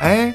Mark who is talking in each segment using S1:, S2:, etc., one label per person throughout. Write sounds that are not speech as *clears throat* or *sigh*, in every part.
S1: 哎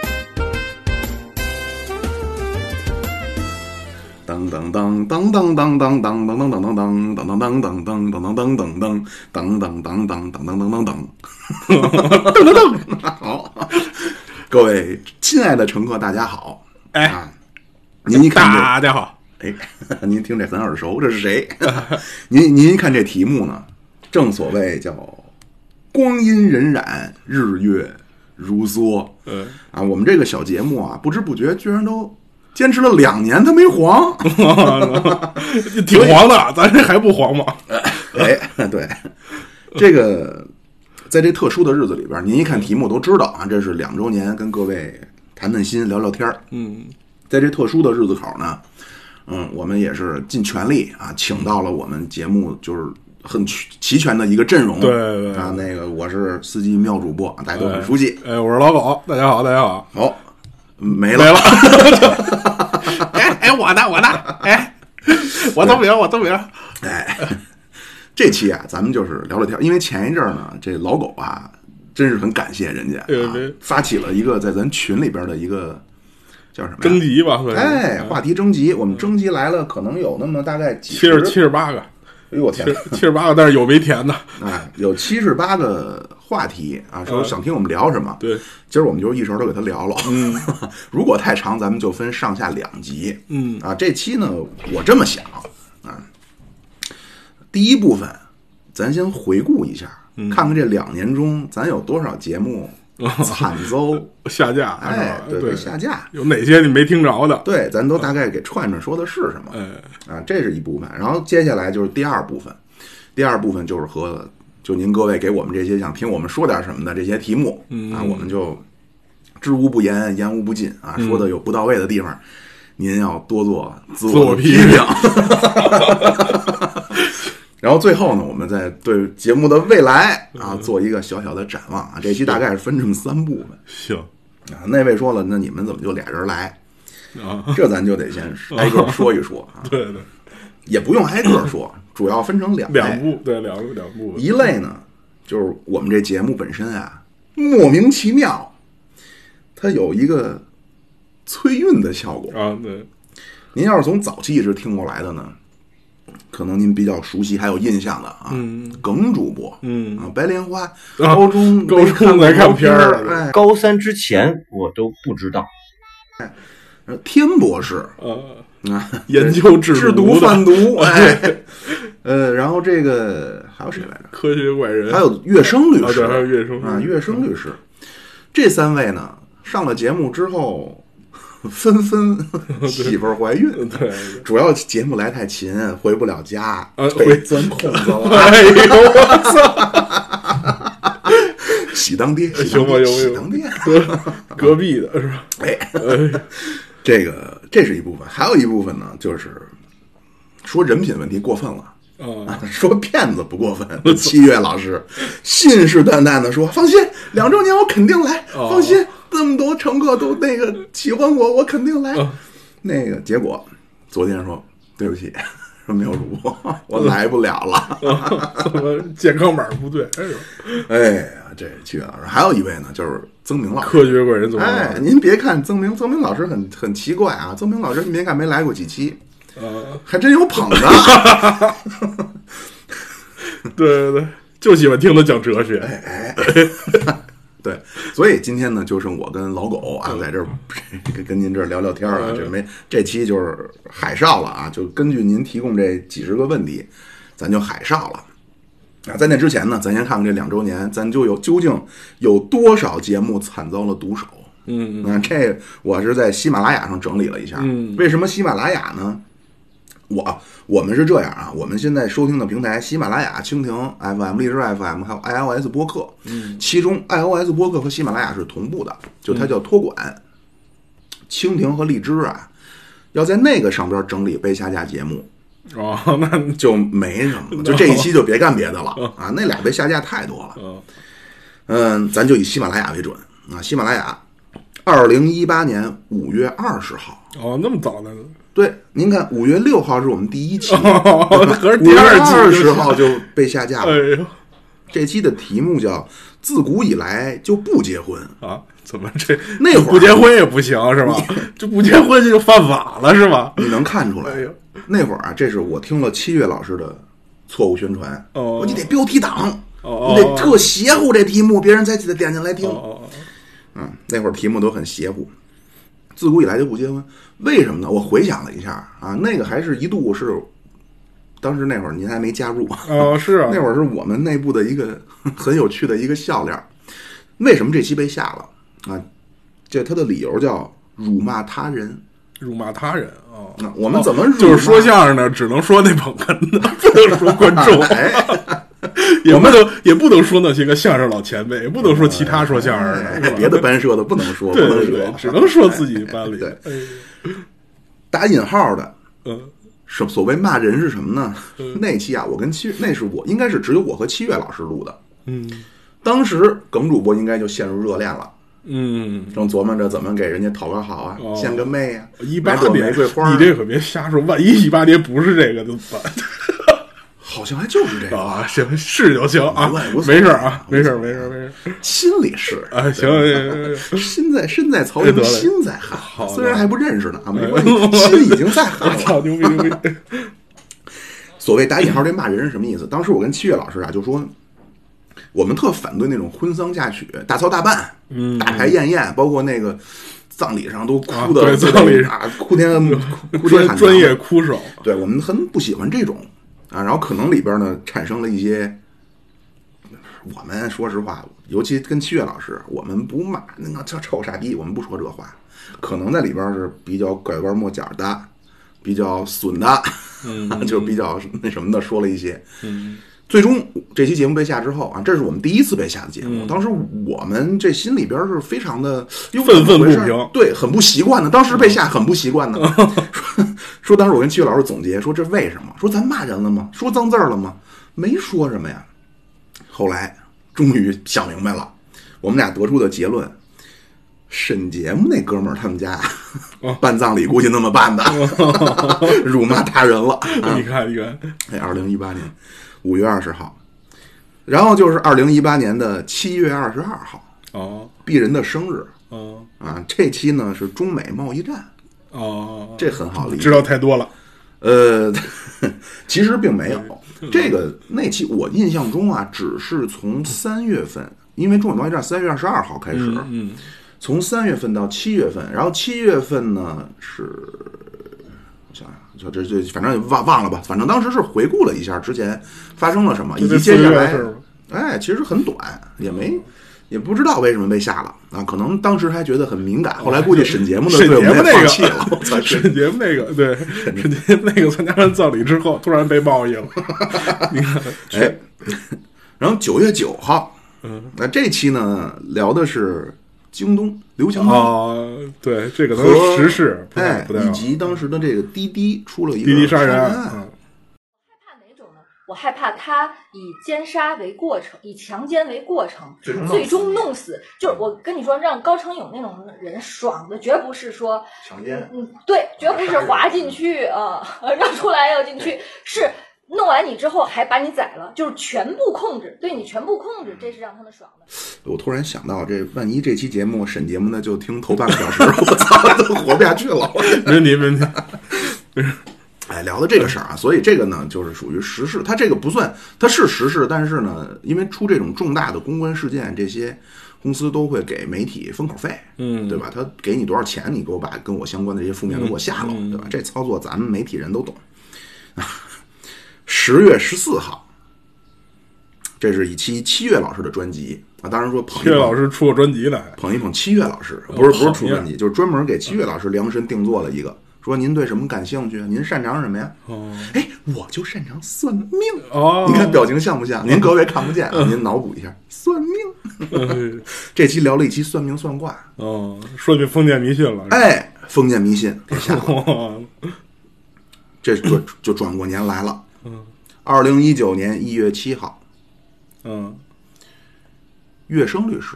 S2: 噔噔噔噔噔噔噔噔噔噔噔噔噔噔噔噔噔噔噔噔噔噔噔噔噔噔噔噔噔噔噔。好，各位亲爱的乘客，大家好。
S3: 哎，
S2: 您一看
S3: 大家好，
S2: 这，哎， *laughs* 您听这很耳熟，这是谁？ *laughs* 您您一看这题目呢，正所谓叫光阴荏苒，日月如梭。
S3: 嗯，
S2: 啊，我们这个小节目啊，不知不觉居然都坚持了两年，它没黄。
S3: 挺黄的，咱这还不黄吗？
S2: *laughs* 哎，对，这个在这特殊的日子里边，您一看题目都知道啊，这是两周年，跟各位谈谈心、聊聊天儿。
S3: 嗯，
S2: 在这特殊的日子口呢，嗯，我们也是尽全力啊，请到了我们节目就是很齐全的一个阵容。
S3: 对对对
S2: 啊，那个我是司机妙主播，大家都很熟悉。
S3: 哎，我是老狗，大家好，大家好，
S2: 好、没
S3: 没
S2: 了
S3: 了。哎哎，我呢，我呢，哎，我都明，我都明。
S2: 这期啊，咱们就是聊聊天儿，因为前一阵儿呢，这老狗啊，真是很感谢人家、
S3: 对
S2: 啊
S3: 对，
S2: 发起了一个在咱群里边的一个叫什么呀
S3: 征？集吧，算是
S2: 哎，话题征集，我们征集来了，可能有那么大概几
S3: 七十七，十八个，
S2: 哎呦我天
S3: 七，七十八个，但是有没填的，
S2: 哎，有七十八个话题啊，说想听我们聊什么。
S3: 对，
S2: 今儿我们就一勺都给他聊了。嗯， *laughs* 如果太长，咱们就分上下两集。
S3: 嗯
S2: 啊，这期呢，我这么想啊，第一部分，咱先回顾一下，看看这两年中咱有多少节目惨 *laughs* 遭，
S3: 下架，
S2: 哎，
S3: 是吧
S2: 哦对，被下架。
S3: 有哪些你没听着的？
S2: 对，咱都大概给串串说的是什么。
S3: 哎，
S2: 啊，这是一部分。然后接下来就是第二部分，第二部分就是和就您各位给我们这些想听我们说点什么的这些题目、啊，我们就知无不言，言无不尽啊，说的有不到位的地方，您要多做自
S3: 自我
S2: 我
S3: 批
S2: 评。然后最后呢，我们再对节目的未来啊做一个小小的展望啊。这期大概是分这么三部分
S3: 行
S2: 啊。那位说了，那你们怎么就俩人来？
S3: 啊， *laughs*
S2: 这咱就得先挨个说一说啊。
S3: 对对，
S2: 也不用挨个儿说，主要分成两类
S3: 两部，对两部两部，
S2: 哎一类呢，就是我们这节目本身啊，莫名其妙，它有一个催孕的效果。
S3: 啊，对，
S2: 您要是从早期一直听过来的呢，可能您比较熟悉还有印象的啊，耿主播，
S3: 嗯
S2: 啊，白莲花，高中
S3: 高中
S2: 没
S3: 来看
S2: 过
S3: 片儿
S2: 儿，哎，
S4: 高三之前我都不知道。
S2: 然后哎天博士，
S3: 呃，
S2: 啊，
S3: 研究制
S2: 制
S3: 毒
S2: 毒
S3: 的
S2: 贩
S3: *laughs*
S2: 毒，哎，呃，然后这个还有谁来着？
S3: 科学怪人，
S2: 还有乐生律
S3: 啊
S2: 师，
S3: 对还有乐生律师
S2: 啊，乐生律师，这三位呢上了节目之后，纷纷媳妇儿怀孕，
S3: 对，
S2: 主要节目来太勤，回不了家，
S3: 呃
S2: 被
S3: 回
S2: 钻空子了，
S3: *laughs* 哎呦 *laughs* 我操，
S2: *laughs* 喜当爹，喜
S3: 行
S2: 当
S3: 吧
S2: 爹，
S3: 行
S2: 喜
S3: 吧
S2: 当爹，
S3: 隔壁的是吧？
S2: 哎，这个这是一部分，还有一部分呢，就是说人品问题过分了。
S3: 啊， *laughs*
S2: *laughs* 说骗子不过分， *laughs* 七月老师信誓旦旦的说：“放心，两周年我肯定来，
S3: 哦
S2: 放心，这么多乘客都那个喜欢我，我肯定来。
S3: 哦
S2: 那个结果，昨天说对不起，说没有主播，我来不了了。
S3: 哦怎么健康码不对？哎呦，
S2: *laughs* 哎呀，这七月老师，还有一位呢，就是曾明老师。
S3: 科学怪人怎么
S2: 哎，
S3: 了？
S2: 您别看曾明，曾明老师很很奇怪啊，曾明老师您别看没来过几期，
S3: 啊，
S2: 还真有捧的。
S3: 对对对，就喜欢听他讲哲学。
S2: *laughs* 对，所以今天呢，就剩我跟老狗啊，在这儿 *laughs* 跟跟您这儿聊聊天儿啊，这没这期就是海少了啊，就根据您提供这几十个问题，咱就海少了。啊，在那之前呢，咱先看看这两周年，咱就有究竟有多少节目惨遭了毒手。
S3: 嗯，
S2: 那啊这我是在喜马拉雅上整理了一下，
S3: 嗯
S2: 为什么喜马拉雅呢？我我们是这样啊，我们现在收听的平台，喜马拉雅、蜻蜓 FM、荔枝 FM 还有 iOS 播客，嗯，其中 iOS 播客和喜马拉雅是同步的，就
S3: 嗯
S2: 它叫托管。蜻蜓和荔枝啊，要在那个上边整理被下架节目，
S3: 哦，那你
S2: 就没什么了，就这一期就别干别的了啊，那俩被下架太多了。
S3: 嗯
S2: 嗯，咱就以喜马拉雅为准啊，喜马拉雅，二零一八年五月二十号。
S3: 哦，那么早呢？
S2: 对，您看五月六号是我们第一期，
S3: 哦，合着
S2: 五
S3: 第
S2: 月
S3: 二季
S2: 二
S3: 就是
S2: 十号就被下架
S3: 哎
S2: 了。
S3: 呦
S2: 这期的题目叫“自古以来就不结婚
S3: 啊，哎怎么这
S2: 那会儿
S3: 不结婚也不行是吧？这不结婚就犯法了是吧”，？
S2: 你能看出来
S3: 哎呦？
S2: 那会儿啊，这是我听了七月老师的错误宣传，
S3: 哦
S2: 我你得标题党，
S3: 哦
S2: 你得特邪乎这题目，别人才记得点进来听。
S3: 哦
S2: 嗯，那会儿题目都很邪乎，自古以来就不结婚，为什么呢？我回想了一下啊，那个还是一度是，当时那会儿您还没加入，
S3: 哦哦，是啊，
S2: 那会儿是我们内部的一个 *laughs* 很有趣的一个笑料。为什么这期被下了啊？这他的理由叫辱骂他人。
S3: 辱骂他人哦。
S2: 那我们怎么辱骂
S3: 就是说相声呢，只能说那捧哏的，不能说观
S2: 啊
S3: 众，
S2: 哎
S3: *laughs* 也不能也不能说那些个相声老前辈，也不能说其他说相声的，是吧
S2: 哎别的班社的不能说，不
S3: 对
S2: 能
S3: 对对
S2: 说，，
S3: 只能说自己班里
S2: 对
S3: 的。哎呦
S2: 打引号的。
S3: 嗯
S2: 是所谓骂人是什么呢？ *laughs* 那期啊，我跟七月，那是我应该是只有我和七月老师录的。
S3: 嗯
S2: 当时耿主播应该就陷入热恋了，
S3: 嗯，
S2: 正琢磨着怎么给人家讨个好啊，
S3: 哦
S2: 献个媚啊，
S3: 一八
S2: 买朵
S3: 年
S2: 玫瑰花啊，
S3: 你这可别瞎说，万一一八年不是这个怎么办
S2: 好像还就是这个，
S3: 啊？ *laughs* 行，是就行啊
S2: 无所谓无，所谓
S3: 没事儿啊，没事儿
S2: 无所谓
S3: 没事儿没事儿
S2: 心里是
S3: 啊，行行行行。
S2: 心在身在曹
S3: *laughs* 哎得
S2: 营
S3: 嘞
S2: 心在汉
S3: 好，的
S2: 虽然还不认识呢啊，没关
S3: 哎
S2: 系，心已经在汉
S3: 我
S2: 了。
S3: 操，牛逼牛逼！
S2: 所谓打引号这骂人是什么意思？当时我跟七月老师啊就说，我们特反对那种婚丧嫁娶、大操大办、大排宴宴，包括那个葬礼上都哭
S3: 嗯啊
S2: 的
S3: 对葬礼上
S2: 啊，哭天 *laughs*
S3: *laughs*
S2: 哭天喊啊地
S3: 专专业哭手，
S2: 对我们很不喜欢这种啊，然后可能里边呢产生了一些，我们说实话，尤其跟七月老师，我们不骂那个叫臭傻逼，我们不说这话，可能在里边是比较拐弯抹角的，比较损的，
S3: 嗯
S2: *laughs* 就比较那什么的说了一些。最终这期节目被下之后啊，这是我们第一次被下的节
S3: 嗯
S2: 目。当时我们这心里边是非常的因为
S3: 愤愤不
S2: 怎么回事
S3: 平嗯
S2: 对，很不习惯的。当时被下很不习
S3: *laughs*
S2: 惯的，说说当时我跟戚老师总结说这为什么？说咱骂人了吗？说脏字儿了吗？没说什么呀。后来终于想明白了，我们俩得出的结论。沈节目那哥们儿他们家 *laughs* 办葬礼估计那么办的， *laughs* 辱骂他人了。
S3: 你看你看，
S2: 哎，二零一八年五月二十号，然后就是二零一八年的七月二十二号，
S3: 哦
S2: 鄙人的生日
S3: 哦
S2: 啊。这期呢是中美贸易战，
S3: 哦，
S2: 这很好理
S3: 知
S2: 解。
S3: 道太多了。
S2: 呃， *laughs* 其实并没有
S3: 嗯
S2: 这个那期，我印象中啊，只是从三月份，因为中美贸易战三月二十二号开始，
S3: 嗯，
S2: 从三月份到七月份，然后七月份呢是，我想想，这这反正忘忘了吧，反正当时是回顾了一下之前发生了什么，以
S3: 就
S2: 及
S3: 这
S2: 接下
S3: 四个月的
S2: 来
S3: 事儿吗，
S2: 哎，其实很短，也没。也不知道为什么被下了啊，可能当时还觉得很敏感，后来估计审节目的
S3: 沈
S2: 对我
S3: 节目
S2: 们也
S3: 那
S2: 放弃
S3: *laughs*
S2: 了。我操
S3: 个，沈节目那个，对，沈节目那个参加完葬礼之后，突然被贸易了。你看，
S2: 哎，然后九月九号，嗯，那这期呢聊的是京东刘强东
S3: 哦，对，这个都
S2: 和
S3: 是时事，不太
S2: 哎
S3: 不太，
S2: 以
S3: 好。
S2: 及当时的这个滴滴出了一个
S3: 滴滴杀人
S2: 案
S3: 案，嗯
S5: 害怕哪种呢？我害怕他以奸杀为过程，以强奸为过程，最终弄死。嗯就是我跟你说，让高成勇那种人爽的，绝不是说强奸，嗯，对，绝不是滑进去啊，呃 *laughs* 让出来要进去，是弄完你之后还把你宰了，就是全部控制，对你全部控制，这是让他们爽的。
S2: 我突然想到，这万一这期节目审节目呢，就听头半个小时，我操，都活不下去了。
S3: 没问题没问题。 *laughs*
S2: 哎，聊的这个事儿啊，所以这个呢，就是属于时事，它这个不算，它是时事，但是呢，因为出这种重大的公关事件，这些公司都会给媒体封口费，
S3: 嗯
S2: 对吧？他给你多少钱，你给我把跟我相关的这些负面都给我下了，
S3: 嗯
S2: 对吧？这操作咱们媒体人都懂。十月十四号，这是一期七月老师的专辑啊，当然说捧一捧
S3: 七月老师出过专辑呢，还
S2: 捧一捧七月老师，不是不是
S3: 捧
S2: 出
S3: 一下
S2: 专辑，就是专门给七月老师量身定做了一个，说您对什么感兴趣，您擅长什么呀？
S3: 哦
S2: 哎，我就擅长算命。
S3: 哦，
S2: *laughs*
S3: 嗯
S2: 你看表情像不像？您各位看不见啊，您脑补一下，算命。
S3: *laughs* 哎
S2: 这期聊了一期算命算卦，
S3: 哦，说句封建迷信了，哦
S2: 哎，封建迷信给
S3: 是
S2: 下
S3: *laughs* 吧，
S2: 了，这就就转过年来了。
S3: 嗯
S2: 二零一九年一月七号，
S3: 嗯，
S2: 乐生律师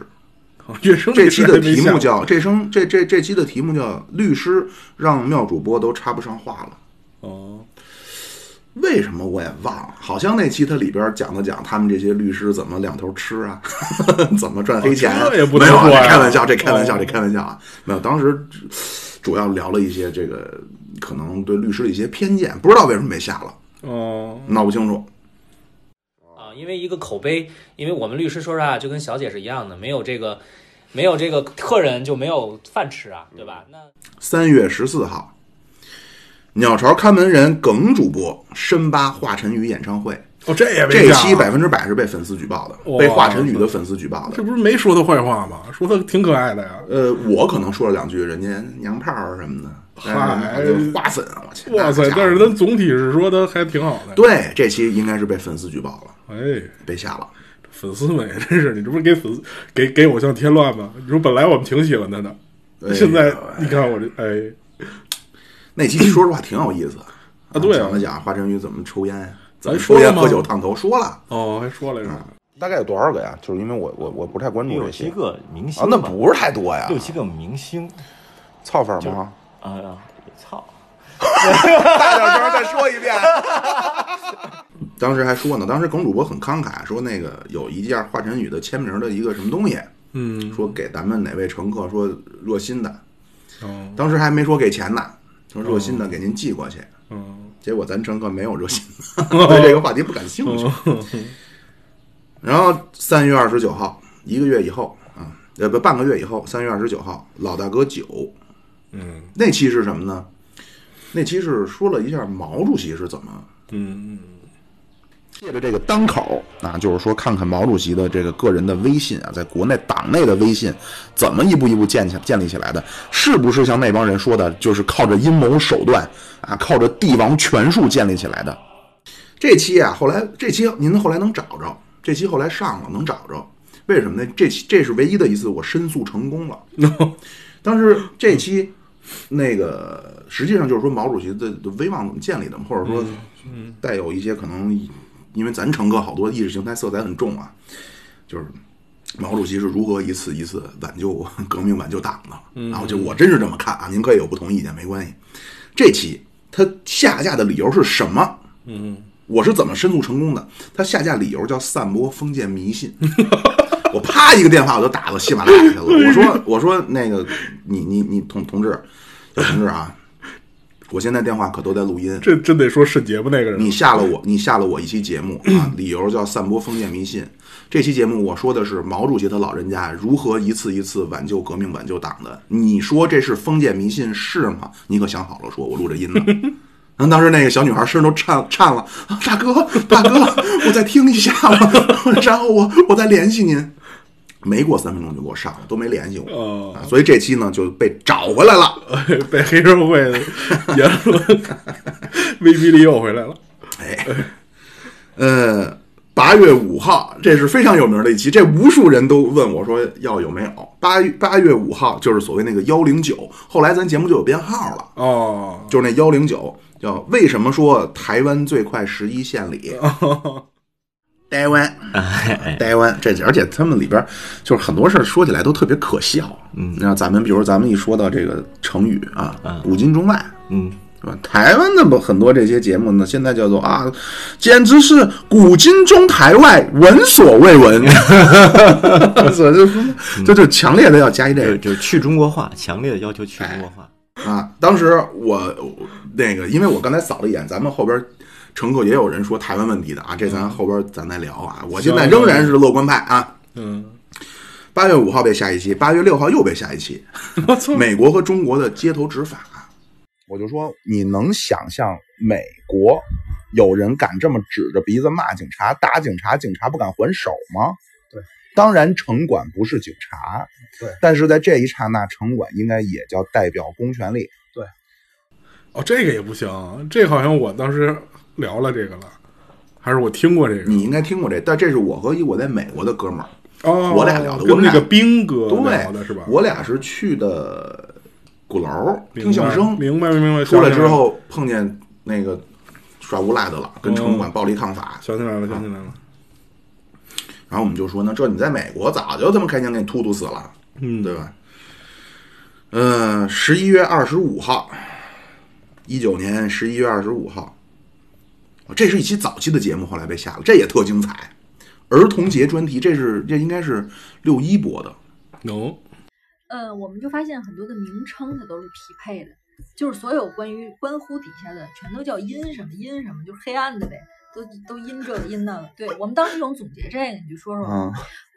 S3: 乐声
S2: 这期
S3: 事
S2: 的
S3: 儿没
S2: 题目
S3: 想
S2: 叫这声这这这期的题目叫律师让妙主播都插不上话了。
S3: 哦，
S2: 为什么我也忘了？好像那期它里边讲的讲他们这些律师怎么两头吃啊， *laughs* 怎么赚黑钱、啊
S3: 哦这也不能
S2: 没有啊，
S3: 说呀
S2: 这开玩笑，这开玩笑，这
S3: 哦
S2: 开玩笑啊！没有，当时主要聊了一些这个可能对律师的一些偏见，不知道为什么没下了，
S3: 哦，
S2: 闹不清楚。
S6: 啊，因为一个口碑，因为我们律师说实话就跟小姐是一样的，没有这个，没有这个客人就没有饭吃啊，对吧？那
S2: 三月十四号，鸟巢看门人耿主播深扒华晨宇演唱会，
S3: 哦，这也没
S2: 这
S3: 讲啊
S2: 期百分之百是被粉丝举报的，
S3: 哇
S2: 被华晨宇的粉丝举报的
S3: 这。不是没说他坏话吗？说他挺可爱的呀。
S2: 呃，我可能说了两句人家娘炮儿什么的，
S3: 嗨
S2: 但是花粉，我去，
S3: 哇塞
S2: 那！家伙
S3: 但是咱总体是说他还挺好的。
S2: 对这期应该是被粉丝举报了，
S3: 哎，
S2: 被下了。
S3: 粉丝们也真是，你这不是给粉丝给给偶像添乱吗？你说本来我们挺喜欢他的，
S2: 哎
S3: 呃现在
S2: 呦喂
S3: 你看我这哎
S2: 那期说实话挺有意思的
S3: 啊对啊
S2: 讲了讲华晨宇怎么抽烟，怎么
S3: 咱说
S2: 抽
S3: 了
S2: 烟
S3: 吗
S2: 喝酒烫头，说了。
S3: 哦还说来着，
S2: 大概有多少个呀？就是因为我我我不太关
S7: 六七个明星
S2: 啊，那
S7: 吧
S2: 不是太多呀，
S7: 六七个明星
S2: 操粉
S7: 就是
S2: 吗？
S7: 啊，操！
S2: 大点声，再说一遍。 *laughs* 当时还说呢，当时耿主播很慷慨，说那个有一件华晨宇的签名的一个什么东西，
S3: 嗯，
S2: 说给咱们哪位乘客说热心的，
S3: 哦
S2: 当时还没说给钱呢，说热心的给您寄过去。
S3: 嗯
S2: 结果咱乘客没有热心的，对这个话题不感兴趣。然后三月二十九号，一个月以后啊，呃不，半个月以后，三月二十九号，老大哥九，
S3: 嗯
S2: 那期是什么呢？那期是说了一下毛主席是怎么
S3: 嗯
S2: 借着这个当口啊，就是说看看毛主席的这个个人的威信啊，在国内党内的威信怎么一步一步建起建立起来的，是不是像那帮人说的，就是靠着阴谋手段啊，靠着帝王权术建立起来的？这期啊，后来这期您后来能找着，这期后来上了能找着，为什么呢？这期这是唯一的一次我申诉成功了。当时这期那个实际上就是说毛主席的的威望怎么建立的嘛，或者说带有一些可能，因为咱乘客好多意识形态色彩很重啊，就是毛主席是如何一次一次挽救革命、挽救党的。然后就我真是这么看啊，您可以有不同意见没关系。这期他下架的理由是什么？
S3: 嗯，
S2: 我是怎么申诉成功的？他下架理由叫散播封建迷信。 *laughs* 我啪一个电话我就打到喜马拉雅去了。我说我说那个你你你同同志，小同志啊，我现在电话可都在录音，
S3: 这真得说沈节目那个人，
S2: 你下了我，你下了我一期节目
S3: *clears throat*
S2: 啊，理由叫散播封建迷信。这期节目我说的是毛主席他老人家如何一次一次挽救革命、挽救党的。你说这是封建迷信是吗？你可想好了说，我录着音呢。然后当时那个小女孩身都颤颤了，啊大哥，大哥，我再听一下吧，然后我我再联系您。没过三分钟就给我上了，都没联系我，
S3: 哦
S2: 啊所以这期呢就被找回来了。
S3: 被黑社会的言论威逼利诱回来了。
S2: 呃，八月五号，这是非常有名的一期，这无数人都问我说要有没有。八八月五号就是所谓那个幺零九，后来咱节目就有编号了，
S3: 哦，
S2: 就是那幺零九叫为什么说台湾最快十一县里？台湾，台湾，这而且他们里边就是很多事儿说起来都特别可笑。嗯，那咱们比如咱们一说到这个成语啊，古今中外，
S7: 嗯，
S2: 对吧？台湾的不很多这些节目呢，现在叫做啊，简直是古今中台外闻所未闻，所以就说这就强烈的要加一这
S7: 就
S2: 个
S7: 就去中国化，强烈的要求去中国化。
S2: 啊。当时我我那个，因为我刚才扫了一眼，咱们后边乘客也有人说台湾问题的啊，这咱后边咱再聊啊。我现在仍然是乐观派啊。
S3: 嗯，
S2: 八月五号被下一期，八月六号又被下一期。
S3: *laughs* 我操，
S2: 美国和中国的街头执法，啊我就说，你能想象美国有人敢这么指着鼻子骂警察、打警察，警察不敢还手吗？
S8: 对，
S2: 当然城管不是警察，
S8: 对，
S2: 但是在这一刹那，城管应该也叫代表公权力。
S3: 哦，这个也不行，这好像我当时聊了这个了，还是我听过这个。
S2: 你应该听过这，但这是我和一我在美国的哥们儿，
S3: 哦，
S2: 我俩聊的我
S3: 跟
S2: 们俩
S3: 那个兵哥聊的
S2: 对，
S3: 是吧？
S2: 我俩是去的鼓楼
S3: 明白
S2: 听相声，
S3: 明白明白。
S2: 出来
S3: 想起
S2: 之
S3: 来了，
S2: 后碰见那个耍无赖的了，跟城
S3: 嗯
S2: 管暴力抗法，
S3: 想起来
S2: 啊
S3: 了，想起来了。
S2: 然后我们就说呢，这你在美国早就他妈开枪给你突突死了，
S3: 嗯，
S2: 对吧？呃，十一月二十五号，一九年十一月二十五号，哦这是一期早期的节目，后来被下了，这也特精彩。儿童节专题，这是这应该是六一播的，
S3: 能
S5: 呃，我们就发现很多的名称它都是匹配的，就是所有关于关乎底下的全都叫阴什么阴什么，就是黑暗的呗，都都阴这个阴那个。对我们当时总总结这个，你就说说。
S2: 嗯，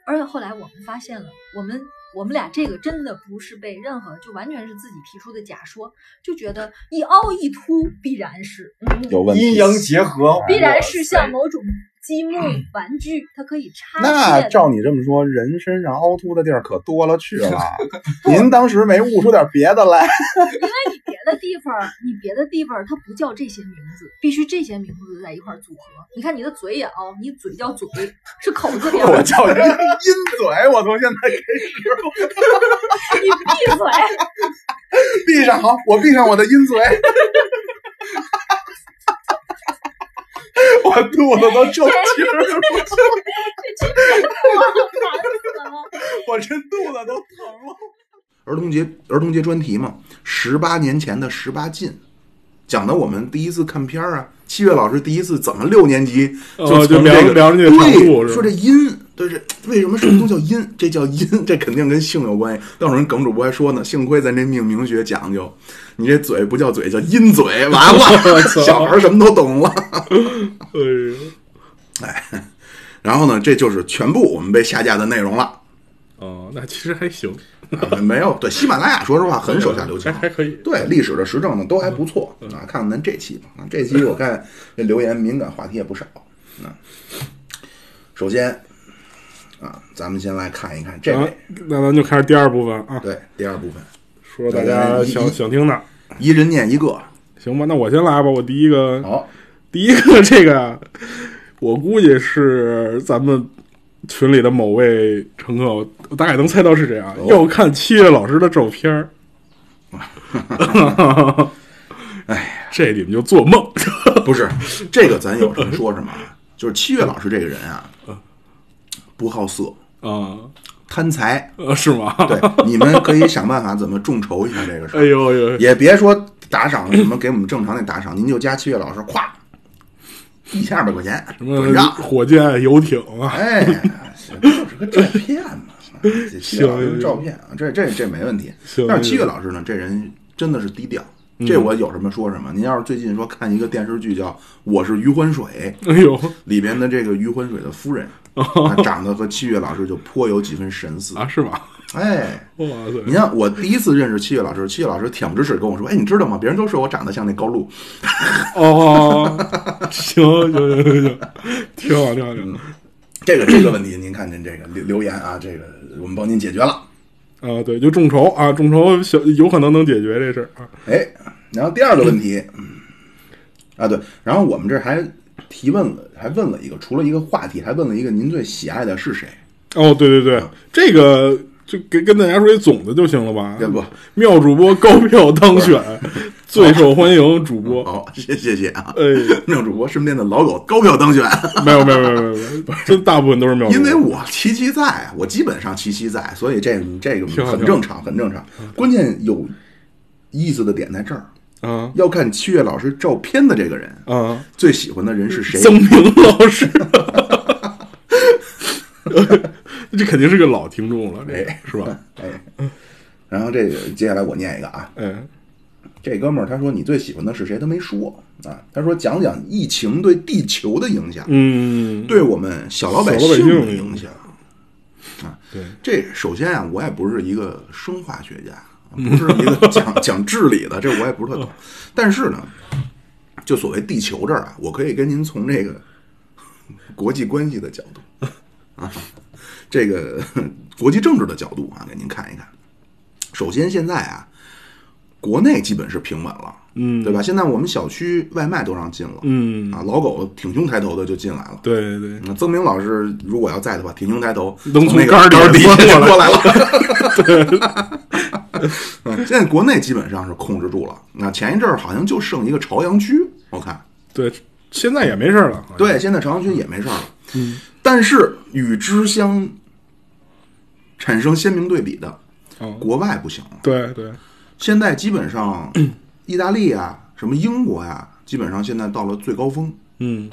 S5: 而且后来我们发现了，我们我们俩这个真的不是被任何，就完全是自己提出的假说，就觉得一凹一凸必然是，嗯，
S2: 有问题。
S7: 阴阳结合，
S5: 必然是像某种积木玩具，它可以插
S2: 那
S5: 线。
S2: 照你这么说，人身上凹凸的地儿可多了去 *laughs* 了。您当时没悟出点别的来？
S5: 你别的地方，你别的地方它不叫这些名字，必须这些名字在一块儿组合。你看你的嘴也凹，你嘴叫嘴，是口 *laughs* 字边儿，
S2: *laughs* 我叫阴 *laughs* 阴嘴，我从现在开始
S5: 你闭嘴。
S2: 闭上，好，我闭上我的阴嘴。 *laughs* 我肚子都抽筋儿，
S5: *laughs*
S2: 我这肚子都疼了。 *laughs* 儿童节儿童节专题嘛，十八年前的十八禁，讲的我们第一次看片儿啊。七月老师第一次怎么六年级
S3: 哦就
S2: 从
S3: 聊
S2: 这个
S3: 聊那个长度
S2: 对
S3: 是吧
S2: 说这阴，对是为什么什么都叫阴？这叫阴， *laughs* 这肯定跟性有关系。当时人耿主播还说呢，幸亏咱这命名学讲究，你这嘴不叫嘴，叫阴嘴，完
S3: *laughs*
S2: 了小孩儿什么都懂了。
S3: 哎呦，
S2: 然后呢，这就是全部我们被下架的内容了。
S3: 哦，那其实还行，
S2: 啊没有，对喜马拉雅，说实话很手下留情啊
S3: 还。还可以，
S2: 对历史的实证呢，都还不错
S3: 嗯
S2: 啊。看看咱这期吧，啊这期我看这留言敏感话题也不少。啊，首先啊，咱们先来看一看这
S3: 啊
S2: 位，
S3: 那咱就开始第二部分啊，
S2: 对第二部分，
S3: 说大
S2: 哎
S3: 家想想听的，
S2: 一人念一个。
S3: 行吧？那我先来吧，我第一个，
S2: 好，
S3: 第一个这个，我估计是咱们群里的某位乘客，我我大概能猜到是谁啊？
S2: 哦
S3: 要看七月老师的照片
S2: *laughs*
S3: 儿。哎， *laughs* 这你们就做梦。
S2: 不是这个，咱有什么说什么啊。 *laughs* 就是七月老师这个人啊，
S3: 嗯
S2: 不好色，
S3: 啊，
S2: 贪财。
S3: 呃，是吗？
S2: 对，你们可以想办法怎么众筹一下这个事
S3: 哎
S2: 儿。*laughs*
S3: 呦呦，
S2: 也别说打赏什么，给我们正常的打赏，您就加七月老师，咵，一千二百块钱
S3: 什
S2: 转
S3: 么
S2: 账，
S3: 火箭、游艇啊？
S2: 哎，就是个照片
S3: *laughs*
S2: 嘛，啊这七月老师照片啊，这这这没问题
S3: 行。
S2: 但是七月老师呢，这人真的是低调。这我有什么说什么。您要是最近说看一个电视剧叫《我是余欢水》，
S3: 哎呦
S2: 里边的这个余欢水的
S3: *laughs*
S2: 夫人，她长得和七月老师就颇有几分神似。
S3: 啊，是吗？
S2: 哎，
S3: 哇
S2: 你
S3: 塞！
S2: 看，我第一次认识七月老师，七月老师恬不知耻跟我说：“哎，你知道吗？别人都说我长得像那高露。
S3: 哦，行行行行行，挺好挺好挺好。”
S2: 这个这个问题，您看您这个留留言啊，这个我们帮您解决了。
S3: 啊，对，就众筹啊，众筹小有可能能解决这事儿啊。
S2: 哎，然后第二个问题，嗯啊对，然后我们这儿还提问了，还问了一个，除了一个话题，还问了一个您最喜爱的是谁？
S3: 哦，对对对，这个就跟跟大家说一总的就行了吧？
S2: 对不？
S3: 妙主播高票当选，最受欢迎主播。
S2: 好，谢谢谢啊。
S3: 哎，
S2: 妙主播身边的老狗高票当选，
S3: 没有没有没有没有没有，真大部分都是妙主播。
S2: 因为我七七在，啊我基本上七七在，所以这这个
S3: 挺好嗯
S2: 很正常，很正常。关键有意思的点在这儿，
S3: 啊
S2: 要看七月老师照片的这个人
S3: 啊，
S2: 最喜欢的人是谁。
S3: 曾明老师，这肯定是个老听众了，这个
S2: 哎
S3: 是吧？
S2: 哎，然后这个接下来我念一个啊，
S3: 哎，
S2: 这哥们儿他说你最喜欢的是谁？他没说啊，他说讲讲疫情对地球的影响，
S3: 嗯，
S2: 对我们小老百
S3: 小老百姓
S2: 的影响啊。
S3: 对，
S2: 这首先啊，我也不是一个生化学家，不是一个讲讲治理的，这我也不是特懂。
S3: *laughs* 哦
S2: 但是呢，就所谓地球这儿啊，我可以跟您从这个国际关系的角度啊，这个国际政治的角度啊，给您看一看。首先，现在啊，国内基本是平稳了，
S3: 嗯
S2: 对吧？现在我们小区外卖都让进了，
S3: 嗯
S2: 啊，老狗挺胸抬头的就进来了。
S3: 对对，
S2: 那嗯曾明老师如果要在的话，挺胸抬头，
S3: 能从
S2: 那个
S3: 杆儿底下
S2: 儿底下
S3: 钻过来
S2: 过来了。
S3: *laughs*
S2: 嗯，现在国内基本上是控制住了。那前一阵儿好像就剩一个朝阳区，我看
S3: 对，现在也没事儿了。好像，
S2: 对，现在朝阳区也没事儿了。
S3: 嗯
S2: 嗯，但是与之相产生鲜明对比的
S3: 嗯
S2: 国外不行了。
S3: 对对，
S2: 现在基本
S3: *clears throat*
S2: 上意大利啊，什么英国呀、基本上现在到了最高峰。
S3: 嗯，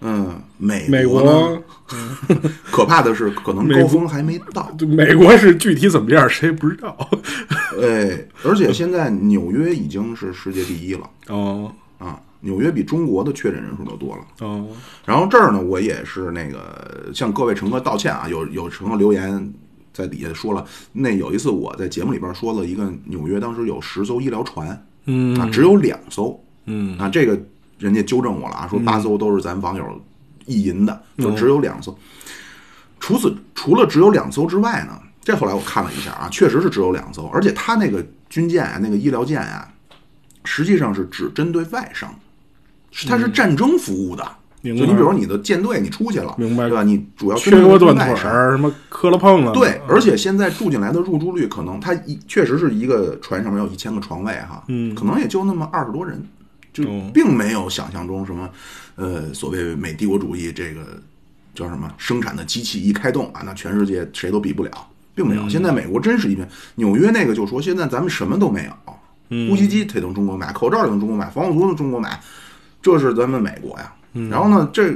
S2: 嗯，美
S3: 美
S2: 国呢
S3: 国
S2: 可怕的是，可能
S3: 美
S2: 高
S3: 国
S2: 峰还没到。
S3: 就美国是具体怎么样谁也不知
S2: *laughs*
S3: 道。
S2: 哎，而且现在纽约已经是世界第一了
S3: 哦
S2: 啊！纽约比中国的确诊人数都多了。
S3: 哦，
S2: 然后这儿呢，我也是那个向各位乘客道歉啊，有有乘客留言在底下说了，那有一次我在节目里边说了一个纽约当时有十艘医疗船，
S3: 嗯
S2: 啊，只有两艘，
S3: 嗯
S2: 啊，这个人家纠正我了啊，说八艘都是咱网友意淫的，就
S3: 哦
S2: 只有两艘。除此除了只有两艘之外呢，这后来我看了一下啊，确实是只有两艘，而且他那个军舰啊，那个医疗舰啊，实际上是只针对外伤，是它是战争服务的。
S3: 嗯明
S2: 就
S3: 白
S2: 你比如你的舰队你出去了，
S3: 明白
S2: 对吧？你主要
S3: 缺胳
S2: 个
S3: 断腿儿，什么磕了碰了，
S2: 对，而且现在住进来的入住率可能它一确实是一个船上面有一千个床位哈，
S3: 嗯
S2: 可能也就那么二十多人，就
S3: 哦
S2: 并没有想象中什么，呃，所谓美帝国主义这个叫什么生产的机器一开动啊，那全世界谁都比不了，并
S3: 嗯
S2: 没有。现在美国真是一片，纽约那个就说现在咱们什么都没有，
S3: 嗯
S2: 呼吸机得从中国买，口罩也从中国买，防护服从中国买，这是咱们美国呀。
S3: 嗯
S2: 然后呢，这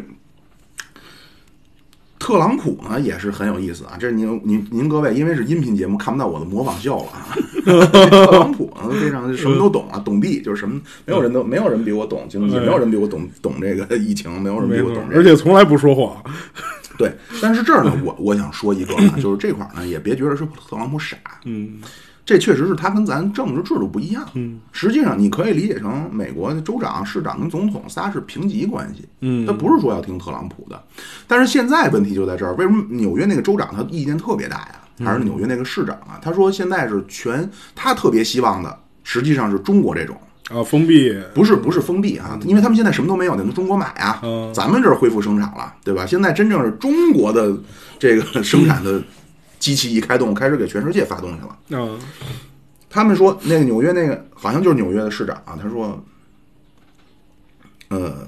S2: 特朗普呢也是很有意思啊，这是您您您各位因为是音频节目看不到我的模仿秀了
S3: *laughs*
S2: 啊。特朗普呢非常什么都懂啊，懂币就是什么没有人
S3: 嗯
S2: 都没有人比我懂经济，
S3: 哎
S2: 没有人比我懂懂这个疫情，没有人比
S3: 没
S2: 我
S3: 错
S2: 懂，这
S3: 而
S2: 个。
S3: 且从来不说谎。
S2: 对，但是这儿呢，我我想说一个啊，就是这块儿呢也别觉得是特朗普傻，
S3: 嗯
S2: 这确实是他跟咱政治制度不一样。
S3: 嗯，
S2: 实际上你可以理解成美国的州长、市长跟总统仨是平级关系。
S3: 嗯
S2: 他不是说要听特朗普的。但是现在问题就在这儿，为什么纽约那个州长他意见特别大呀？
S3: 嗯
S2: 还是纽约那个市长啊？他说现在是全他特别希望的，实际上是中国这种。
S3: 啊，封闭
S2: 不是不是封闭啊，因为他们现在什么都没有，得从中国买啊。
S3: 嗯
S2: 咱们这儿恢复生产了，对吧？现在真正是中国的这个生产的机器一开动，开始给全世界发东西了。
S3: 啊，
S2: 他们说那个纽约那个好像就是纽约的市长啊，他说，呃，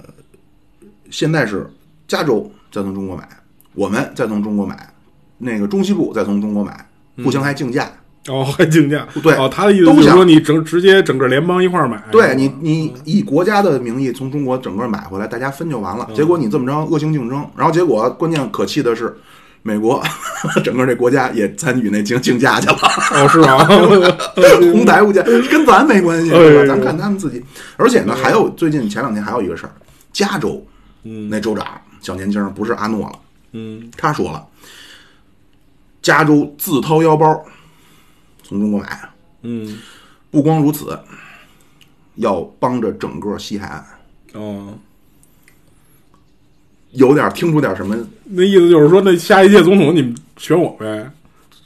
S2: 现在是加州再从中国买，我们再从中国买，那个中西部再从中国买，互相还竞价。
S3: 哦， *laughs* 还竞价，
S2: 对
S3: 哦，他的意思
S2: 都
S3: 就是
S2: 想
S3: 说你整直接整个联邦一块儿买，
S2: 对你，你以国家的名义从中国整个买回来，大家分就完了。结果你这么着恶性竞争，然后结果关键可气的是，美国 *laughs* 整个这国家也参与那竞竞价去了。
S3: *laughs* 哦，是吗？
S2: *laughs* 红台物价跟咱没关系，
S3: 哎
S2: 对吧？
S3: 呦
S2: 咱看他们自己。而且呢，还有最近前两天还有一个事儿，加州那州长小年轻儿不是阿诺了，
S3: 嗯，
S2: 他说了，加州自掏腰包从中国买，啊
S3: 嗯，
S2: 不光如此，要帮着整个西海岸，
S3: 哦，
S2: 有点儿听出点儿什么
S3: 那意思就是说，那下一届总统你们选我呗，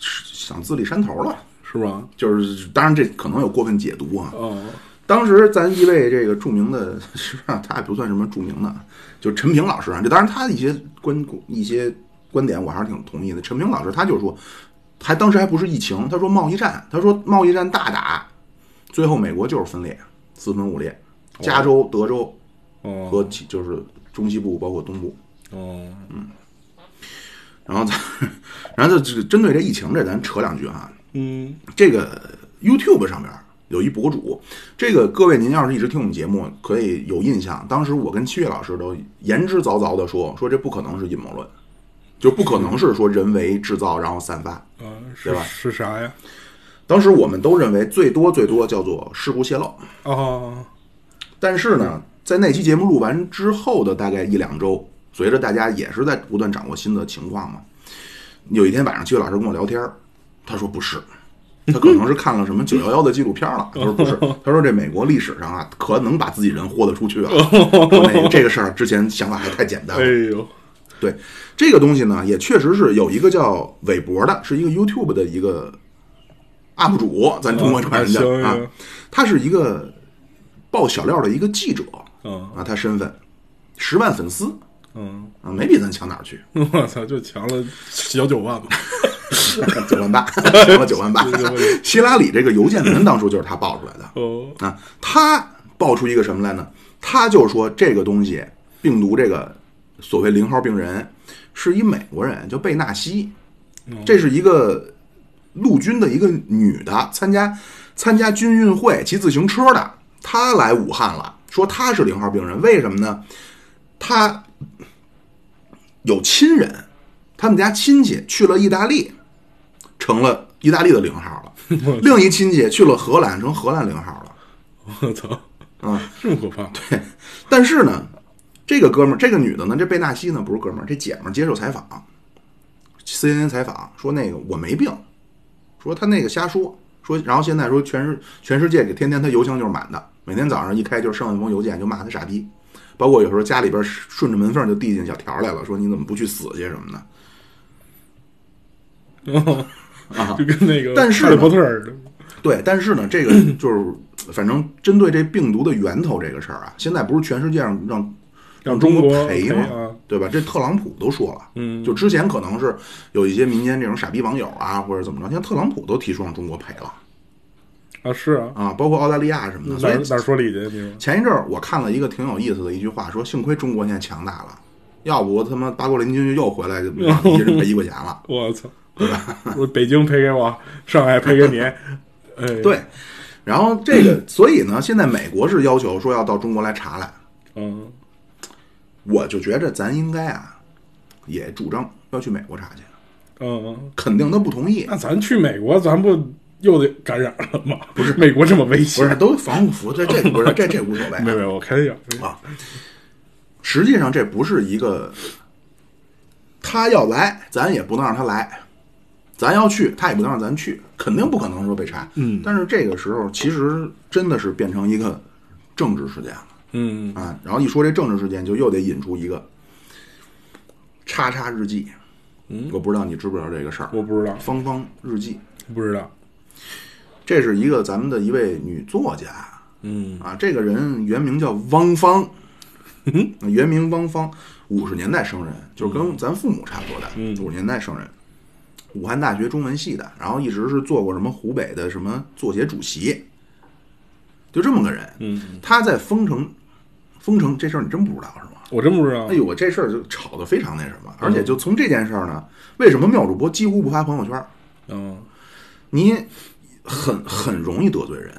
S2: 想自立山头了。
S3: 是吧？
S2: 就是，当然这可能有过分解读啊，
S3: 哦，
S2: 当时咱一位这个著名的， *laughs* 实际上他也不算什么著名的，就陈平老师啊，这当然他的一些观一些观点我还是挺同意的。陈平老师他就说，还当时还不是疫情，他说贸易战，他说贸易战大打，最后美国就是分裂，四分五裂，加州、德州
S3: 哦，
S2: 和其就是中西部包括东部，
S3: 哦，
S2: 然后咱 *laughs* 然后就这个针对这疫情这咱扯两句啊，
S3: 嗯，
S2: 这个 YouTube 上面有一博主，这个各位您要是一直听我们节目，可以有印象。当时我跟七月老师都言之凿凿的说，说这不可能是阴谋论，就不可能是说人为制造然后散发。
S3: 啊，是
S2: 对吧
S3: 是啥呀？
S2: 当时我们都认为最多最多叫做事故泄露，
S3: 哦，
S2: 但是呢，在那期节目录完之后的大概一两周，随着大家也是在不断掌握新的情况嘛，有一天晚上，七月老师跟我聊天儿，他说不是，他可能是看了什么九幺幺的纪录片了。他说不是，他说这美国历史上啊，可能把自己人豁得出去了。说那个这个事儿之前想法还太简单
S3: 哎
S2: 了。
S3: 呦，
S2: 对这个东西呢，也确实是有一个叫韦伯的，是一个 YouTube 的一个 UP 主，咱中国管人家
S3: 啊行
S2: 啊
S3: 行，
S2: 他是一个爆小料的一个记者
S3: 嗯
S2: 啊，他身份十万粉丝
S3: 嗯，
S2: 啊，没比咱强哪儿去。 *laughs*
S3: 我操，就强了小九万吧，
S2: 九万八， *laughs* 涨了九万八。 *laughs* 希拉里这个邮件文当初就是他爆出来的
S3: 哦，
S2: 啊，他爆出一个什么来呢？他就说这个东西，病毒这个所谓零号病人是一美国人，叫贝纳西，这是一个陆军的一个女的参加参加军运会骑自行车的，她来武汉了，说她是零号病人，为什么呢？她有亲人，他们家亲戚去了意大利，成了意大利的零号了；另一亲戚去了荷兰，成荷兰零号了。
S3: 哦我操，
S2: 啊，
S3: 这么可怕！
S2: 对，但是呢，这个哥们儿，这个女的呢，这贝纳西呢不是哥们儿，这姐们儿接受采访，CNN 采访说那个我没病，说她那个瞎说，说然后现在说全世全世界给天天她邮箱就是满的，每天早上一开就是上万封邮件，就骂她傻逼，包括有时候家里边顺着门缝就递进小条来了，说你怎么不去死去什么的。
S3: 哦
S2: 啊
S3: 就跟那个
S2: 但是
S3: 哈利
S2: 呢
S3: 波特似的，
S2: 对，但是呢，
S3: *coughs*
S2: 这个就是反正针对这病毒的源头这个事儿啊，现在不是全世界上让让中
S3: 中国
S2: 赔吗？
S3: 啊，
S2: 对吧？这特朗普都说了，
S3: 嗯，
S2: 就之前可能是有一些民间这种傻逼网友啊，或者怎么着，现在特朗普都提出让中国赔了
S3: 啊是啊，
S2: 啊，包括澳大利亚什么的。
S3: 哪
S2: 所
S3: 儿
S2: 以
S3: 哪儿说理去？你说
S2: 前一阵儿我看了一个挺有意思的一句话，说幸亏中国现在强大了，要不他妈八国联军就又回来，一人赔一块钱了。*laughs*
S3: 我操，我北京赔给我，上海赔给你，哎，
S2: 对，然后这个，所以呢，现在美国是要求说要到中国来查来，
S3: 嗯，
S2: 我就觉着咱应该啊，也主张要去美国查去，
S3: 嗯，
S2: 肯定他不同意
S3: 那，咱去美国，咱不又得感染了吗？不是，美国这么危
S2: 不
S3: 险，
S2: 是都防护服，这这不是这这无所谓啊、
S3: *laughs* 没有没有，我开玩笑，
S2: 啊。实际上这不是一个，他要来，咱也不能让他来；咱要去，他也不能让咱去，肯定不可能说被查。嗯，但是这个时候其实真的是变成一个政治事件了。
S3: 嗯，
S2: 啊，然后一说这政治事件，就又得引出一个“叉叉日记”。嗯，我不知道你知不知道这个事儿。
S3: 我不知道，
S2: 芳芳日记，
S3: 不知道，
S2: 这是一个咱们的一位女作家
S3: 嗯
S2: 啊，这个人原名叫汪芳，原名汪芳，五十年代生人，就是跟咱父母差不多大，五十年代生人，武汉大学中文系的，然后一直是做过什么湖北的什么作协主席，就这么个人。
S3: 嗯，
S2: 他在封城，封城这事儿你真不知道是吗？
S3: 我真不知道
S2: 哎，呦，我这事儿就吵得非常那什么，而且就从这件事儿呢，为什么妙主播几乎不发朋友圈儿？
S3: 嗯
S2: 你很很容易得罪人。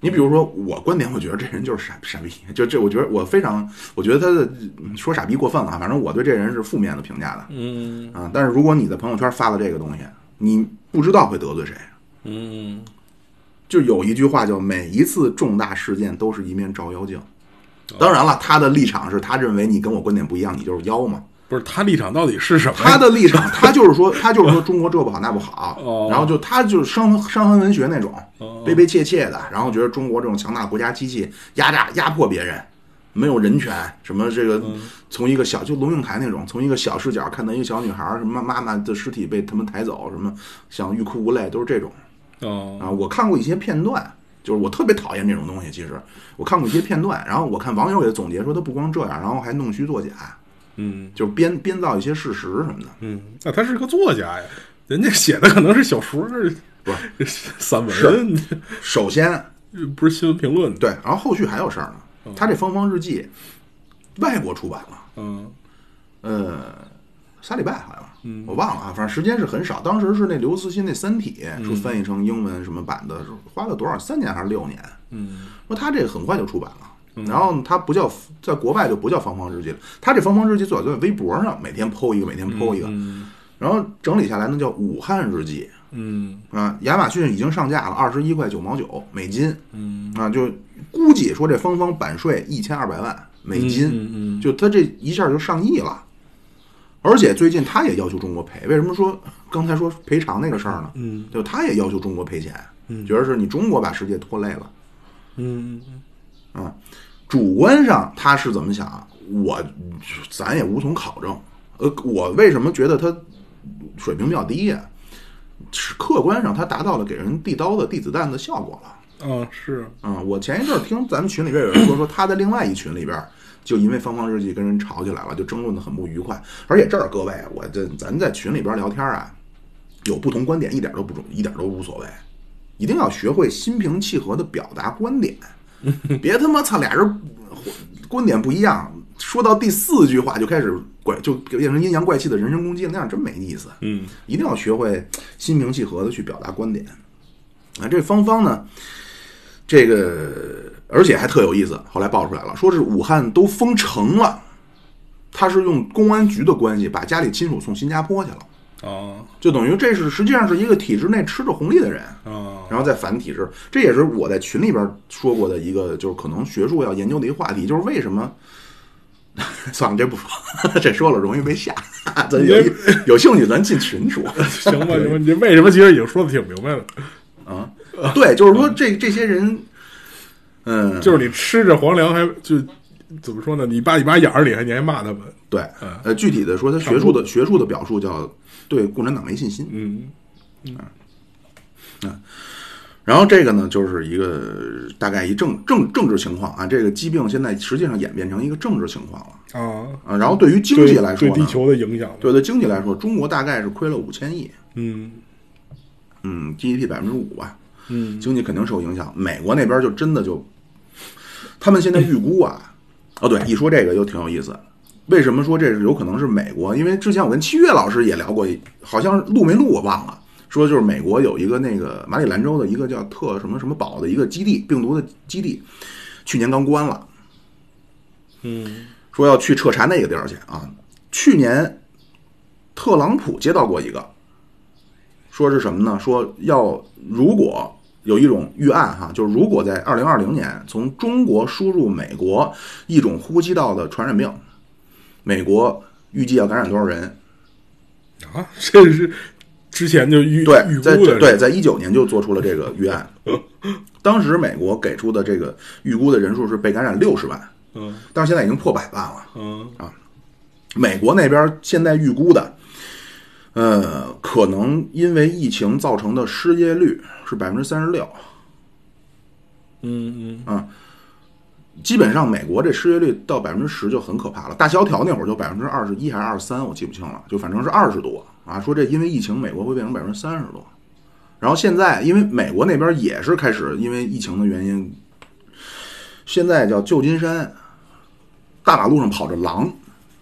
S2: 你比如说，我观点，我觉得这人就是傻傻逼，就这，我觉得我非常，我觉得他的嗯说傻逼过分了啊，反正我对这人是负面的评价的
S3: 嗯
S2: 啊。但是如果你在朋友圈发了这个东西，你不知道会得罪谁。
S3: 嗯，
S2: 就有一句话叫“每一次重大事件都是一面照妖镜”，当然了，他的立场是他认为你跟我观点不一样，你就是妖嘛。
S3: 不是他立场到底是什么？
S2: 他的立场，他就是说，他就是说中国这不好那不好，
S3: 哦
S2: 然后就他就是伤伤痕文学那种
S3: 哦，
S2: 悲悲切切的，然后觉得中国这种强大国家机器压榨压迫别人，没有人权，什么这个从一个小就龙应台那种，从一个小视角看到一个小女孩儿，什么妈妈的尸体被他们抬走，什么想欲哭无泪，都是这种
S3: 哦
S2: 啊。我看过一些片段。就是我特别讨厌这种东西，其实我看过一些片段，然后我看网友给总结说他不光这样，然后还弄虚作假，
S3: 嗯
S2: 就是编编造一些事实什么的。
S3: 嗯，那他是个作家呀，人家写的可能是小说，
S2: 不
S3: 是 *laughs* 散文，
S2: 首先，
S3: 不是新闻评论。
S2: 对，然后后续还有事儿呢。他这《芳芳日记》，外国出版了，
S3: 嗯
S2: 呃，仨礼拜好像，我忘了啊，反正时间是很少。当时是那刘慈欣那《三体》说翻译成英文什么版的，花了多少三年还是六年？
S3: 嗯，
S2: 说他这个很快就出版了。然后他不叫，在国外就不叫《芳芳日记》了。他这《芳芳日记》最早就在微博上每天 PO 一个，每天 PO 一个，然后整理下来那叫《武汉日记》。
S3: 嗯
S2: 啊，亚马逊已经上架了，二十一块九毛九美金，嗯，啊，就估计说这芳芳版税一千二百万美金，
S3: 嗯嗯嗯
S2: 就他这一下就上亿了，而且最近他也要求中国赔，为什么说刚才说赔偿那个事儿呢？嗯，就他也要求中国赔钱，嗯，觉得是你中国把世界拖累了，
S3: 嗯
S2: 主观上他是怎么想，我咱也无从考证。呃，我为什么觉得他水平比较低呀、是客观上他达到了给人递刀子、递子弹的效果了。
S3: 啊是，
S2: 啊、我前一阵儿听咱们群里边有人说，说他在另外一群里边儿就因为《芳芳日记》跟人吵起来了，就争论的很不愉快。而且这儿各位，我这咱在群里边聊天啊，有不同观点一点都不重，一点都无所谓，一定要学会心平气和的表达观点，别他妈操俩人观点不一样，说到第四句话就开始怪，就变成阴阳怪气的人身攻击，那样真没意思。
S3: 嗯，
S2: 一定要学会心平气和的去表达观点。啊，这芳芳呢，这个而且还特有意思，后来爆出来了，说是武汉都封城了，他是用公安局的关系把家里亲属送新加坡去了，
S3: 哦
S2: 就等于这是实际上是一个体制内吃着红利的人。 *laughs*
S3: 哦，
S2: 然后再反体制，这也是我在群里边说过的一个，就是可能学术要研究的一个话题，就是为什么。 *laughs* 算了，这不说， *laughs* 这说了容易被吓。咱有一有兴趣，咱进群说。
S3: 行吧，行吧，你为什么其实已经说的挺明白了，
S2: 对，就是说这这些人，嗯，
S3: 就是你吃着皇粮还就怎么说呢？你扒你扒眼儿里还你还骂他们，
S2: 对，呃，具体的说，他学术的学术的表述叫对共产党没信心。
S3: 嗯，
S2: 然后这个呢，就是一个大概一政政政治情况啊，这个疾病现在实际上演变成一个政治情况了
S3: 啊，
S2: 啊。然后对于经
S3: 对
S2: 济来说
S3: 对
S2: 呢，
S3: 地球的影响，
S2: 对对经济来说，中国大概是亏了五千亿，
S3: 嗯
S2: 嗯，GDP 百分之五吧，
S3: 嗯，
S2: 经济肯定受影响。美国那边就真的就，他们现在预估
S3: *laughs*
S2: 啊，哦对，一说这个就挺有意思。为什么说这是有可能是美国？因为之前我跟七月老师也聊过，好像录没录我忘了。说就是美国有一个那个马里兰州的一个叫特什么什么堡的一个基地，病毒的基地，去年刚关了。
S3: 嗯
S2: 说要去彻查那个地儿去啊。去年特朗普接到过一个，说是什么呢？说要如果有一种预案哈，就是如果在二零二零年从中国输入美国一种呼吸道的传染病，美国预计要感染多少人？
S3: 啊，这是之前就预
S2: 对
S3: 预，
S2: 在
S3: 估的，
S2: 对，在一九年就做出了这个预
S3: *laughs*
S2: 案。当时美国给出的这个预估的人数是被感染六十万，
S3: 嗯
S2: 但是现在已经破百万了。
S3: 嗯
S2: 美国那边现在预估的，呃，可能因为疫情造成的失业率是百分之三十六，
S3: 嗯嗯
S2: 基本上美国这失业率到百分之十就很可怕了。大萧条那会儿就百分之二十一还是二十三，我记不清了，就反正是二十多啊。说这因为疫情，美国会变成百分之三十多。然后现在，因为美国那边也是开始因为疫情的原因，现在叫旧金山，大马路上跑着狼，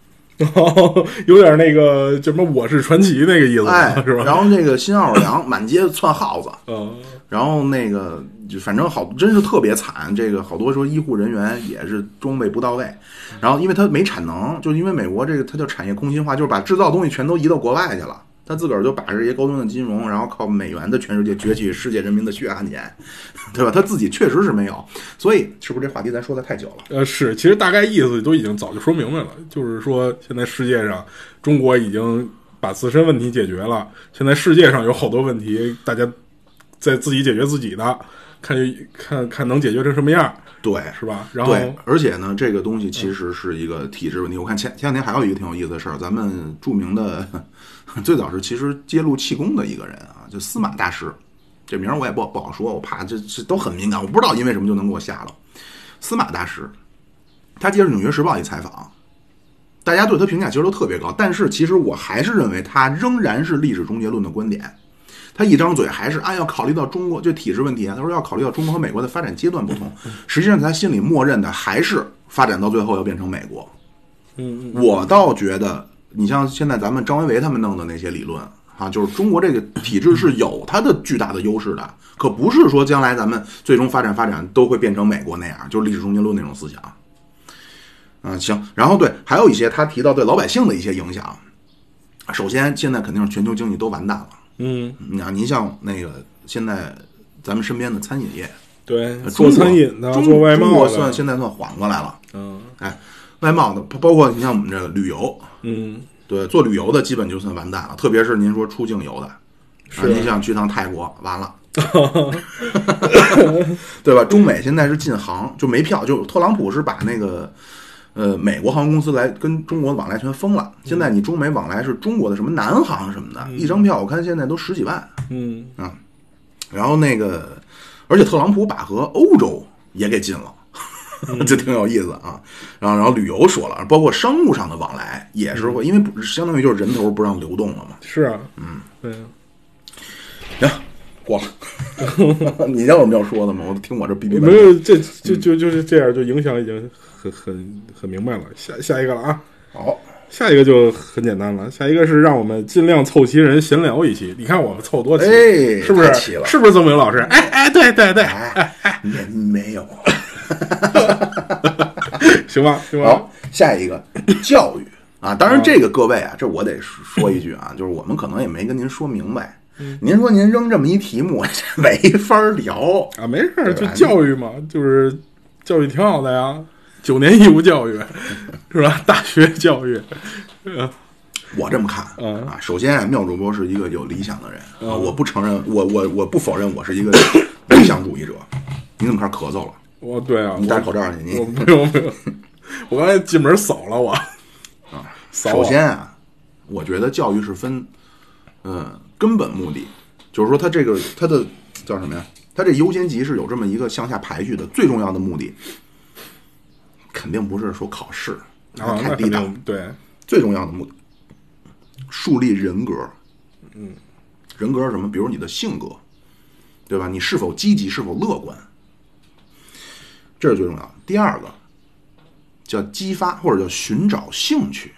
S3: *laughs* 哦，有点那个叫什么《我是传奇》那个意思，
S2: 哎，
S3: *laughs* 是吧？
S2: 然后那个新奥尔良满街窜耗子，
S3: 嗯
S2: 然后那个就反正好，真是特别惨。这个好多说医护人员也是装备不到位，然后因为它没产能，就因为美国这个它叫产业空心化，就是把制造东西全都移到国外去了。他自个儿就把这些高端的金融，然后靠美元的全世界攫取世界人民的血汗钱，对吧？他自己确实是没有，所以是不是这话题咱说的太久了？
S3: 呃，是，其实大概意思都已经早就说明白了，就是说现在世界上中国已经把自身问题解决了，现在世界上有好多问题，大家在自己解决自己的，看看看能解决成什么样，
S2: 对，
S3: 是吧？然后
S2: 对，而且呢，这个东西其实是一个体制问题。我看前前两天还有一个挺有意思的事儿，咱们著名的 *laughs* 最早是其实揭露气功的一个人啊，就司马大师，这名儿我也不不好说，我怕这这都很敏感，我不知道因为什么就能给我吓了。司马大师，他接受《纽约时报》一采访，大家对他评价其实都特别高，但是其实我还是认为他仍然是历史终结论的观点。他一张嘴还是按要考虑到中国就体制问题啊，他说要考虑到中国和美国的发展阶段不同，实际上他心里默认的还是发展到最后要变成美国。嗯，我倒觉得，你像现在咱们张维为他们弄的那些理论啊，就是中国这个体制是有它的巨大的优势的，可不是说将来咱们最终发展发展都会变成美国那样，就是历史中间论那种思想。嗯，行，然后对，还有一些他提到对老百姓的一些影响。首先，现在肯定是全球经济都完蛋了，
S3: 嗯，
S2: 那啊您像那个现在咱们身边的餐饮业，呃
S3: 对，
S2: 中
S3: 做
S2: 国
S3: 餐饮的，
S2: 中
S3: 做外
S2: 中
S3: 贸
S2: 国算
S3: 的，
S2: 现在算缓过来了。
S3: 嗯
S2: 哎，外贸的，包包括你像我们这个旅游，
S3: 嗯，
S2: 对，做旅游的基本就算完蛋了，特别是您说出境游的，啊，您想去趟泰国，完
S3: *laughs*
S2: 了。对吧？中美现在是禁航，就没票。就特朗普是把那个，呃，美国航空公司来跟中国的往来全封了。现在你中美往来是中国的什么南航什么的，一张票我看现在都十几万。
S3: 嗯
S2: 然后那个，而且特朗普把和欧洲也给禁了，
S3: 嗯
S2: *laughs* 这挺有意思啊。然后，然后旅游说了，包括商务上的往来也是
S3: 嗯
S2: 会，因为不相当于就是人头不让流动了嘛。
S3: 是啊，嗯，对啊，
S2: 行，过了。 *laughs* 你要有什么要说的吗？我听我这逼逼。
S3: 没有，这就就就是这样，就影响已经很很很明白了。下下一个了啊，
S2: 好，
S3: 下一个就很简单了。下一个是让我们尽量凑齐人闲聊一期。你看我们凑多齐，
S2: 哎
S3: 是不
S2: 太
S3: 是
S2: 齐了？
S3: 是不是曾明老师？哎哎，对对对，
S2: 哎，没没有。
S3: 行吧行吧
S2: 好，，下一
S3: *coughs*
S2: 个教育啊，当然这个各位啊，这我得说一句
S3: 嗯
S2: 啊，就是我们可能也没跟您说明白。您说您扔这么一题目， *laughs* 这没法聊。
S3: 啊，没事儿，
S2: 对
S3: 就
S2: 吧
S3: 教育嘛，就是教育挺好的呀，九年义务教
S2: *laughs*
S3: 育是吧？大学教育，
S2: 我这么看
S3: 嗯
S2: 啊，首先啊，妙主播是一个有理想的人啊，我不承认，我我我不否认我是一个 *coughs* 理想主义者。你怎么开始咳嗽了？
S3: 我对啊，
S2: 你戴
S3: 我
S2: 口罩去，
S3: 我
S2: 你
S3: 没有没有，我刚才进门扫了我，扫
S2: 首
S3: 我
S2: 先啊，我觉得教育是分，嗯，根本目的，就是说它这个它的叫什么呀？它这优先级是有这么一个向下排序的，最重要的目的，肯定不是说考试，
S3: 啊，
S2: 太
S3: 那
S2: 地
S3: 肯
S2: 道。
S3: 定对，
S2: 最重要的目的，树立人格。嗯，人格是什么？比如你的性格，对吧？你是否积极，是否乐观，这是最重要的。第二个叫激发或者叫寻找兴趣。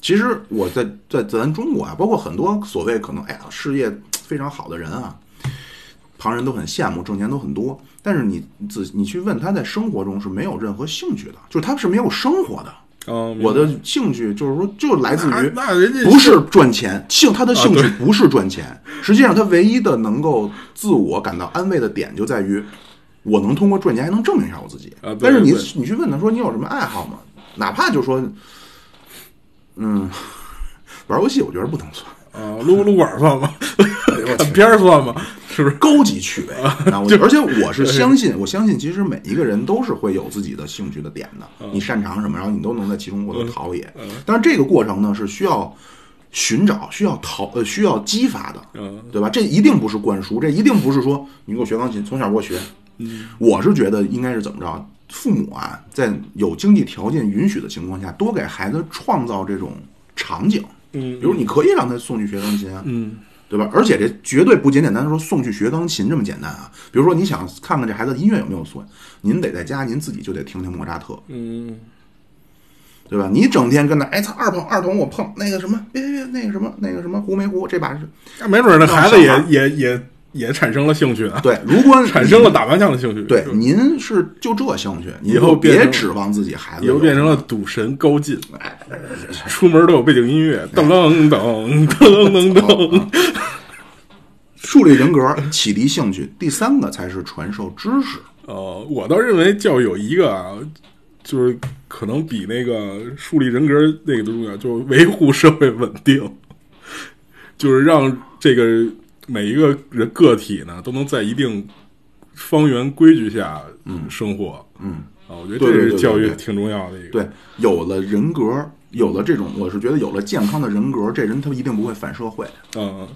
S2: 其实我在在咱中国啊，包括很多所谓可能哎呀事业非常好的人啊，旁人都很羡慕，挣钱都很多，但是你仔你去问他在生活中是没有任何兴趣的，就是他是没有生活的。
S3: 嗯，啊
S2: 我的兴趣就是说，就来自于
S3: 那那人家
S2: 不是赚钱，兴他的兴趣
S3: 对
S2: 不是赚钱。实际上，他唯一的能够自我感到安慰的点就在于，我能通过赚钱还能证明一下我自己
S3: 啊对。
S2: 但是你
S3: 对
S2: 你去问他说你有什么爱好吗？哪怕就说，嗯， *laughs* 玩游戏，我觉得不能算
S3: 啊，撸撸管算吗？
S2: 哎我
S3: 看 *laughs* 片儿算吗？是不是？
S2: 高级趣味啊！我而且我是相信，我相信其实每一个人都是会有自己的兴趣的点的，你擅长什么，然后你都能在其中获得陶冶。但是这个过程呢，是需要寻找、需要陶呃需要激发的
S3: 嗯，
S2: 对吧？这一定不是灌输，这一定不是说你给我学钢琴，从小给我学。
S3: 嗯
S2: 我是觉得应该是怎么着，父母啊，在有经济条件允许的情况下，多给孩子创造这种场景。
S3: 嗯
S2: 比如你可以让他送去学钢琴啊，
S3: 嗯，
S2: 对吧？而且这绝对不简简单单说送去学钢琴这么简单啊。比如说你想看看这孩子音乐有没有损，您得在家您自己就得听听莫扎特，
S3: 嗯，
S2: 对吧？你整天跟那哎操二碰二筒我碰那个什么别别别那个什么那个什么胡没胡这把是
S3: 那没准儿那孩子
S2: 那我上
S3: 也也也也产生了兴趣啊，
S2: 对，如果
S3: *laughs* 产生了打麻将的兴趣，
S2: 对
S3: 是，吧
S2: 您是就这兴趣，您
S3: 以后
S2: 就
S3: 变
S2: 别
S3: 成
S2: 指望自己孩子
S3: 以后
S2: 有
S3: 变成了赌神高进，
S2: 哎
S3: 出门都有背景音乐，噔噔噔噔噔噔，
S2: 树立人格、启迪兴趣，第三个才是传授知识。
S3: 哦，我倒认为教育有一个啊，就是可能比那个树立人格那个都重要，就是维护社会稳定，就是让这个每一个人个体呢都能在一定方圆规矩下生活。
S2: 嗯
S3: 啊，我觉得
S2: 对
S3: 这
S2: 对对
S3: 是教育
S2: 对对
S3: 挺重要的一个。
S2: 对，有了人格，有了这种，我是觉得有了健康的人格，这人他一定不会反社会。
S3: 嗯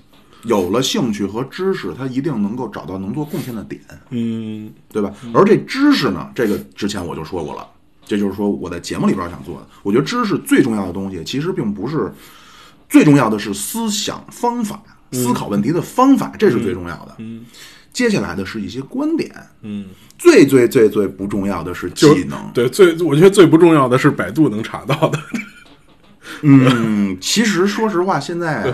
S2: 有了兴趣和知识，他一定能够找到能做贡献的点，
S3: 嗯
S2: 对吧？而这知识呢，这个之前我就说过了，这就是说我在节目里边想做的。我觉得知识最重要的东西，其实并不是最重要的，是思想方法、思考问题的方法，这是最重要的。
S3: 嗯
S2: 接下来的是一些观点，
S3: 嗯，
S2: 最最最最不重要的是技
S3: 就
S2: 能。
S3: 对最我觉得最不重要的是百度能查到的。 *laughs*
S2: 嗯，其实说实话，现在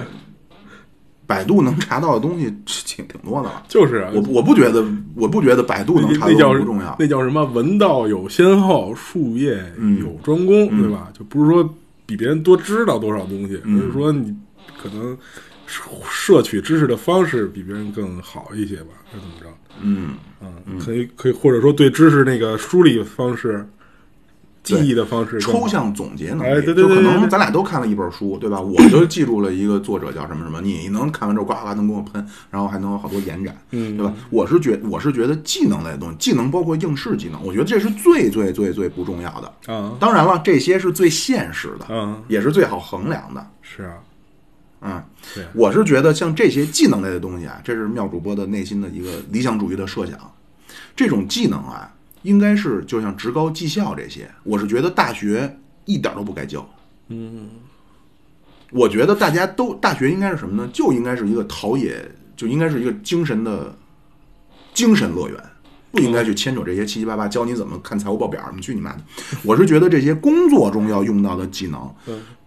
S2: 百度能查到的东西挺挺多的了。
S3: 就是啊
S2: 我不我不觉得，我不觉得百度能
S3: 那
S2: 查
S3: 那
S2: 到
S3: 叫
S2: 不重要。
S3: 那叫什么？文道有先后，术业
S2: 嗯
S3: 有专攻，对吧？就不是说比别人多知道多少东西，
S2: 嗯
S3: 而是说你可能摄取知识的方式比别人更好一些吧，是怎么着？
S2: 嗯，
S3: 嗯，可以可以，或者说对知识那个梳理方式、记
S2: 对
S3: 忆的方式更好，
S2: 抽象总结能力，
S3: 哎对对对
S2: 就可
S3: 对
S2: 能
S3: 对
S2: 咱俩都看了一本书，对吧？我就记住了一个作者叫什么什么，你能看完之后呱呱能跟我喷，然后还能有好多延展，
S3: 嗯
S2: 对吧？我是觉我是觉得技能类的东西，技能包括应试技能，我觉得这是最最最最不重要的。
S3: 啊，
S2: 当然了，这些是最现实的，
S3: 嗯
S2: 也是最好衡量的。
S3: 是啊，
S2: 嗯
S3: 对，
S2: 我是觉得像这些技能类的东西啊，这是妙主播的内心的一个理想主义的设想。这种技能啊，应该是就像职高、技校这些，我是觉得大学一点都不该教。
S3: 嗯
S2: 我觉得大家都大学应该是什么呢？就应该是一个陶冶就应该是一个精神的精神乐园，不应该去牵扯这些七七八八，教你怎么看财务报表，你去你
S3: *laughs*
S2: 妈的！我是觉得这些工作中要用到的技能，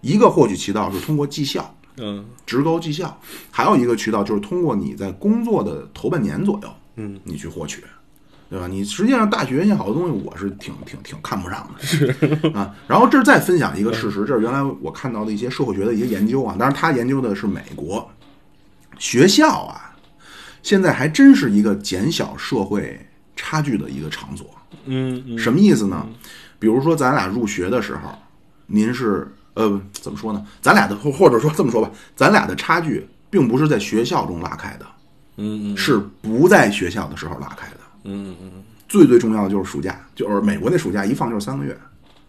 S2: 一个获取渠道是通过绩效，
S3: 嗯
S2: 职高绩效，还有一个渠道就是通过你在工作的头半年左右，
S3: 嗯，
S2: 你去获取，对吧？你实际上大学现在好多东西我是挺挺挺看不上的，是 *laughs* 啊。然后这儿再分享一个事实，这是原来我看到的一些社会学的一些研究啊，当然他研究的是美国学校啊，现在还真是一个减小社会差距的一个场所。
S3: 嗯嗯，
S2: 什么意思呢？比如说咱俩入学的时候，您是呃怎么说呢？咱俩的或或者说这么说吧，咱俩的差距并不是在学校中拉开的，
S3: 嗯嗯
S2: 是不在学校的时候拉开的。
S3: 嗯嗯
S2: 最最重要的就是暑假，就是呃美国那暑假一放就是三个月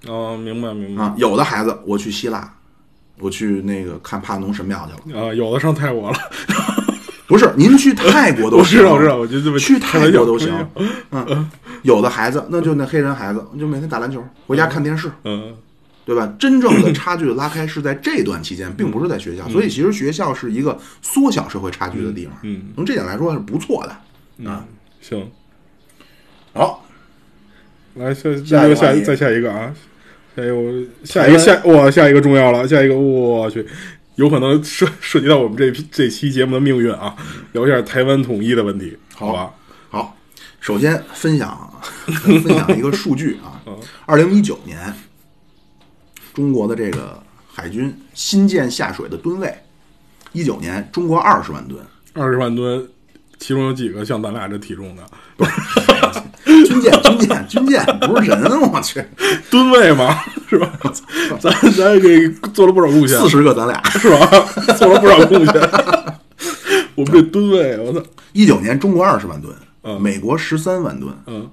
S3: 嗯，哦，明白明白
S2: 啊。有的孩子，我去希腊，我去那个看帕农神庙去了。
S3: 啊，有的上泰国了，
S2: 不是，您去泰国都
S3: *laughs* 我
S2: 行，
S3: 知道我知道我就这么
S2: 去泰国都行
S3: 开 *laughs* 玩笑。
S2: 嗯，有的孩子，那就那黑人孩子，就每天打篮球，回家看电视，
S3: 嗯
S2: 对吧？真正
S3: *clears throat*
S2: 的差距的拉开是在这段期间，
S3: 嗯
S2: 并不是在学校，所以其实学校是一个缩小社会差距的地方。
S3: 嗯，
S2: 从这点来说是不错的。啊
S3: 嗯，行，
S2: 好，
S3: 来下
S2: 下一
S3: 那
S2: 个
S3: 就
S2: 话
S3: 下
S2: 题
S3: 再下一个啊，下一个我下一个下哇下一个重要了，下一个我去，有可能涉涉及到我们这批这期节目的命运啊，聊一下台湾统一的问题，好吧？
S2: 好，首先分享
S3: *laughs*
S2: 分享一个数据啊，
S3: 嗯
S2: 二零一九年中国的这个海军新建下水的吨位，一九年中国二十万吨，
S3: 二十万吨，其中有几个像咱俩这体重的
S2: 军
S3: *laughs*
S2: 舰军舰军舰不是人，我去，
S3: 吨位嘛， *laughs* 是吧？
S2: *laughs*
S3: 咱咱给做了不少贡献，
S2: 四十个咱俩。
S3: 是吧？ *laughs* 做了不少贡献。 *laughs* 我们这吨位，我操，
S2: 一九年中国二十万吨，
S3: 嗯
S2: 美国十三万吨。
S3: 嗯，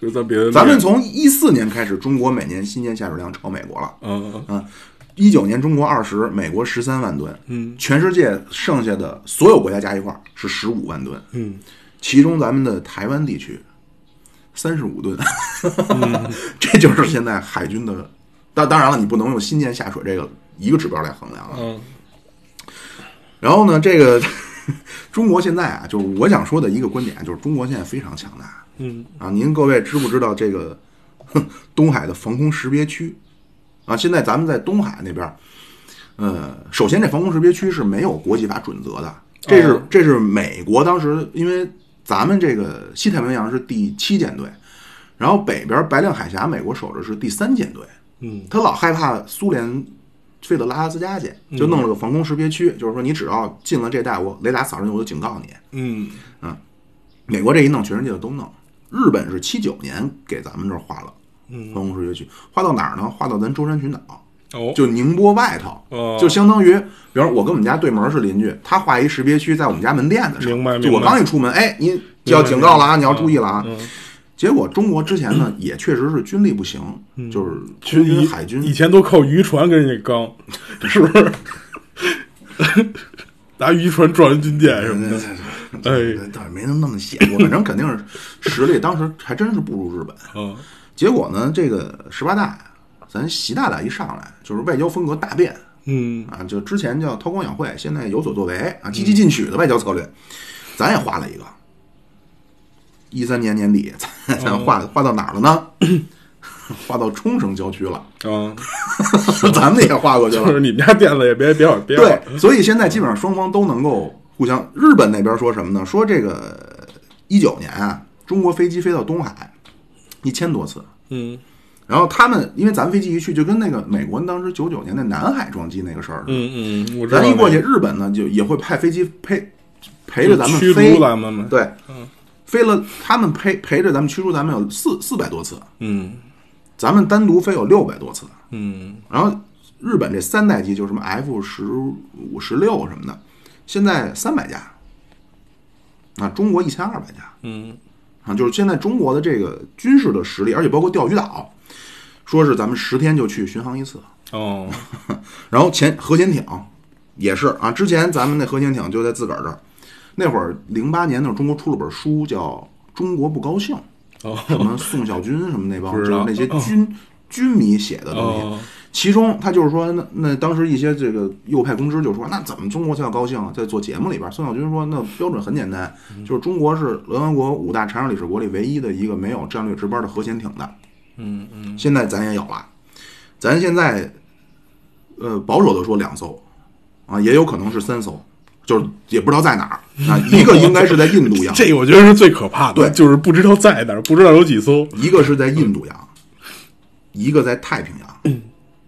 S3: 就是咱别的那个，
S2: 咱们从一四年开始，中国每年新建下水量超美国了。
S3: 嗯嗯
S2: 啊，一九年中国二十，美国十三万吨，
S3: 嗯
S2: 全世界剩下的所有国家加一块儿是十五万吨，
S3: 嗯，
S2: 其中咱们的台湾地区三十五吨，
S3: 嗯
S2: *laughs* 这就是现在海军的。当当然了，你不能用新建下水这个一个指标来衡量了。
S3: 嗯
S2: 然后呢，这个 *laughs* 中国现在啊，就是我想说的一个观点，啊就是中国现在非常强大。
S3: 嗯
S2: 啊，您各位知不知道这个 *laughs* 哼东海的防空识别区？啊，现在咱们在东海那边儿，呃，首先这防空识别区是没有国际法准则的，这是
S3: 哦
S2: 这是美国当时因为咱们这个西太平洋是第七舰队，然后北边白令海峡美国守着是第三舰队，
S3: 嗯
S2: 他老害怕苏联飞到拉斯加去，
S3: 嗯
S2: 就弄了个防空识别区，就是说你只要进了这带，我雷达扫上去我就警告你。
S3: 嗯
S2: 美国这一弄，全世界都弄。日本是七九年给咱们这儿划了
S3: 嗯
S2: 防空识别区，划到哪儿呢？划到咱舟山群岛，
S3: 哦，
S2: 就宁波外头，
S3: 哦
S2: 就相当于，比方说我跟我们家对门是邻居，他划一识别区在我们家门店的时候，
S3: 明白
S2: 就我
S3: 明白
S2: 刚一出门，哎，你就要警告了啊，你要注意了啊。
S3: 嗯嗯
S2: 结果中国之前呢，也确实是军力不行，就是
S3: 嗯军
S2: 空
S3: 以
S2: 军、海军
S3: 以前都靠渔船跟
S2: *laughs*
S3: 人家刚，是不是？拿渔船撞人军舰什么的，哎，
S2: 倒也没那么写过，反正肯定是实力，当时还真是不如日本。
S3: 嗯
S2: 结果呢，这个十八大，咱习大大一上来就是外交风格大变
S3: 嗯
S2: 啊，就之前叫韬光养晦，现在有所作为啊，积极进取的外交策略，咱也画了一个。一三年年底，咱咱画画到哪儿了呢？ *coughs* 画到冲绳郊区了， *laughs*
S3: 啊，
S2: 咱们也画过去
S3: 就是
S2: 了。
S3: 你们家垫子也别别往别往
S2: 对，所以现在基本上双方都能够互相。日本那边说什么呢？说这个一九年啊，中国飞机飞到东海一千多次，
S3: 嗯
S2: 然后他们因为咱们飞机一去，就跟那个美国当时九九年的南海撞击那个事儿似的，
S3: 嗯嗯，我知道
S2: 咱一过去，
S3: 那个
S2: 日本呢就也会派飞机陪陪着咱们
S3: 驱
S2: 飞
S3: 逐，咱们嘛，嗯
S2: 对，飞了他们陪陪着咱们驱逐咱们有四四百多次，
S3: 嗯
S2: 咱们单独飞有六百多次，
S3: 嗯
S2: 然后日本这三代机就是什么 F 十五、十六什么的，现在三百架，啊，中国一千二百架，
S3: 嗯
S2: 啊，就是现在中国的这个军事的实力，而且包括钓鱼岛，说是咱们十天就去巡航一次。
S3: 哦，
S2: 然后潜核潜艇也是啊，之前咱们那核潜艇就在自个儿这儿。那会儿零八年那会儿，中国出了本书叫《中国不高兴》，
S3: 哦
S2: 什么宋小军什么那帮，
S3: 不
S2: 就
S3: 知
S2: 是
S3: 道
S2: 那些军军迷写的东西。
S3: 哦，
S2: 哦其中他就是说，那那当时一些这个右派公知就说，那怎么中国才要高兴啊？在做节目里边，孙小军说，那标准很简单，嗯就是中国是联合国五大常任理事国里唯一的一个没有战略值班的核潜艇的。
S3: 嗯嗯，
S2: 现在咱也有了，咱现在，呃，保守的说两艘，啊，也有可能是三艘，就是也不知道在哪儿。啊，一个应该是在印度洋，
S3: *laughs* 这我觉得是最可怕的，
S2: 对
S3: 就是不知道在哪儿，不知道有几艘。
S2: 一个是在印度洋，一个在太平
S3: 嗯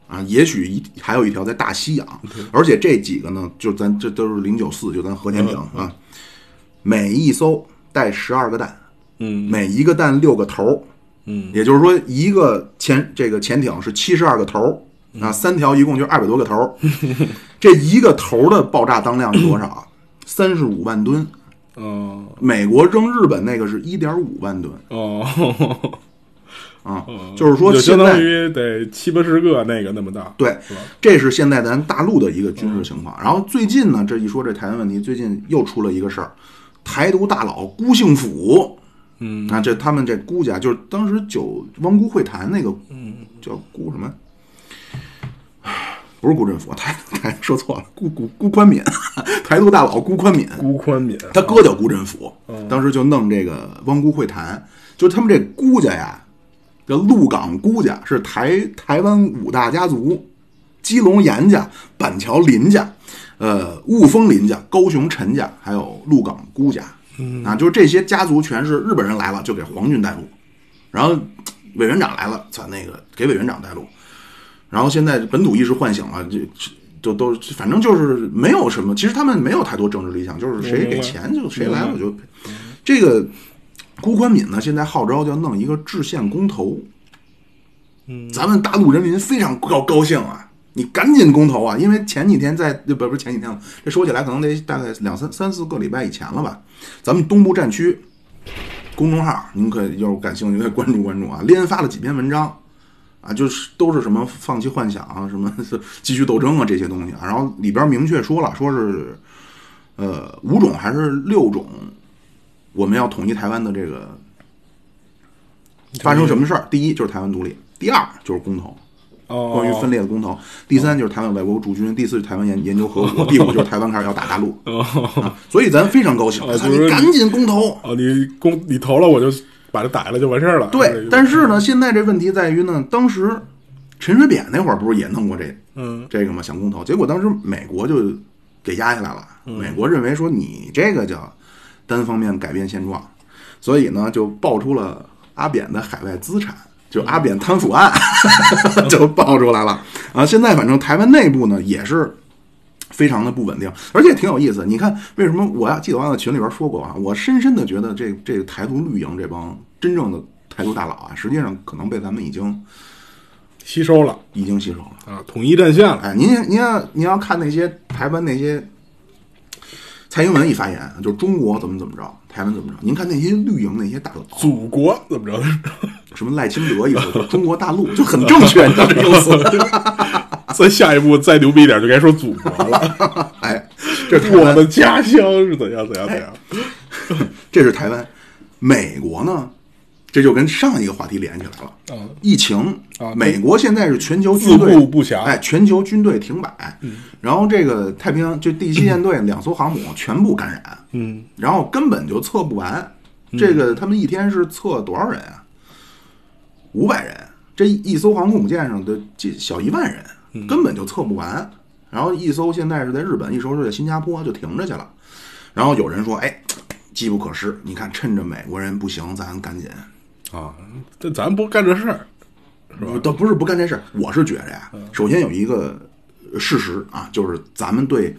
S2: 洋，啊，也许一还有一条在大西洋，而且这几个呢，就咱这都是零九四，就咱核潜艇
S3: 嗯
S2: 啊，每一艘带十二个弹，
S3: 嗯
S2: 每一个弹六个头儿，
S3: 嗯
S2: 也就是说一个潜这个潜艇是七十二个头儿。
S3: 嗯
S2: 啊，三条一共就二百多个头儿， *laughs* 这一个头儿的爆炸当量是多少？啊三十五万吨。
S3: 哦
S2: 美国扔日本那个是一点五万吨
S3: 哦，
S2: 啊，就是说
S3: 嗯就
S2: 现
S3: 相
S2: 在
S3: 当于得七八十个那个那么大。
S2: 对
S3: 是吧，
S2: 这是现在咱大陆的一个军事情况。然后最近呢，这一说这台湾问题，最近又出了一个事儿，台独大佬辜幸甫，
S3: 嗯
S2: 那这他们这辜家就是当时九汪辜会谈那个，叫辜什么？ *sighs* 不是辜振甫，台 *laughs* 台说错了，辜辜辜宽敏， *laughs* 台独大佬辜宽敏，
S3: 辜宽敏，
S2: 他哥叫辜振甫，当时就弄这个汪辜会谈，就是他们这辜家呀，这鹿港辜家是台台湾五大家族，基隆严家、板桥林家、呃雾峰林家、高雄陈家，还有鹿港辜家，啊，就是这些家族全是日本人来了就给皇军带路，然后委员长来了，操那个给委员长带路，然后现在本土意识唤醒了，就就都反正就是没有什么，其实他们没有太多政治理想，就是谁给钱就谁来我就。这个辜宽敏呢，现在号召就要弄一个制宪公投，嗯，咱们大陆人民非常高高兴啊。你赶紧公投啊！因为前几天在不不是前几天了，这说起来可能得大概两三三四个礼拜以前了吧。咱们东部战区公众号，您可要是感兴趣，可以关注关注啊。连发了几篇文章，啊，就是都是什么放弃幻想啊，什么是继续斗争啊这些东西啊。然后里边明确说了，说是呃五种还是六种，我们要统一台湾的这个发生什么事儿？第一就是台湾独立，第二就是公投。
S3: 哦，
S2: 关于分裂的公投，第三就是台湾外国驻军，第四是台湾研研究核武，第五就是台湾开始要打大陆，啊所以咱非常高兴，
S3: 哦
S2: 操
S3: 就是
S2: 你赶紧公投，
S3: 哦，你公你投了，我就把它逮了就完事儿了。
S2: 对，但是呢，现在这问题在于呢，当时陈水扁那会儿不是也弄过这
S3: 嗯
S2: 这个嘛，想公投，结果当时美国就给压下来了，
S3: 嗯
S2: 美国认为说你这个叫单方面改变现状，所以呢就爆出了阿扁的海外资产。就阿扁贪腐案 *laughs* 就爆出来了啊！现在反正台湾内部呢也是非常的不稳定，而且挺有意思。你看，为什么我要记得我在群里边说过啊？我深深的觉得这这个台独绿营这帮真正的台独大佬啊，实际上可能被咱们已经
S3: 吸收了
S2: 已经吸收了。
S3: 啊，统一战线了。
S2: 哎，您您要您要看那些台湾那些蔡英文一发言，就是中国怎么怎么着，台湾怎么着。您看那些绿营那些大佬，
S3: 祖国怎么着？
S2: 什么赖清德一说，就是中国大陆就很正确，你知道这用词。
S3: 再下一步再牛逼一点，就该说祖国了。
S2: *laughs* 哎，这是台
S3: 我
S2: 湾
S3: 的家乡是怎样怎样怎样？
S2: 这是台湾，美国呢，这就跟上一个话题连起来了。
S3: 嗯
S2: 疫情
S3: 啊，
S2: 美国现在是全球
S3: 自
S2: 军队
S3: 顾不嗯暇
S2: 哎，全球军队停摆，然后这个太平洋就第七舰队两艘航母全部感染，
S3: 嗯，
S2: 然后根本就测不完，这个他们一天是测多少人啊？五百人，这一艘航空母舰上的这小一万
S3: 嗯
S2: 人，根本就测不完。然后一艘现在是在日本，一艘是在新加坡，就停着去了。然后有人说，哎，机不可失，你看趁着美国人不行，咱赶紧
S3: 啊，这咱不干这事儿。
S2: 呃倒不是不干这事儿，我是觉着呀，
S3: 嗯
S2: 首先有一个呃事实啊，就是咱们对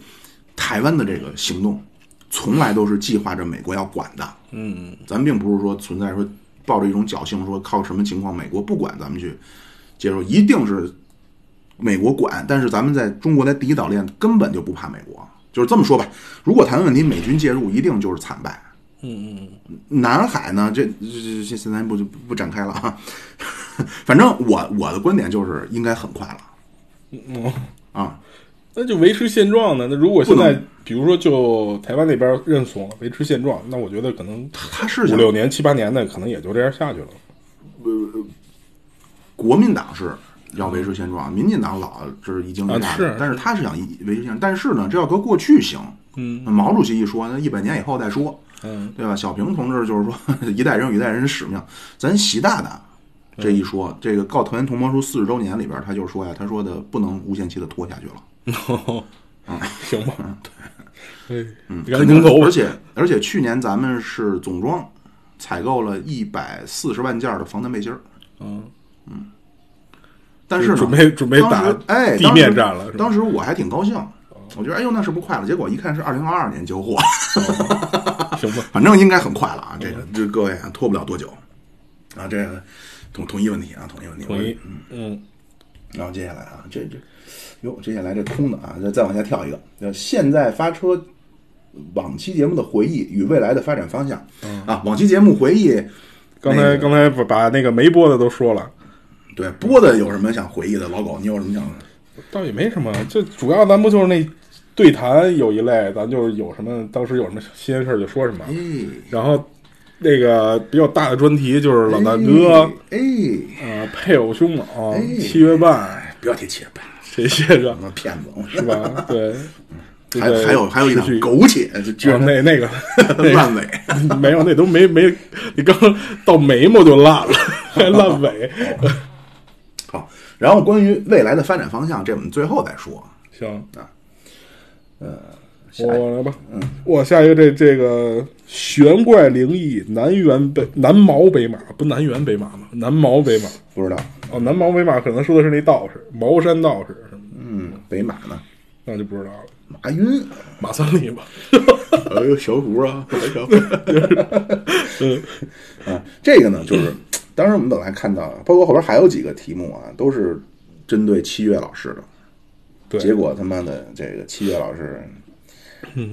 S2: 台湾的这个行动，从来都是计划着美国要管的。
S3: 嗯，
S2: 咱并不是说存在说抱着一种侥幸，说靠什么情况美国不管咱们去接受，一定是美国管。但是咱们在中国在第一岛链根本就不怕美国，就是这么说吧。如果台湾问题美军介入，一定就是惨败。嗯嗯，南海呢，这这这这现在不就不不展开了啊。 *laughs* 反正我我的观点就是应该很快了。
S3: 嗯
S2: 啊，
S3: 那就维持现状呢？那如果现
S2: 不
S3: 在
S2: 能，
S3: 比如说就台湾那边认怂了，维持现状，那我觉得可能
S2: 他是
S3: 五
S2: 想
S3: 六年、七八年的，可能也就这样下去了。
S2: 国民党是要维持现状，民进党老这是一惊一乍
S3: 啊是
S2: 的，但是他是想一维持现状，但是呢，这要搁过去行。
S3: 嗯
S2: 那毛主席一说，那一百年以后再说，
S3: 嗯，
S2: 对吧？小平同志就是说，一代人有一代人的使命，咱习大大这一说，这个《告团员同盟书》四十周年里边，他就说呀，他说的不能无限期的拖下去了。
S3: *laughs* 行吧，对，嗯，赶
S2: 嗯肯
S3: 紧
S2: 定
S3: 动口
S2: 而
S3: 吧，
S2: 且而且去年咱们是总装采购了一百四十万件儿的防弹背心儿，
S3: 嗯，
S2: 但是呢
S3: 准备准备
S2: 当
S3: 打
S2: 时哎
S3: 地面战了，是吧
S2: 当时当时我还挺高兴，我觉得哎呦那是不是快了？结果一看是二零二二年交货，
S3: 行吧，
S2: 反正应该很快了啊。这
S3: 嗯
S2: 个这各位啊拖不了多久啊，这个统统一问题啊，统一问题，
S3: 统一
S2: 我，
S3: 嗯，
S2: 然后接下来啊，这这，哟，接下来这空的啊，再再往下跳一个，叫现在发车。呃往期节目的回忆与未来的发展方向、
S3: 嗯
S2: 啊，往期节目回忆，那
S3: 刚才
S2: 个
S3: 刚才把把那个没播的都说了，
S2: 对播的有什么想回忆的？老狗，你有什么想？
S3: 倒也没什么，就主要咱不就是那对谈有一类，咱就是有什么当时有什么新鲜事儿就说什么，
S2: 哎，
S3: 然后那个比较大的专题就是老大哥，
S2: 哎，
S3: 呃，配偶凶猛
S2: 哎，
S3: 七月半
S2: 不要提切吧，
S3: 这些个
S2: 什么骗子，
S3: 是吧？对，这
S2: 还
S3: 个
S2: 还有还有一档
S3: 持续
S2: 苟且，这居
S3: 哦
S2: 然
S3: 那那个那
S2: *laughs* 烂尾，
S3: 个 *laughs* 没有，那都没没，你刚到眉毛就烂了，还烂尾，
S2: 好，然后关于未来的发展方向，这我们最后再说。
S3: 行
S2: 啊，
S3: 呃，我来吧，嗯，我下一个这这个玄怪灵异南辕北南毛北马不南辕北马吗？南毛北马
S2: 不知道，
S3: 哦，南毛北马可能说的是那道士茅山道士什么的，
S2: 嗯，北马呢？
S3: 那就不知道了。
S2: 马云，
S3: 马三立 *laughs* 吧，
S2: 哎呦，小胡啊， *laughs* 小胡，啊，这个呢，就是当时我们本来看到，包括后边还有几个题目啊，都是针对七月老师的，
S3: 对
S2: 结果他妈的这个七月老师，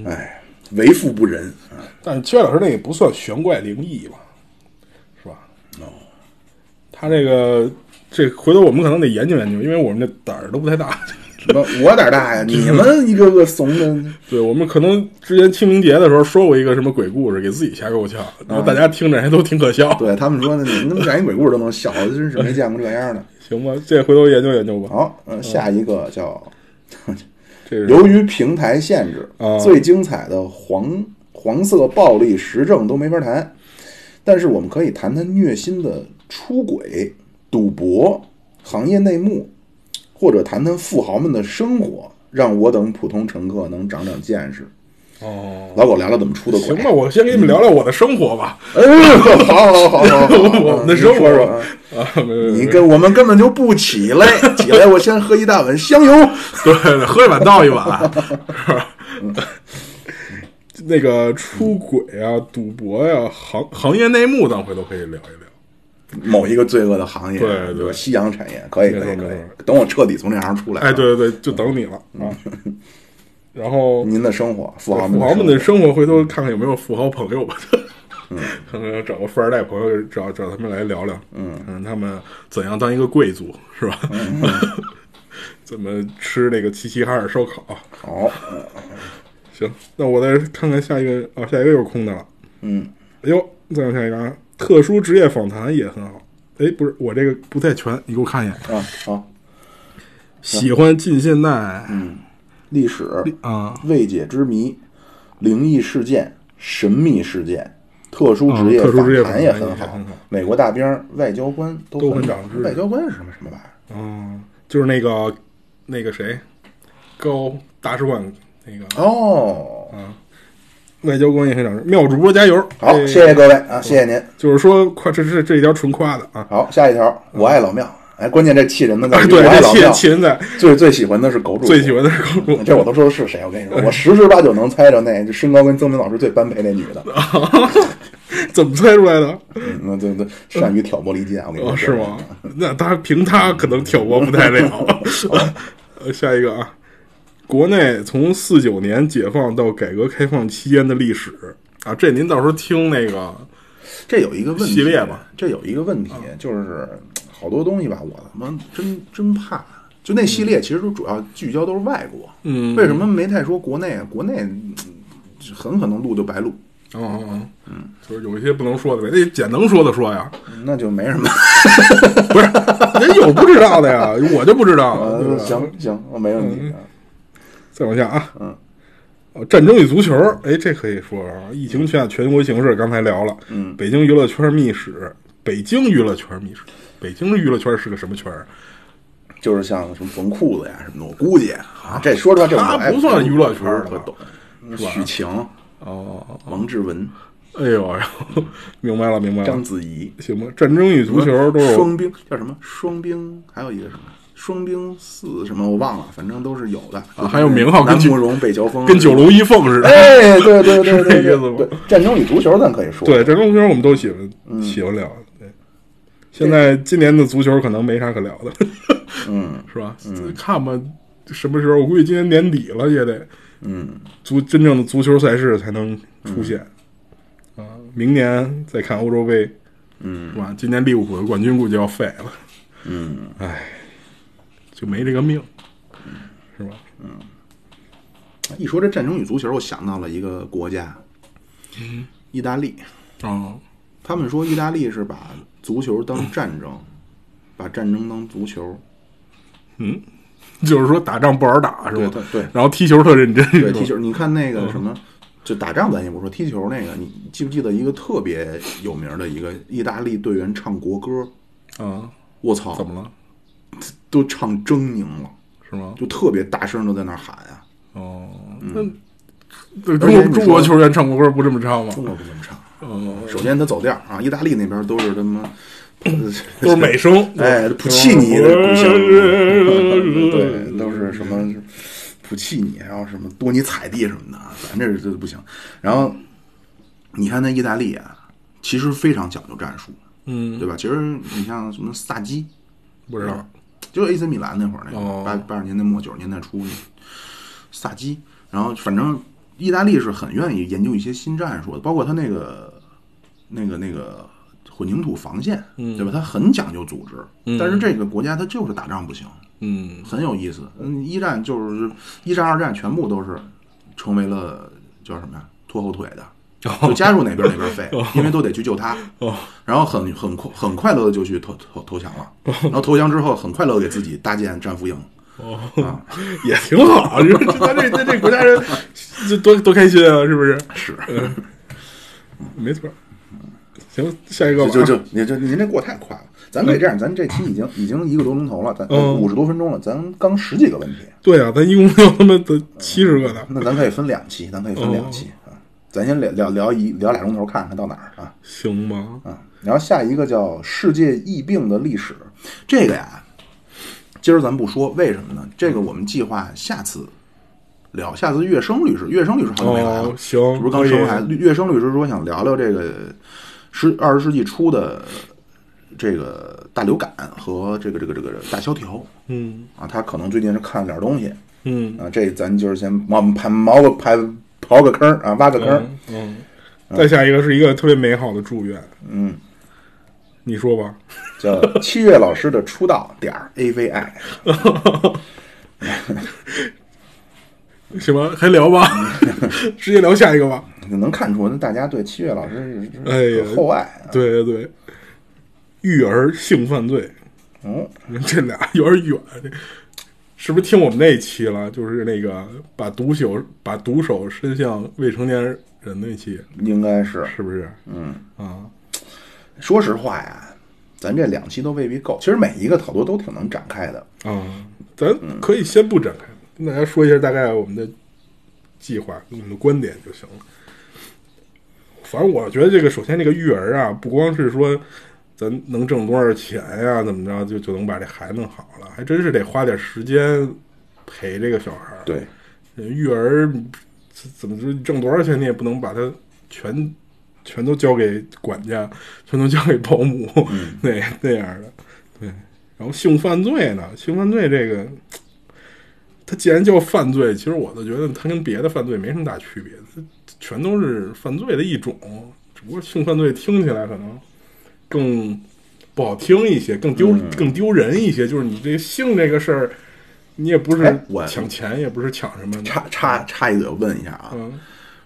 S2: 哎，为富不仁啊，
S3: 但是七月老师那也不算玄怪灵异吧，是吧？哦，他这个这回头我们可能得研究研究，因为我们这胆儿都不太大。
S2: 什么我胆儿大呀，你们一个个怂的，
S3: 对我们可能之前清明节的时候说过一个什么鬼故事，给自己吓够呛，然后大家听着还都挺可笑。
S2: 对他们说呢，你们那么讲一鬼故事都能笑，真是没见过这样的。
S3: 行吧，这回头研究研究吧。
S2: 好，嗯，下一个叫
S3: 这是
S2: 由于平台限制
S3: 啊，
S2: 最精彩的黄黄色暴力时政都没法谈，但是我们可以谈谈虐心的出轨、赌博、行业内幕，或者谈谈富豪们的生活，让我等普通乘客能长长见识。
S3: 哦，
S2: 老狗聊聊怎么出的轨
S3: 行，吧，我先给你们聊聊我的生活吧。
S2: 哎呦，好好好好好，
S3: 我们的生活
S2: 你说说啊
S3: 啊，没没没
S2: 你跟我们根本就不起来，起来我先喝一大碗香油。
S3: 对，对喝一碗倒一碗，是吧？
S2: 嗯
S3: *laughs* 那个出轨啊、赌博呀、行行业内幕，咱回头可以聊一聊。
S2: 某一个罪恶的行业，
S3: 对对
S2: 比如夕阳产业，可以
S3: 没错
S2: 可以
S3: 没
S2: 可以
S3: 错。
S2: 等我彻底从这行出来，啊
S3: 哎，，对对对，就等你了啊。
S2: 嗯
S3: 然后
S2: 您的生活，富豪
S3: 富豪们
S2: 们
S3: 的
S2: 生
S3: 生活，回头看看有没有富豪朋友吧。 *laughs* 看看找个富二代朋友，找找他们来聊聊，嗯，看看他们怎样当一个贵族，是吧？ *laughs* 怎么吃那个齐齐哈尔烧烤？啊
S2: 活好，
S3: 行，那我再看看下一个啊，下一个又是空的了。
S2: 嗯，
S3: 哎呦，再往下一个啊，特殊职业访谈也很好。哎，不是，我这个不太全，你给我看一眼。
S2: 啊好，
S3: 喜欢近现代
S2: 历史、
S3: 啊，
S2: 未解之谜、灵异事件、神秘事件、特殊职业
S3: 嗯特殊职业
S2: 访
S3: 访谈
S2: 也
S3: 也
S2: 很
S3: 很好
S2: 美国大兵、外交官
S3: 都
S2: 很
S3: 很
S2: 长
S3: 长知识
S2: 外交官是什么什么玩意儿？
S3: 嗯，就是那个那个谁，高大使馆那个
S2: 哦，
S3: 啊外交官也很长知识。妙主播加油！
S2: 好，
S3: 哎
S2: 谢谢各位啊，谢谢您。
S3: 就是说，夸这这这一条纯夸的啊。
S2: 好，下一条，我爱老庙。哎，关键这气人的在
S3: *laughs* 哎
S2: 于
S3: 对，
S2: 我爱
S3: 这
S2: 老
S3: 气
S2: 庙，
S3: 气人在
S2: 最最喜欢的是狗主，
S3: 最喜欢的是公
S2: *laughs*
S3: 主，
S2: 这我都说的是谁？我跟你说，我十之八九能猜着那就身高跟曾明老师最般配那女的，
S3: *laughs* 怎么猜出来的？
S2: 嗯那对
S3: *laughs*
S2: 对，善于挑拨离间。啊我跟你说，
S3: 哦，是吗？那他凭他可能挑拨不
S2: *laughs*
S3: 太了。呃，下一个啊，国内从四九年解放到改革开放期间的历史啊，这您到时候听那个哦
S2: 这有一个问题
S3: 系列啊吧，
S2: 这有一个问题就是好多东西吧，我他妈真真怕。就那系列其实都主要聚焦都是外国，
S3: 嗯
S2: 为什么没太说国内啊？国内嗯很可能录就白录，
S3: 哦哦嗯，就是有一些不能说的呗，那简能说的说呀，
S2: 那就没什么。
S3: 不是，那有不知道的呀，我就不知道了。对
S2: 呃，
S3: 吧
S2: 行行，没问题啊。
S3: 再往下啊，
S2: 嗯
S3: 呃，战争与足球，哎，这可以说说啊。疫情下全国形势刚才聊了，
S2: 嗯
S3: 北京娱乐圈密史，北京娱乐圈密史，北京娱乐圈是个什么圈儿？
S2: 就是像什么缝裤子呀什么的，我估计啊，这说实话，这我
S3: 他
S2: 哎
S3: 不算娱乐
S2: 不
S3: 圈
S2: 是
S3: 儿
S2: 特
S3: 吧
S2: 懂。
S3: 是吧
S2: 许晴、
S3: 哦，
S2: 王志文、
S3: 哎呦哎呦， *laughs* 明白了明白
S2: 章
S3: 了，
S2: 子怡，
S3: 行吧。战争与嗯足球都是
S2: 双冰叫什么？双冰还有一个什么？双冰四什么我忘了，反正都是有的
S3: 啊还有名号跟
S2: 南
S3: 九
S2: 慕容、北乔峰，
S3: 跟九。龙一凤似的。
S2: 哎，对对对
S3: *laughs* 是这
S2: 对
S3: 意思吗
S2: 对，对战争与足球咱可以说。
S3: 对，战争足球我们都喜
S2: 嗯
S3: 欢喜欢聊。对，现在今年的足球可能没啥可聊的，
S2: 嗯
S3: *laughs* 是吧？看吧，什么时候？我估计今年年底了也得
S2: 嗯，
S3: 足真正的足球赛事才能出现。
S2: 嗯
S3: 啊，明年再看欧洲杯，嗯，是吧？今年利物浦的冠军估计要废了，嗯，哎，就没这个命，是吧？
S2: 一说这战争与足球，我想到了一个国家，
S3: 嗯
S2: 意大利。
S3: 哦，
S2: 他们说意大利是把足球当战争，
S3: 嗯
S2: 把战争当足球。
S3: 就是说打仗不好打是吧？
S2: 对对对
S3: 然后踢球嗯特认真，
S2: 对，
S3: 是吧
S2: 踢球，你看那个什么，就打仗咱先不说，踢球那个，你记不记得一个特别有名的一个意大利队员唱国歌？
S3: 啊，
S2: 我操，
S3: 怎么了？
S2: 都唱狰狞了，
S3: 是吗？
S2: 就特别大声的在那儿喊啊！
S3: 哦，那对
S2: 嗯而
S3: 中
S2: 且
S3: 国
S2: 你
S3: 中
S2: 说
S3: 国球员唱国歌不这么唱吗？
S2: 中国不这么唱，
S3: 哦，
S2: 首先他走调啊，意大利那边都是他妈
S3: *laughs*
S2: *laughs*
S3: 都是美声，
S2: 哎，普契尼的故乡， *laughs* 对，都是什么普契尼，然后什么多尼采蒂什么的，啊，咱这这不行。然后你看那意大利啊，其实非常讲究战术，
S3: 嗯，
S2: 对吧？其实你像什么萨基，
S3: 不知道，
S2: 嗯就是 AC 米兰那会儿那
S3: 哦
S2: 个八八十年代末九十年代初，萨基，然后反正意大利是很愿意研究一些新战术的，包括他那个那个那个混凝土防线，
S3: 嗯
S2: 对吧？他很讲究组织，但是这个国家它就是打仗不行，
S3: 嗯，
S2: 很有意思。嗯，一战就是一战、二战全部都是成为了叫什么呀？拖后腿的。
S3: 哦
S2: 就加入哪边哪边废，因为都得去救他，然后很很快很快乐的就去投投投降
S3: *laughs*
S2: 了，然后投降之后很快乐的给自己搭建战俘营，啊，
S3: 也挺
S2: *laughs*
S3: 好，这这咱这这这国家人这多多开心啊，是不是？
S2: 是，
S3: 没错。行，下一个
S2: 就
S3: 吧，
S2: 就就你这您这过太快了，咱可以这样，咱这期已经已经一个多钟头了，咱呃
S3: 嗯
S2: 五十多分钟了，咱刚十几个问题，
S3: 对啊，咱一共有他妈的七十个呢。
S2: 那咱可以分两期，咱可以分
S3: 哦
S2: 两期啊，咱先聊聊聊一聊俩钟头，看看到哪儿啊。
S3: 行吧，
S2: 啊，然后下一个叫《世界疫病的历史》，这个呀，今儿咱不说，为什么呢？这个我们计划下次聊，下次月生律师，月生律师好久没来了，啊
S3: 哦行
S2: 是不是刚生完孩子？月生律师说想聊聊这个十二十世纪初的这个大流感和这个这个这个大萧条
S3: 嗯
S2: 啊，他可能最近是看了点东西
S3: 嗯
S2: 啊，这咱就是先我们盘刨个盘刨个坑儿啊，挖个坑儿，
S3: 嗯，再下一个是一个特别美好的祝愿，
S2: 嗯，
S3: 你说吧，
S2: 叫七月老师的出道点儿 AVI。
S3: *laughs* 行吧，还聊
S2: *laughs*
S3: 吧，直接聊下一个吧。
S2: 能看出，那大家对七月老师
S3: 哎
S2: 是
S3: 呀
S2: 是厚爱啊。
S3: 对对对，育儿性犯罪，
S2: 嗯，
S3: 你们这俩有点远，这是不是听我们那一期了？就是那个把毒手把毒手伸向未成年人那期，
S2: 应该是。
S3: 是不是？
S2: 嗯
S3: 啊，
S2: 说实话呀，咱这两期都未必够。其实每一个好多都挺能展开的。
S3: 啊，咱可以先不展开，跟大家说一下大概我们的计划、我们的观点就行了。反正我觉得这个，首先这个育儿啊，不光是说咱能挣多少钱呀、怎么着就就能把这孩子弄好了，还真是得花点时间陪这个小孩儿。
S2: 对，
S3: 呃育儿怎怎么说，挣多少钱你也不能把它全全都交给管家，全都交给保姆、
S2: 嗯
S3: 那那样的。对，然后性犯罪呢？性犯罪这个，它既然叫犯罪，其实我倒觉得它跟别的犯罪没什么大区别，它全都是犯罪的一种，只不过性犯罪听起来可能更不好听一些，更丢、
S2: 嗯
S3: 更丢人一些。就是你这性这个事儿。你也不是
S2: 哎我
S3: 抢钱，也不是抢什么的，
S2: 插插插一嘴，我问一下啊，
S3: 嗯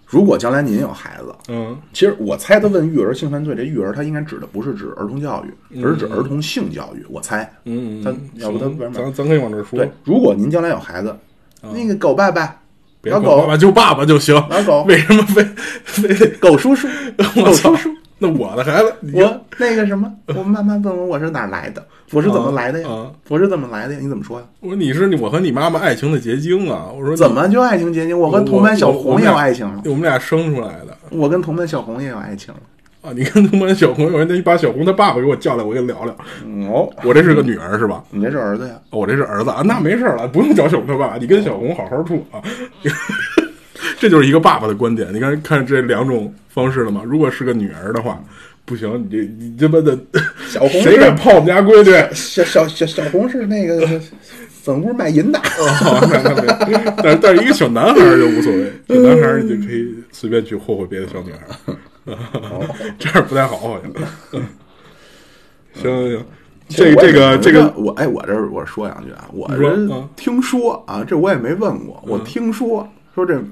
S2: 如果将来您有孩子，
S3: 嗯
S2: 其实我猜他问育儿性犯罪，这育儿他应该指的不是指儿童教育，而是指儿童性教育。我猜，
S3: 嗯嗯，嗯
S2: 他
S3: 嗯
S2: 要不他
S3: 行
S2: 玩儿
S3: 咱咱可以往这儿说，啊
S2: 对，如果您将来有孩子，那个狗爸爸、
S3: 别
S2: 老
S3: 管
S2: 狗
S3: 爸爸就爸
S2: *laughs*
S3: 爸就行，
S2: 老狗、
S3: 为什么非非得
S2: 狗叔叔、
S3: 我
S2: 狗
S3: 操
S2: 叔叔，？
S3: 那我的孩子，你
S2: 我那个什么，我妈妈问我我是哪儿来的，我是怎么来的呀？
S3: 啊啊
S2: 我是怎么来的呀？你怎么说呀？
S3: 我说你是你我和你妈妈爱情的结晶啊！我说你
S2: 怎么就爱情结晶？我和同班小红也有爱情了，
S3: 我们俩生出来的
S2: 我跟同班小红也有爱情了。
S3: 啊！你跟同班小红，我说那把小红他爸爸给我叫来，我跟他聊聊。
S2: 哦，
S3: 我这是个女儿是吧？
S2: 你这是儿子呀？
S3: 哦我这是儿子啊，那没事儿了，不用找小红他爸爸，你跟小红好好处啊。 *laughs* 这就是一个爸爸的观点，你看看这两种方式了吗？如果是个女儿的话，不行，你这你这妈的，
S2: 小红
S3: 谁敢泡我们家闺女？ *laughs*
S2: 小小小小红是那个粉屋卖淫的，
S3: 哦，那那没，但是但是一个小男孩儿就无所谓，小男孩儿你就可以随便去霍霍别的小女孩儿， *laughs* 这样不太好，好像。 *laughs* 行行行，这个这个这个，
S2: 我哎，我这儿我说两句啊，我
S3: 你说
S2: 是
S3: 嗯
S2: 听说啊，这我也没问过，我
S3: 嗯
S2: 听说说这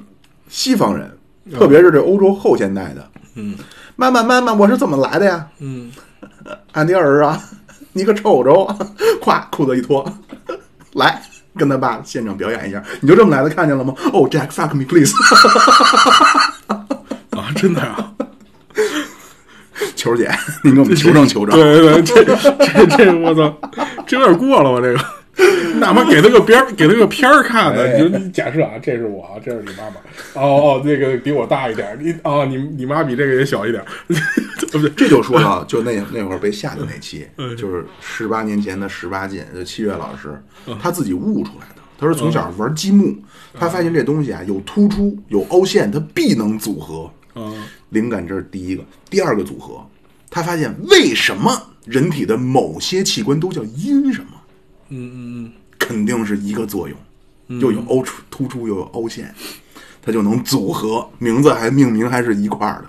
S2: 西方人，特别是这欧洲后现代的，
S3: 嗯
S2: 妈妈妈妈，我是怎么来的呀？
S3: 嗯，
S2: 俺的儿啊，你个臭州，咵裤子一脱，来跟他爸现场表演一下，你就这么来的，看见了吗？哦、j a c k fuck me please，
S3: 啊，真的啊，
S2: *laughs* 球姐，您给我们求证 *laughs* 求证。
S3: 对对对，这这这，我操，这有点过了吧？这个。哪怕给他个边儿，给他个片儿看的，你就你假设啊，这是我，啊，这是你妈妈，哦哦，那个比我大一点儿，你哦，你你妈比这个也小一点儿， *laughs* 对不对？
S2: 这就说到就那那会儿被吓的那期，
S3: 嗯
S2: 就是十八年前的十八禁，就七月老师
S3: 嗯
S2: 他自己悟出来的。他说从小玩积木，他发现这东西啊有突出有凹陷，它必能组合。
S3: 嗯
S2: 灵感这是第一个，第二个组合，他发现为什么人体的某些器官都叫阴什么？
S3: 嗯嗯
S2: 肯定是一个作用，又有凹出突出又有凹陷，它就能组合，名字还命名还是一块儿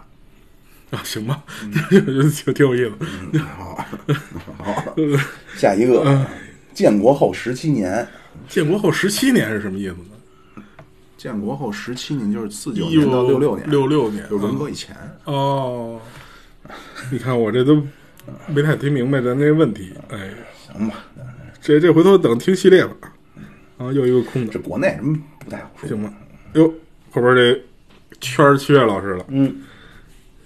S2: 的。
S3: 啊，行吧，挺挺有意思。
S2: 好，好，下一
S3: 嗯
S2: 个，建国后十七年，
S3: 建国后十七年是什么意思呢？
S2: 建国后十七年就是四九年到六六年，
S3: 六六年，
S2: 就是文革
S3: 嗯
S2: 以前。
S3: 哦。 *laughs* 你看我这都没太听明白咱这问题，哎，
S2: 行吧，
S3: 这这回头等听系列吧。啊，又一个空
S2: 这
S3: 的，
S2: 国内什么不太好说。
S3: 行吧？哟，后边这圈儿七月老师了，嗯，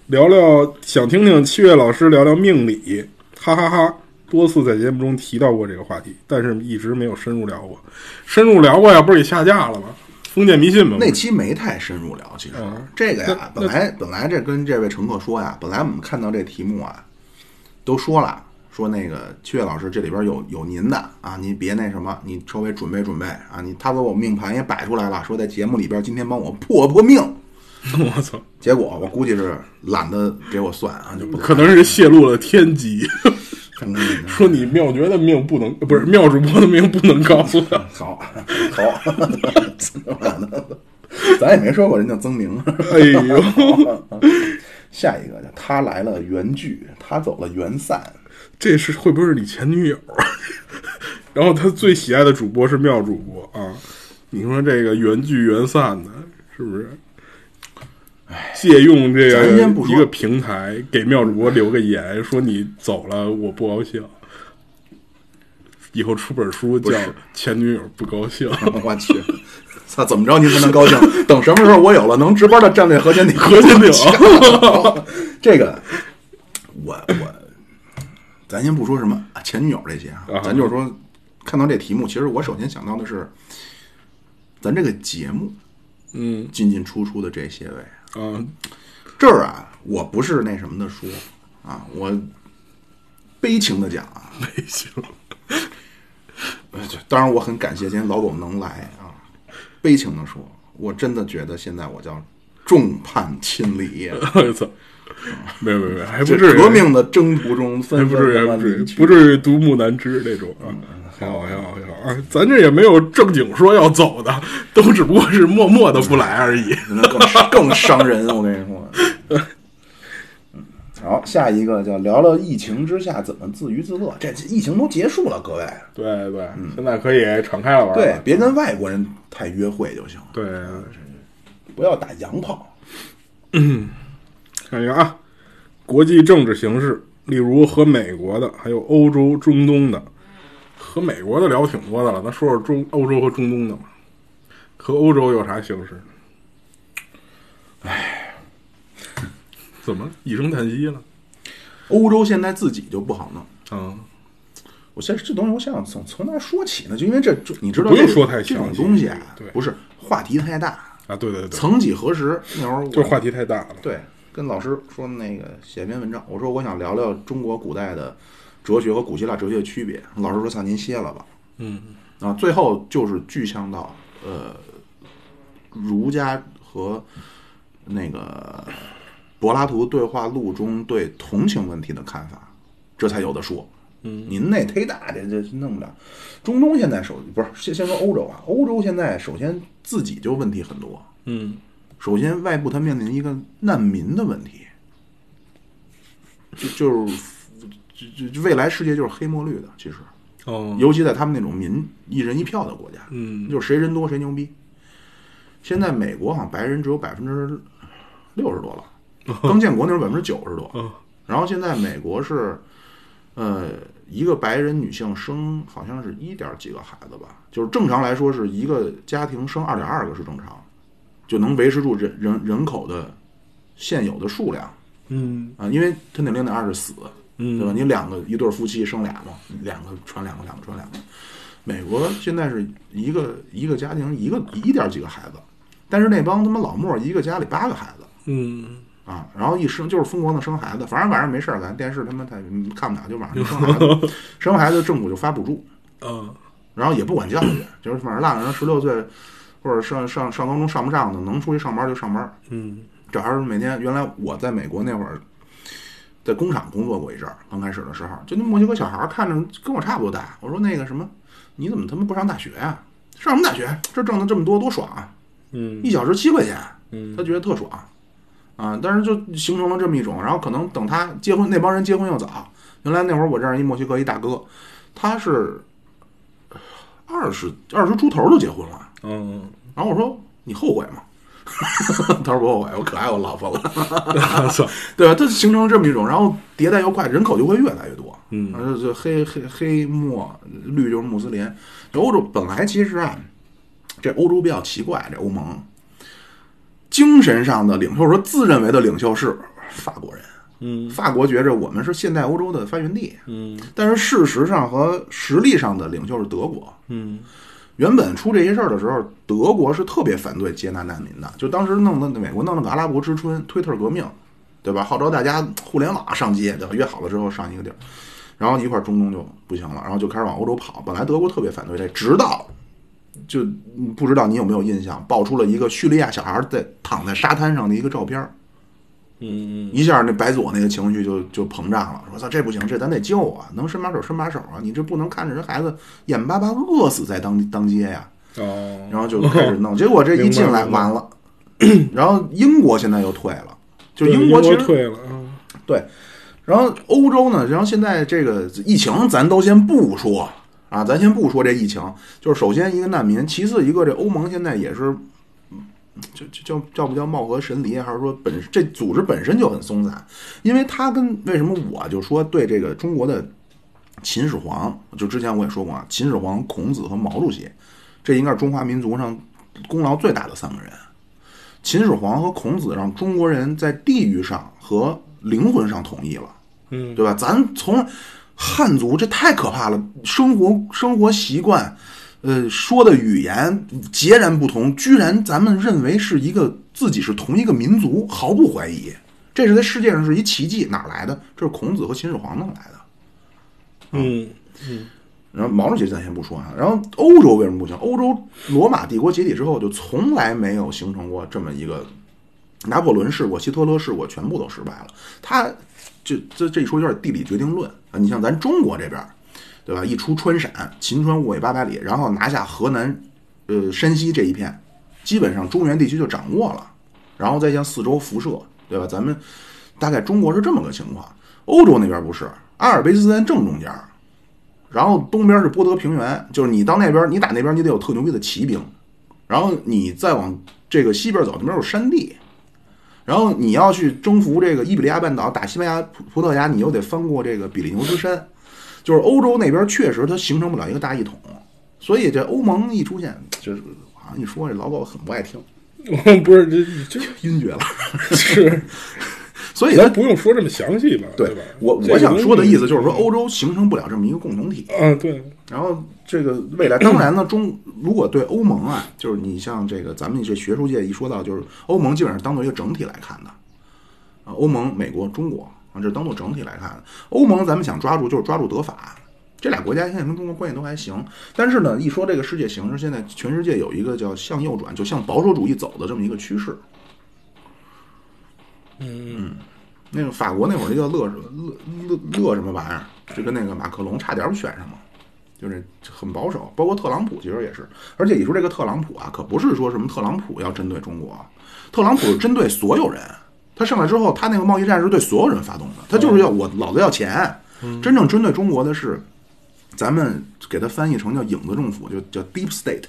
S3: 聊聊想听听七月老师聊聊命理，哈哈哈多次在节目中提到过这个话题，但是一直没有深入聊过。深入聊过呀，不是也下架了吗？封建迷信嘛，
S2: 嗯那期没太深入聊，其实
S3: 嗯
S2: 这个呀，
S3: 那
S2: 本来本来这跟这位乘客说呀，本来我们看到这题目啊，都说了，说那个七月老师这里边有有您的啊，您别那什么，你稍微准备准备啊，你他把我命盘也摆出来了，说在节目里边今天帮我破破命。
S3: *laughs* 我操，
S2: 结果我估计是懒得给我算啊，就不
S3: 可能是泄露了天机，
S2: 嗯
S3: 说你妙觉的命不能，呃不是妙主播的命不能告诉
S2: *laughs*
S3: 他。
S2: 好好， *laughs* 咱也没说过人叫曾明。
S3: 哎呦，
S2: 下一个叫他来了缘聚，他走了缘散。
S3: *laughs* 这是会不会是你前女友？ *laughs* 然后他最喜爱的主播是妙主播啊，你说这个缘聚缘散的，是不是？借用这
S2: 咱
S3: 个
S2: 先不说
S3: 一个平台给妙主播留个言，说你走了我不高兴，以后出本书叫
S2: 是
S3: 《前女友不
S2: *laughs*
S3: 高兴》。
S2: 我去，操，怎么着您才能高兴？等什么时候我有了能值班的战略核潜 *laughs* 艇，
S3: 核潜艇
S2: *laughs* 这个我我，咱先不说什么啊前女友这些啊
S3: 啊，
S2: 咱就是说，看到这题目，其实我首先想到的是，咱这个节目
S3: 嗯
S2: 进进出出的这些位，
S3: 啊， *laughs*
S2: 这儿啊，我不是那什么的说啊，我悲情的讲啊，
S3: 没
S2: *laughs*
S3: 行。
S2: 呃就当然我很感谢今天老狗能来啊，悲情的说，我真的觉得现在我叫众叛亲离
S3: *laughs*
S2: 呀、
S3: 我操！没有没有没有，还不
S2: 这
S3: 至于
S2: 革，命的征途中
S3: 还
S2: 纷
S3: *laughs* 哎不
S2: 纷
S3: 至于，还
S2: 纷
S3: 不至
S2: 纷
S3: 于
S2: 离，去
S3: 不至于独木难支那种啊。还好还好还好啊！咱这也没有正经说要走的，都只不过是默默的不来而已。
S2: 那更更伤人，我跟你说。
S3: *laughs*
S2: 嗯，好，下一个叫聊聊疫情之下怎么自娱自乐。这疫情都结束了，各位，
S3: 对 *laughs* 对，现在可以敞开了玩
S2: 对
S3: 了，。
S2: 别跟外国人太约会就行了，
S3: 对，
S2: 不要打洋炮。
S3: 看一个啊，国际政治形势，例如和美国的，还有欧洲、中东的，和美国的聊挺多的了，咱说说中欧洲和中东的吧。和欧洲有啥形势？哎，怎么一声叹息了？
S2: 欧洲现在自己就不好弄。
S3: 啊，
S2: 我现在这东西，我想想从从哪说起呢？就因为这，就你知道
S3: 不
S2: 这
S3: 用
S2: 个
S3: 说太
S2: 这
S3: 详
S2: 种
S3: 细
S2: 东西啊，
S3: 对
S2: 不是话题太大。
S3: 啊，对对对，
S2: 曾几何时，那会儿我
S3: 这话题太大了。
S2: 对，跟老师说那个写篇文章，我说我想聊聊中国古代的哲学和古希腊哲学的区别。老师说：“操，您歇了吧。”
S3: 嗯，
S2: 啊，最后就是具象到呃，儒家和那个柏拉图对话录中对同情问题的看法，这才有的说。
S3: 嗯，
S2: 您那忒大这这弄不了。中东现在首不是先先说欧洲啊，欧洲现在首先自己就问题很多，
S3: 嗯，
S2: 首先，外部它面临一个难民的问题，就就是就就未来世界就是黑墨绿的，其实，
S3: 哦，
S2: 尤其在他们那种民一人一票的国家，
S3: 嗯
S2: 就是谁人多谁牛逼。现在美国好像白人只有百分之六十多了，刚建国那时候百分之九十
S3: 哦
S2: 多， *laughs* 然后现在美国是，呃，一个白人女性生好像是一点几个孩子吧，就是正常来说是一个家庭生二点二个是正常，就能维持住人人人口的现有的数量
S3: 嗯
S2: 啊，因为他那零点二是死，对吧？
S3: 嗯，
S2: 你两个一对夫妻生俩嘛，两个传两个，两个传两个。美国现在是一个一个家庭一个一点几个孩子，但是那帮他妈老莫一个家里八个孩子
S3: 嗯，
S2: 啊，然后一生就是疯狂的生孩子，反正晚上没事儿干，电视他妈他看不了，就晚上生孩子，生孩子政府就发补助，
S3: 啊，
S2: 然后也不管教育， *coughs* 就是反正烂人十六岁或者上上上高中上不上的，能出去上班就上班，
S3: 嗯
S2: 这还是每天原来我在美国那会儿，在工厂工作过一阵儿，刚开始的时候，就那墨西哥小孩儿看着跟我差不多大，我说那个什么，你怎么他妈不上大学啊？上什么大学？这挣的这么多多爽啊！
S3: 嗯
S2: 一小时七块钱，
S3: 嗯
S2: 他觉得特爽啊。但是就形成了这么一种，然后可能等他结婚，那帮人结婚又早。原来那会儿我认识一墨西哥一大哥，他是二十二十出头就结婚了。
S3: 嗯，
S2: 然后我说你后悔吗？ *laughs* 他说不后悔，我可爱我老婆嗯了， *laughs*
S3: 操，
S2: 对吧？它形成了这么一种，然后迭代又快，人口就会越来越多。
S3: 嗯
S2: 然后就黑黑黑墨绿就是穆斯林，欧洲本来其实啊，这欧洲比较奇怪，这欧盟精神上的领袖，或者说自认为的领袖是法国人，
S3: 嗯
S2: 法国觉着我们是现代欧洲的发源地，
S3: 嗯
S2: 但是事实上和实力上的领袖是德国，
S3: 嗯
S2: 原本出这些事儿的时候，德国是特别反对接纳难民的，就当时弄的美国弄了个阿拉伯之春、推特革命，对吧？号召大家互联网上街，对吧？约好了之后上一个地儿，然后一块儿中东就不行了，然后就开始往欧洲跑。本来德国特别反对这，直到就嗯不知道你有没有印象，爆出了一个叙利亚小孩在躺在沙滩上的一个照片儿，
S3: 嗯
S2: 一下那白左那个情绪就就膨胀了，说操这不行，这咱得救啊，能伸把手伸把手啊，你这不能看着人孩子眼巴巴饿死在当当街呀、
S3: *laughs* 哦，
S2: 然后就开始
S3: *laughs*
S2: 弄，结果这一进来
S3: 明白
S2: 完了，然后英国现在又退了，就
S3: 对
S2: 英
S3: 英
S2: 国其实
S3: 退了啊，
S2: 对，然后欧洲呢，然后现在这个疫情咱都先不说啊，咱先不说这疫情，就是首先一个难民，其次一个这欧盟现在也是，就就叫叫不叫貌合神离，啊还是说本这组织本身就很松散，因为他跟为什么我就说对这个中国的秦始皇，就之前我也说过啊，秦始皇、孔子和毛主席，这应该是中华民族上功劳最大的三个人。秦始皇和孔子让中国人在地域上和灵魂上统一了，
S3: 嗯
S2: 对吧？咱从汉族这太可怕了，生活生活习惯，呃，说的语言截然不同，居然咱们认为是一个自己是同一个民族，毫不怀疑，这是在世界上是一奇迹，哪儿来的？这是孔子和秦始皇弄来的。
S3: 嗯
S2: 然后毛主席咱先不说啊，然后欧洲为什么不行？欧洲罗马帝国解体之后，就从来没有形成过这么一个，拿破仑试过，希特勒试过，全部都失败了。他这这这一说有点地理决定论啊，你像咱中国这边儿，对吧？一出川陕，秦川五纬八百里，然后拿下河南、呃山西这一片，基本上中原地区就掌握了，然后再向四周辐射，对吧？咱们大概中国是这么个情况，欧洲那边不是，阿尔卑斯山正中间儿。然后东边是波德平原，就是你到那边，你打那边，你得有特牛逼的骑兵，然后你再往这个西边走，那边有山地，然后你要去征服这个伊比利亚半岛，打西班牙、葡葡萄牙，你又得翻过这个比利牛斯山，就是欧洲那边确实它形成不了一个大一统，所以这欧盟一出现，就是好像一说这老狗很不爱听， *laughs*
S3: 哦不是这这
S2: 晕厥了。 *laughs*
S3: 是，
S2: 所以它
S3: 咱不用说这么详细吧？
S2: 对
S3: 吧？
S2: 我
S3: 这个
S2: 我想说的意思就是说，
S3: 东西，
S2: 欧洲形成不了这么一个共同体。
S3: 嗯，
S2: *laughs*
S3: 对，
S2: 然后这个未来，当然呢，中 *clears throat* 如果对欧盟啊，就是你像这个咱们这学术界一说到，就是欧盟基本上当做一个整体来看的，啊，欧盟、美国、中国啊，这当做整体来看的。欧盟咱们想抓住就是抓住德法，这俩国家现在跟中国关系都还行，但是呢，一说这个世界形势，现在全世界有一个叫向右转，就向保守主义走的这么一个趋势。
S3: 嗯，
S2: 那个法国那会儿就叫勒勒勒勒什么玩意儿，就跟那个马克龙差点儿选上嘛，就是很保守。包括特朗普其实也是，而且你说这个特朗普啊，可不是说什么特朗普要针对中国，特朗普是针对所有人。他上来之后，他那个贸易战是对所有人发动的，他就是要我老子要钱。真正针对中国的是，咱们给它翻译成叫影子政府，就叫 deep state，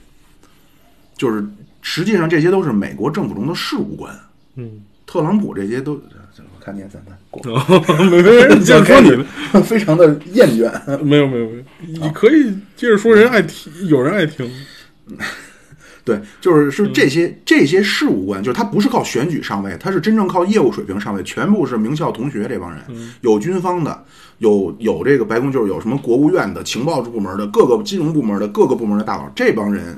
S2: 就是实际上这些都是美国政府中的事务官。
S3: 嗯，
S2: 特朗普这些都，这我看见咱 *laughs* 咱过。
S3: 没没事，你接着说你的。
S2: 非常的厌倦。
S3: 没有没有没有，你可以接着说，人爱听，有人爱听，
S2: 对，就是
S3: 嗯
S2: 是这些这些事务官，就是他不是靠选举上位，他是真正靠业务水平上位，全部是名校同学这帮人，
S3: 嗯
S2: 有军方的，有有这个白宫，就是有什么国务院的、情报部门的、各个金融部门的、各个部门的大佬，这帮人。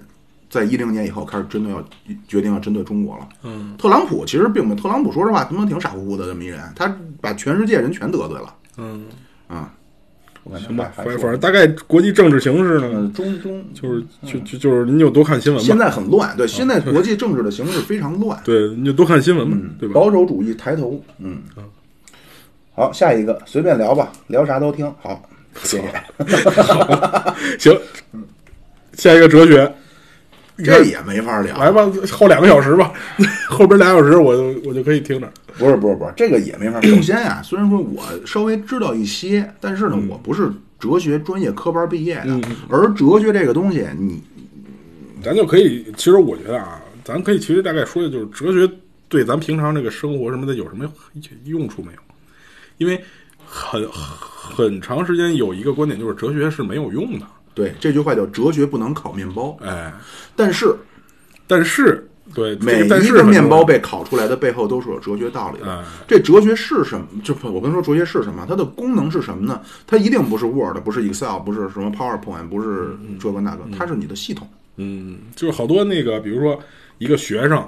S2: 在一零年以后开始针对要决定要针对中国了。嗯，特朗普其实并没有，特朗普说实话他妈挺傻乎乎的这么一人，他把全世界人全得罪了。
S3: 嗯，
S2: 啊、我感觉
S3: 行吧，
S2: 还
S3: 反
S2: 还
S3: 正
S2: 说
S3: 反正大概国际政治形势
S2: 呃
S3: 呢，
S2: 中中
S3: 就是就就就是你就多看新闻
S2: 嗯现
S3: 吧，
S2: 在很乱，
S3: 啊
S2: 对，现在国际政治的形势非常
S3: *laughs*
S2: 乱。
S3: 对，你就多看新闻嘛，对吧？
S2: 保守主义抬头，嗯，好，下一个随便聊吧，聊啥都听。好，谢谢。
S3: *laughs* 行，下一个哲学，你看
S2: 这也没法聊，
S3: 来吧，后两个小时吧， *laughs* 后边俩小时我就我就可以听着。
S2: 不是不是不是，这个也没法。首先啊，虽然说我稍微知道一些，但是呢，我不是哲学专业科班毕业的，而哲学这个东西，你
S3: 咱就可以，其实我觉得啊，咱可以其实大概说的就是哲学对咱平常这个生活什么的有什么用处没有？因为很很长时间有一个观点就是哲学是没有用的，
S2: 对这句话叫哲学不能烤面包，
S3: 哎，
S2: 但是
S3: 但是对
S2: 每
S3: 这但
S2: 一
S3: 是
S2: 个
S3: 很
S2: 面包
S3: 重要
S2: 被烤出来的背后都是有哲学道理的
S3: 哎。
S2: 这哲学是什么？就不我跟你说，哲学是什么？它的功能是什么呢？它一定不是 Word，不是 Excel，不是什么 PowerPoint，不是这个那个，它是你的系统。
S3: 嗯，就是好多那个，比如说一个学生，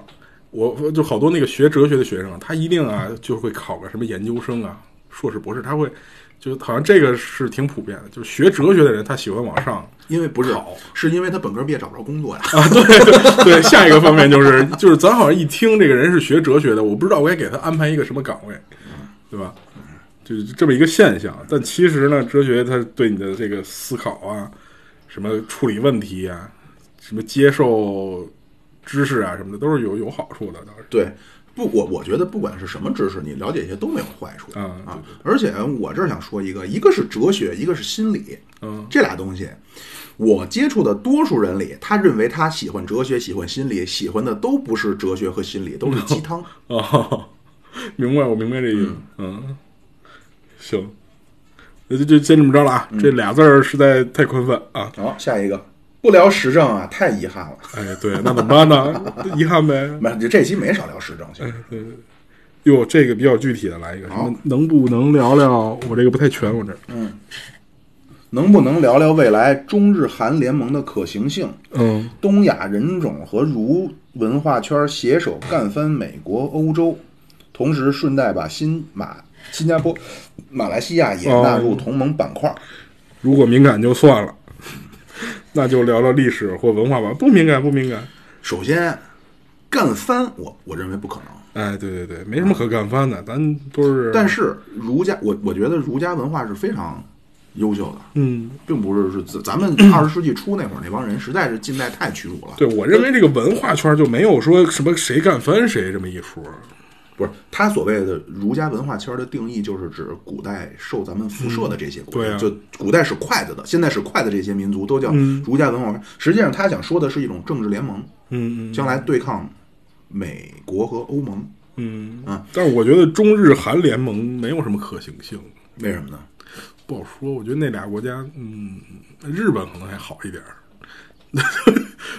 S3: 我就好多那个学哲学的学生，他一定啊就会考个什么研究生啊、硕士、博士，他会就好像这个是挺普遍的，就是学哲学的人他喜欢往上。
S2: 因为不是，是因为他本科毕业找不着工作呀。
S3: *laughs* 对，下一个方面就是就是咱好像一听这个人是学哲学的，我不知道我该给他安排一个什么岗位，对吧？就是这么一个现象。但其实呢，哲学它对你的这个思考啊，什么处理问题啊，什么接受知识啊什么的，都是有有好处的。当然，
S2: 对，不，我我觉得不管是什么知识，你了解一些都没有坏处
S3: 啊对
S2: 而且我这儿想说一个，一个是哲学，一个是心理，
S3: 嗯，
S2: 这俩东西，我接触的多数人里，他认为他喜欢哲学、喜欢心理，喜欢的都不是哲学和心理，都是鸡
S3: *laughs*
S2: 汤。
S3: 哦，明白，我明白这意思。嗯，行，那就就先这么着了啊。这俩字儿实在太宽泛啊。
S2: 好、下一个，不聊时政啊，太遗憾了。
S3: 哎，对，那怎么办呢？遗憾呗。
S2: 没，这期没少聊时政，其
S3: 哎
S2: 实
S3: 哟，这个比较具体的来一个，什
S2: 好
S3: 么能不能聊聊？我这个不太全，我这儿
S2: 能不能聊聊未来中日韩联盟的可行性？
S3: 嗯，
S2: 东亚人种和儒文化圈携手干翻美国、欧洲，同时顺带把新马、新加坡、马来西亚也纳入同盟板块。
S3: 如果敏感就算了， *laughs* 那就聊聊历史或文化吧。不敏感，不敏感。
S2: 首先，干翻我我认为不可能，
S3: 哎，对对对，没什么可干翻的，咱都是。
S2: 嗯但，是儒家我我觉得儒家文化是非常优秀的，
S3: 嗯，
S2: 并不是是咱咱们二十世纪初那会儿那帮人实在是近代太屈辱了。
S3: 对我认为这个文化圈就没有说什么谁干翻谁这么一说。
S2: 不是他所谓的儒家文化圈的定义，就是指古代受咱们辐射的这些国家，
S3: 对啊
S2: 就古代是筷子的，现在是筷子这些民族都叫
S3: 嗯
S2: 儒家文化圈。实际上，他想说的是一种政治联盟，
S3: 嗯嗯，
S2: 将来对抗美国和欧盟。
S3: 嗯
S2: 嗯，
S3: 但是我觉得中日韩联盟没有什么可行性，
S2: 为什么呢？
S3: 不好说。我觉得那俩国家，嗯，日本可能还好一点儿， *laughs*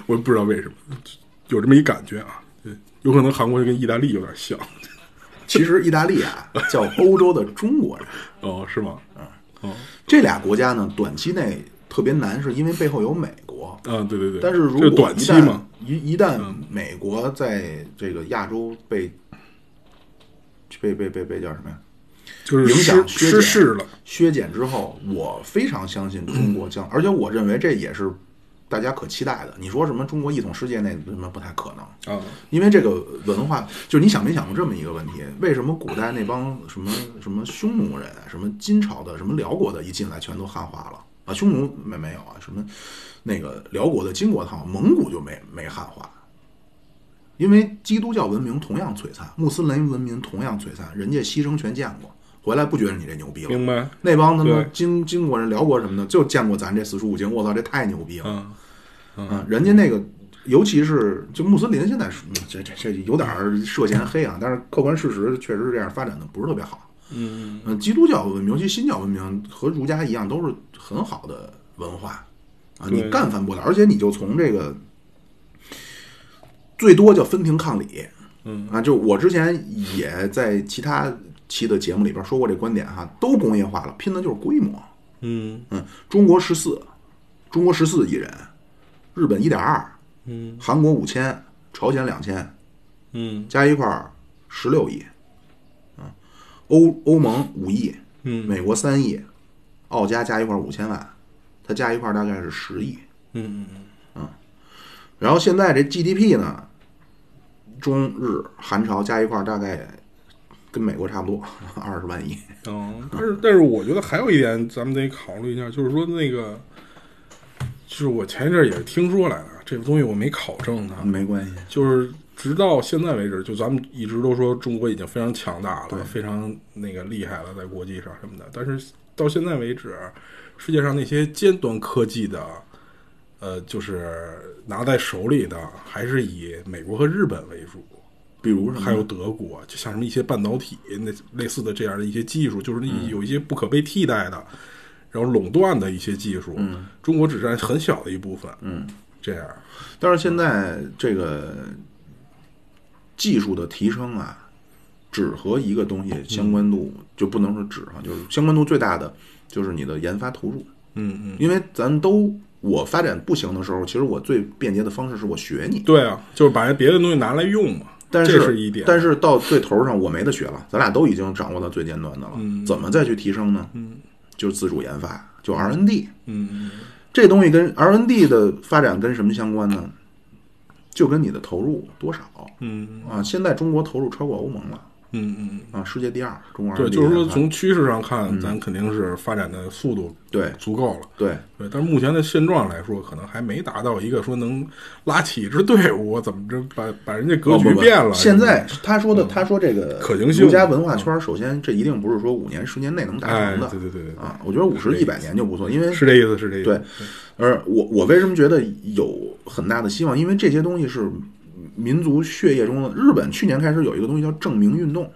S3: 我也不知道为什么，有这么一感觉啊。对，有可能韩国就跟意大利有点像，
S2: 其实意大利啊叫欧洲的中国人，
S3: 哦，是吗？
S2: 这俩国家呢短期内特别难，是因为背后有美国。
S3: 啊，对对对。
S2: 但是如果
S3: 这短期
S2: 一旦
S3: 嘛，嗯
S2: 一一旦美国在这个亚洲被被被被被叫什么呀？
S3: 就是
S2: 影响削
S3: 失失势了。
S2: 削减之后，我非常相信中国将，而且我认为这也是大家可期待的。你说什么中国一统世界那什么不太可能，
S3: 啊，
S2: 因为这个文化，就是你想没想过这么一个问题？为什么古代那帮什么什么匈奴人、什么金朝的、什么辽国的，一进来全都汉化了啊？匈奴没没有啊？什么那个辽国的、金国的汉化，蒙古就没没汉化。因为基督教文明同样璀璨，穆斯林文明同样璀璨，人家牺牲全见过，回来不觉得你这牛逼了。
S3: 明白。
S2: 那帮他妈
S3: 对
S2: 金金国人、辽国什么的，就见过咱这四书五经，我操，这太牛逼了！
S3: 嗯，
S2: 啊，人家那个，尤其是就穆斯林，现在是嗯这这这有点儿涉嫌黑啊，但是客观事实确实是这样，发展的不是特别好。嗯，基督教文明，尤其新教文明和儒家一样，都是很好的文化啊，你
S3: 对
S2: 干翻不了，而且你就从这个最多叫分庭抗礼。
S3: 嗯
S2: 啊，就我之前也在其他期的节目里边说过这观点哈、都工业化了，拼的就是规模。
S3: 嗯
S2: 嗯，中国十四，中国十四亿人，日本一点二，
S3: 嗯
S2: 韩国五千，朝鲜两千，
S3: 嗯
S2: 加一块儿十六亿，啊，欧欧盟五亿，
S3: 嗯
S2: 美国三亿，澳加加一块儿五千万，它加一块儿大概是十亿，
S3: 嗯
S2: 然后现在这 GDP 呢，中日韩朝加一块儿大概跟美国差不多，二十万亿，
S3: 嗯，但是但是我觉得还有一点，咱们得考虑一下，就是说那个，就是我前一阵儿也是听说来的，啊这个东西我没考证啊它，
S2: 没关系，
S3: 就是直到现在为止，就咱们一直都说中国已经非常强大了，非常那个厉害了，在国际上什么的。但是到现在为止，世界上那些尖端科技的，呃，就是拿在手里的，还是以美国和日本为主。
S2: 比如什么
S3: 还有德国，就像什么一些半导体那类似的这样的一些技术，就是那有一些不可被替代的，然后垄断的一些技术，中国只占很小的一部分。嗯，这样，
S2: 但是现在这个技术的提升啊，只和一个东西相关度、
S3: 嗯
S2: 就不能说只哈，就是相关度最大的就是你的研发投入。
S3: 嗯嗯，
S2: 因为咱都我发展不行的时候，其实我最便捷的方式是我学你，
S3: 对啊，就是把别的东西拿来用嘛，
S2: 但
S3: 这
S2: 是
S3: 是一点。
S2: 但是到最头上我没得学了，咱俩都已经掌握到最尖端的了，
S3: 嗯
S2: 怎么再去提升呢？嗯，就是自主研发，就 R&D。
S3: 嗯，
S2: 这东西跟 R&D 的发展跟什么相关呢？就跟你的投入多少。
S3: 嗯
S2: 啊，现在中国投入超过欧盟了
S3: 嗯嗯嗯，
S2: 啊，世界第二，中国
S3: 对，
S2: R&D
S3: 就是说
S2: 研发
S3: 从趋势上看，咱肯定是发展的速度
S2: 嗯对
S3: 足够了。
S2: 对
S3: 对，但是目前的现状来说，可能还没达到一个说能拉起一支队伍，怎么着把把人家格
S2: 哦不
S3: 局
S2: 不不
S3: 变了。嗯
S2: 现在他说的，他说这个
S3: 可行性
S2: 儒家文化圈，首先这一定不是说五年、十年内能达
S3: 哎
S2: 成的，
S3: 对对对对对
S2: 啊，我觉得五十、一百年就不错，因为
S3: 是这意思，是这意思。
S2: 对，而我我为什么觉得有很大的希望？因为这些东西是民族血液中的。日本去年开始有一个东西叫证明运动，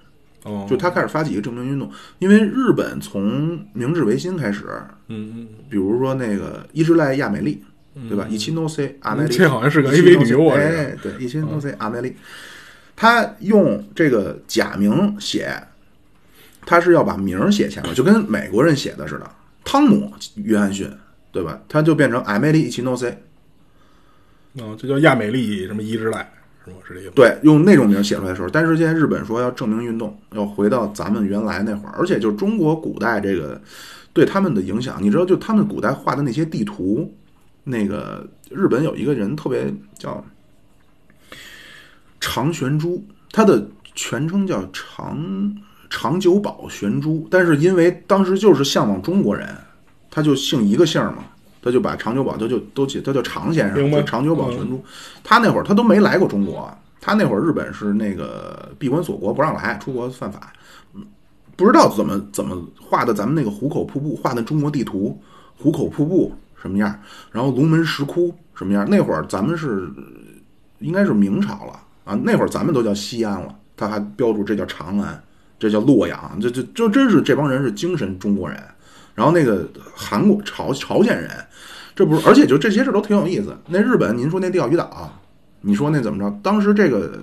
S3: 哦，
S2: 就他开始发起一个证明运动，因为日本从明治维新开始，
S3: 嗯嗯
S2: 比如说那个伊之濑亚美丽，对吧？一七 no c 阿美丽，
S3: 嗯这好像是个
S2: Ichinoise-
S3: AV 女优啊这个
S2: 哎，对，一七 no c 阿美丽，她用这个假名写，她是要把名儿写前面，就跟美国人写的似的，汤姆·约翰逊，对吧？他就变成 Emily 一七 no c，
S3: 嗯，哦，这叫亚美利什么伊之濑，是吗？是这意思。，
S2: 对，用那种名写出来的时候，但是现在日本说要证明运动，要回到咱们原来那会儿，而且就是中国古代这个对他们的影响，你知道，就他们古代画的那些地图，那个日本有一个人特别叫长玄珠，他的全称叫长长久保玄珠，但是因为当时就是向往中国人，他就姓一个姓儿嘛。他就把长久保，他就都起，他叫常先生，
S3: 明白
S2: 就长久保玄珠。他那会儿他都没来过中国，他那会儿日本是那个闭关锁国，不让来，出国犯法。嗯不知道怎么怎么画的咱们那个壶口瀑布，画的中国地图，壶口瀑布什么样，然后龙门石窟什么样。那会儿咱们是应该是明朝了啊，那会儿咱们都叫西安了，他还标注这叫长安，这叫洛阳，这这这真是这帮人是精神中国人。然后那个韩国朝朝鲜人，这不是，而且就这些事儿都挺有意思。那日本，您说那钓鱼岛，啊你说那怎么着？当时这个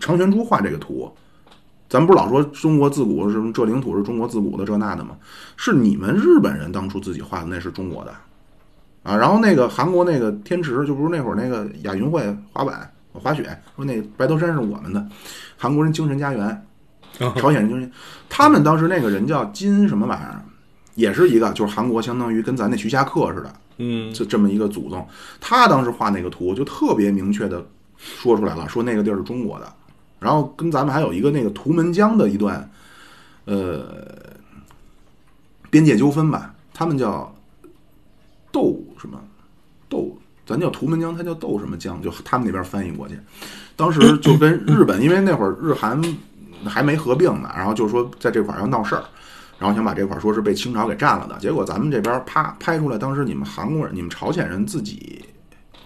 S2: 长玄珠画这个图，咱不是老说中国自古什么这领土是中国自古的这那的吗？是你们日本人当初自己画的，那是中国的啊。然后那个韩国那个天池，就不是那会儿那个亚运会滑板滑雪，说那白头山是我们的，韩国人精神家园，朝鲜人精神，他们当时那个人叫金什么玩意儿，也是一个就是韩国相当于跟咱那徐霞客似的，
S3: 嗯，
S2: 就这么一个祖宗，他当时画那个图就特别明确的说出来了，说那个地儿是中国的。然后跟咱们还有一个那个图门江的一段，呃，边界纠纷吧，他们叫斗什么斗，咱叫图门江，他叫斗什么江，就他们那边翻译过去。当时就跟日本，因为那会儿日韩还没合并呢，然后就说在这块儿要闹事儿，然后想把这块儿说是被清朝给占了的，结果咱们这边啪拍出来，当时你们韩国人、你们朝鲜人自己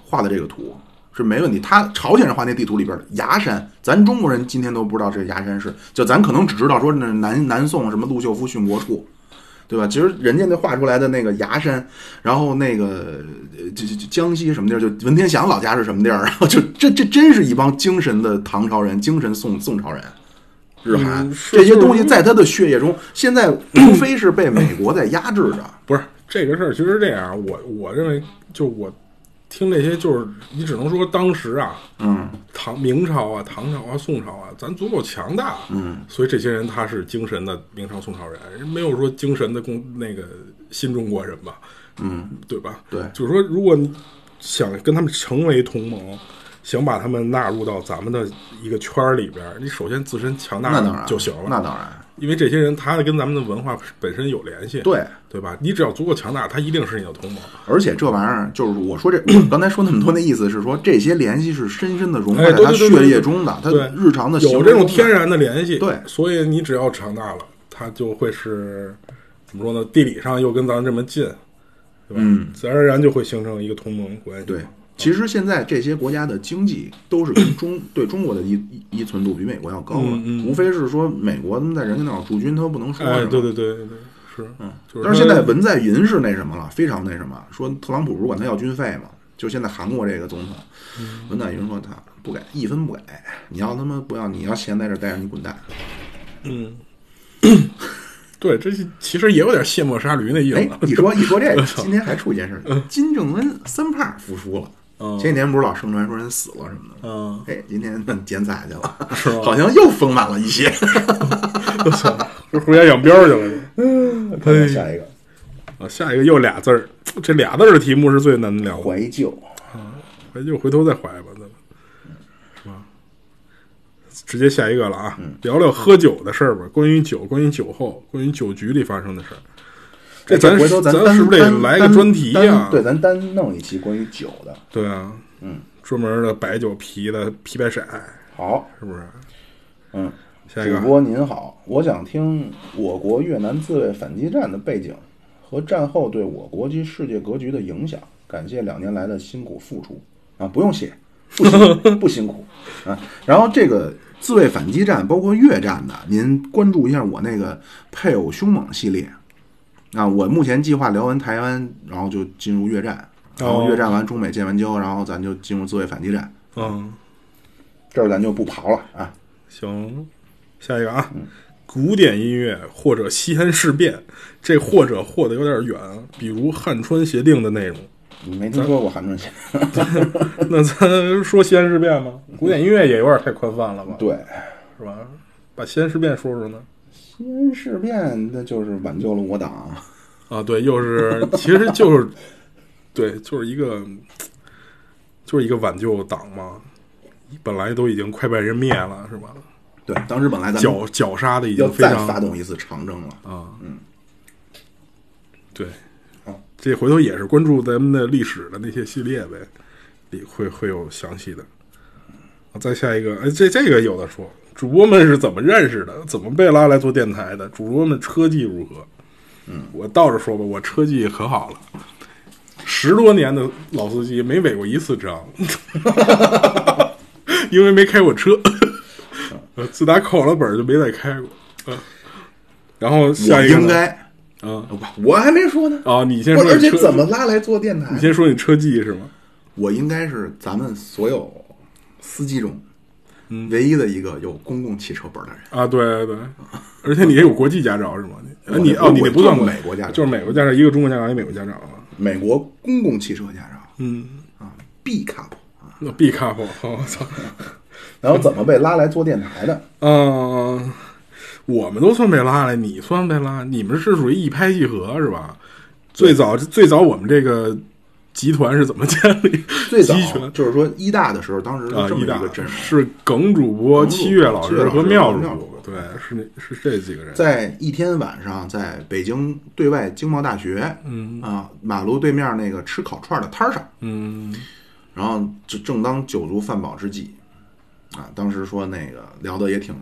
S2: 画的这个图是没问题。他朝鲜人画那地图里边的崖山，咱中国人今天都不知道这崖山是，就咱可能只知道说那南南宋什么陆秀夫殉国处，对吧？其实人家那画出来的那个崖山，然后那个呃就就就江西什么地儿，就文天祥老家是什么地儿，然后就这这真是一帮精神的唐朝人，精神宋宋朝人。日韩、
S3: 嗯是
S2: 这些东西
S3: 就是
S2: 在他的血液中，现在无非是被美国在压制着。
S3: 不是这个事儿，其实是这样，我我认为就我听这些，就是你只能说当时啊，
S2: 嗯，
S3: 唐明朝啊、唐朝啊、宋朝啊，咱足够强大，
S2: 嗯，
S3: 所以这些人他是精神的明朝、宋朝人，人没有说精神的共那个新中国人吧，
S2: 嗯，
S3: 对吧？
S2: 对
S3: 就是说，如果你想跟他们成为同盟。想把他们纳入到咱们的一个圈儿里边儿，你首先自身强
S2: 那
S3: 大
S2: 当然
S3: 就行了。
S2: 那当然，
S3: 因为这些人他跟咱们的文化本身有联系，
S2: 对。
S3: 对吧？你只要足够强大，他一定是你的同盟。
S2: 而且这玩意儿就是我说这， *clears throat* 我刚才说那么多的意思是说，这些联系是深深的融化
S3: 哎
S2: 在
S3: 对
S2: 他
S3: 对对
S2: 血
S3: 对
S2: 液中的，他
S3: 对
S2: 日常的行
S3: 有
S2: 为
S3: 这种
S2: 中的
S3: 天然的联系，
S2: 对
S3: 所以你只要强大了，他就会是怎么说呢？地理上又跟咱这么近，对吧？
S2: 嗯
S3: 自然而然就会形成一个同盟关系。
S2: 对。其实现在这些国家的经济都是跟中 *clears throat* 对中国的依依依存度比美国要高了，
S3: 嗯嗯
S2: 无非是说美国在人家那儿有驻军，他不能说什
S3: 哎，
S2: 么。
S3: 对对对对对，是，嗯，就是
S2: 但是现
S3: 他
S2: 在文在寅是那什么了，非常那什么，说特朗普不是管他要军费嘛，就现在韩国这个总统，
S3: 嗯
S2: 文在寅说他不给一分不给，你要他妈不要，你要闲在这儿待着，你滚蛋。
S3: 嗯。 *coughs* 对，这是其实也有点嗯卸磨杀驴那意思
S2: 哎
S3: 了，。
S2: 一说一说
S3: *laughs*
S2: 这个，今天还出一件事儿，金正恩三胖复出了。
S3: 嗯
S2: 前几天不是老盛传说人死了什么的吗？
S3: 嗯，
S2: 哎，今天剪彩去了，
S3: 是吗
S2: *laughs* 好像又丰满了一些。
S3: 是回家养膘去了。
S2: 下一个
S3: 啊，下一个又俩字儿，这俩字儿的题目是最难聊的，
S2: 怀旧，
S3: 那哎就回头再怀吧，咱们是吧？直接下一个了啊，
S2: 嗯
S3: 聊聊喝酒的事儿吧，关于酒，关于酒后，关于酒局里发生的事儿。这咱
S2: 回头
S3: 咱
S2: 单
S3: 是不是得
S2: 单
S3: 来个
S2: 单
S3: 专题啊呀
S2: 单？对，咱单弄一期关于酒的。
S3: 对啊，
S2: 嗯，
S3: 专门的白酒啤的啤白色，
S2: 好，
S3: 是不是？
S2: 嗯，
S3: 下一
S2: 主
S3: 个
S2: 播您好，我想听我国越南自卫反击战的背景和战后对我国及世界格局的影响。感谢两年来的辛苦付出啊，不用谢， *laughs* 不辛苦不辛苦啊。然后这个自卫反击战，包括越战的，您关注一下我那个配偶凶猛系列。啊，我目前计划聊完台湾，然后就进入越战，然后越战完中美建完交，然后咱就进入自卫反击战，
S3: 嗯，
S2: 这儿咱就不刨了啊。
S3: 行，下一个啊，
S2: 嗯
S3: 古典音乐或者西安事变，这或者或的有点远啊，比如汉川协定的内容。
S2: 你没听说过韩正贤？
S3: 那咱说西安事变吗？古典音乐也有点太宽泛了吧？，
S2: 对，
S3: 是吧？把西安事变说说呢？
S2: 西安事变，那就是挽救了我党。 *laughs*
S3: 啊，对，又是，其实就是，对，就是一个，就是一个挽救党嘛。本来都已经快被人灭了，是吧？
S2: 对，当时本来咱们
S3: 绞绞杀的已
S2: 要
S3: 经非
S2: 再
S3: 常
S2: 发动一次长征了。
S3: 啊，嗯，对
S2: 好，
S3: 这回头也是关注咱们的历史的那些系列呗，里会会有详细的。啊再下一个，哎，这这个有的说，主播们是怎么认识的？怎么被拉来做电台的？主播们车技如何？嗯，我倒着说吧，我车技可好了，十多年的老司机 *laughs* 没违过一次章，因为没开过车。呃
S2: 嗯
S3: 自打考了本儿就没再开过。呃然后
S2: 我
S3: 下一个呢
S2: 应该
S3: 嗯
S2: 我我还没说呢。
S3: 啊，你先
S2: 我
S3: 说你车，
S2: 而且怎么拉来做电
S3: 你
S2: 台？
S3: 先说你车技是吗？
S2: 我应该是咱们所有司机中
S3: 嗯
S2: 唯一的一个有公共汽车本的人。
S3: 啊，对对，而且你也有国际驾照是吗？你啊
S2: 我
S3: 你哦，你那不算
S2: 我就是美国驾照
S3: 就是美国驾照，一个中国驾照，一个美国驾照啊。
S2: 美国公共汽车驾照啊
S3: 嗯，
S2: B cup，
S3: 那 B cup，我操，
S2: 啊然后怎么被拉来做电台的？
S3: 嗯，我们都算被拉来，你算被拉，你们是属于一拍即合是吧？最早最早我们这个集团是怎么建立？
S2: 最早
S3: 集权
S2: 就是说一大的时候，当时是
S3: 啊，
S2: 这么
S3: 一
S2: 一
S3: 大
S2: 个阵容，哦
S3: 是耿主播、
S2: 耿主播
S3: 七月老
S2: 七月
S3: 师
S2: 老师
S3: 和妙
S2: 和
S3: 主
S2: 妙主
S3: 播，对，是那是这几个人。
S2: 在一天晚上，在北京对外经贸大学，
S3: 嗯
S2: 啊，马路对面那个吃烤串的摊儿上，
S3: 嗯
S2: 然后这正当酒足饭饱之际，啊，当时说那个聊的也挺，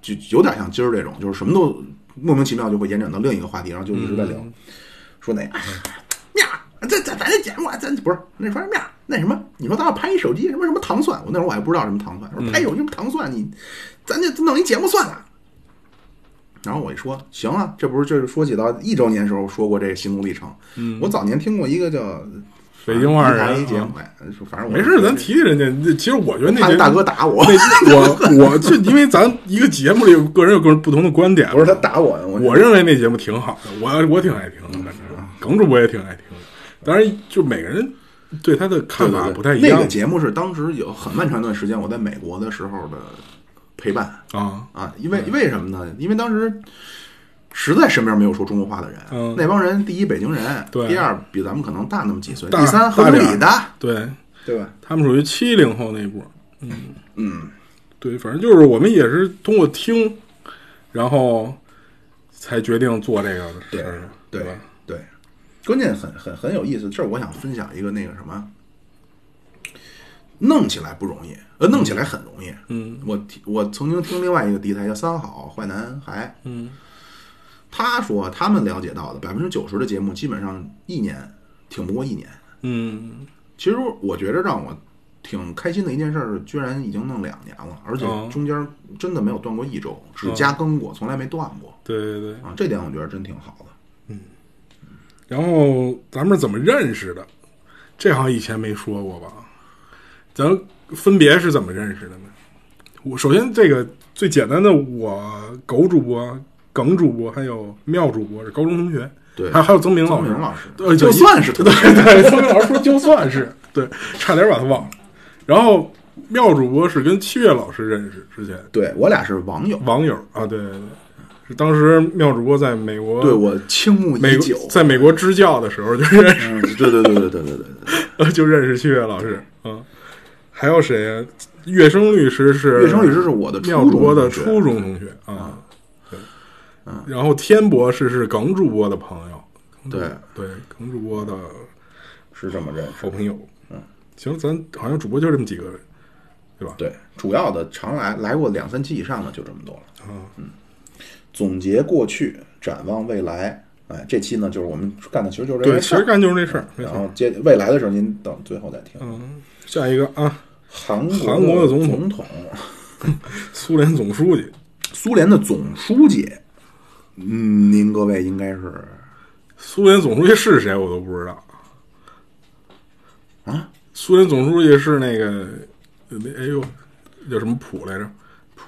S2: 就有点像今儿这种，就是什么都莫名其妙就会延展到另一个话题，然后就一直在聊，说那哎面儿，这这咱这节目啊，咱不是那说面儿那什么，你说咱要拍一手机什么什么糖蒜，我那会儿我还不知道什么糖蒜，我说拍手机什么糖蒜，你咱就弄一节目算了。然后我一说，行啊，这不是就是说起到一周年时候说过这个心路历程。
S3: 嗯，
S2: 我早年听过一个叫
S3: 北京话
S2: 一台
S3: 人
S2: 一节
S3: 啊
S2: 目，哎，反正我
S3: 没事，咱提提人家。这其实我觉得那
S2: 怕
S3: 节
S2: 大哥打我，
S3: 那我我就因为咱一个节目里，个人有个人不同的观点。
S2: *laughs* 不是他，打我，我
S3: 我认为那节目挺好的，我我挺爱听的，反正耿主播也挺爱听的。当然，就每个人对他的
S2: 对
S3: 看
S2: 对
S3: 法
S2: 对
S3: 不太一样
S2: 那个节目是当时有很漫长一段时间我在美国的时候的陪伴
S3: 啊。
S2: 啊，因为为什么呢？因为当时实在身边没有说中国话的人，
S3: 嗯
S2: 那帮人第一北京人，
S3: 对
S2: 第二比咱们可能大那么几岁，
S3: 大
S2: 第三
S3: 大
S2: 河北
S3: 点儿
S2: 里的，
S3: 对
S2: 对吧？
S3: 他们属于七零后那一波，
S2: 嗯，
S3: 对，反正就是我们也是通过听，然后才决定做这个事儿，
S2: 对
S3: 吧？
S2: 对，关键很很很有意思，这儿我想分享一个那个什么。弄起来不容易，呃，弄起来很容易。
S3: 嗯
S2: 我听我曾经听另外一个敌台叫三好坏男孩，
S3: 嗯
S2: 他说他们了解到的百分之九十的节目，基本上一年挺不过一年。
S3: 嗯
S2: 其实我觉着让我挺开心的一件事儿，居然已经弄两年了，而且
S3: 嗯
S2: 中间真的没有断过一周，
S3: 哦
S2: 只加更过，从来没断过
S3: 对对对。
S2: 啊！这点我觉得真挺好的。
S3: 然后咱们是怎么认识的？这好像以前没说过吧？咱分别是怎么认识的呢？我首先这个最简单的，我狗主播、耿主播还有妙主播是高中同学，
S2: 对
S3: 还还有曾明
S2: 张
S3: 老
S2: 明
S3: 师，
S2: 老师，
S3: 对
S2: 就
S3: 就
S2: 算是同学，
S3: *laughs* 对，曾明老师说就算是对，差点把他忘了。然后妙主播是跟七月老师认识之前
S2: 对我俩是网友，
S3: 网友啊，对对对，是当时妙主播在美国
S2: 对我倾慕
S3: 美
S2: 已久
S3: 国。在美国支教的时候就认识。
S2: 嗯，对对对对对对对
S3: *laughs*
S2: 对，
S3: 呃就认识七月老师，嗯，还有谁呀、乐声律师是
S2: 岳成宇这是我的
S3: 妙
S2: 初
S3: 主播
S2: 中
S3: 的
S2: 同学嗯
S3: 初中同学啊，对，然后天博士是耿主播的朋友，嗯
S2: 对，
S3: 对，耿主播的
S2: 是这么认识。
S3: 好朋友，嗯，行，咱好像主播就这么几个人，对吧？
S2: 对，主要的常来来过两三期以上的就这么多了。嗯
S3: 啊，
S2: 总结过去，展望未来。哎，这期呢，就是我们干的其实就是这
S3: 对，
S2: 个
S3: 其
S2: 事
S3: 实
S2: 儿。
S3: 干就是这事儿，没
S2: 然
S3: 错
S2: 后。接未来的事儿，您等最后再听。
S3: 嗯，下一个啊，
S2: 韩国
S3: 韩国的
S2: 的
S3: 总统
S2: 总
S3: 苏联总书记
S2: 苏联的总书记，嗯，您各位应该是
S3: 苏联总书记是谁我都不知道
S2: 啊。
S3: 苏联总书记是那个那哎呦叫什么普来着？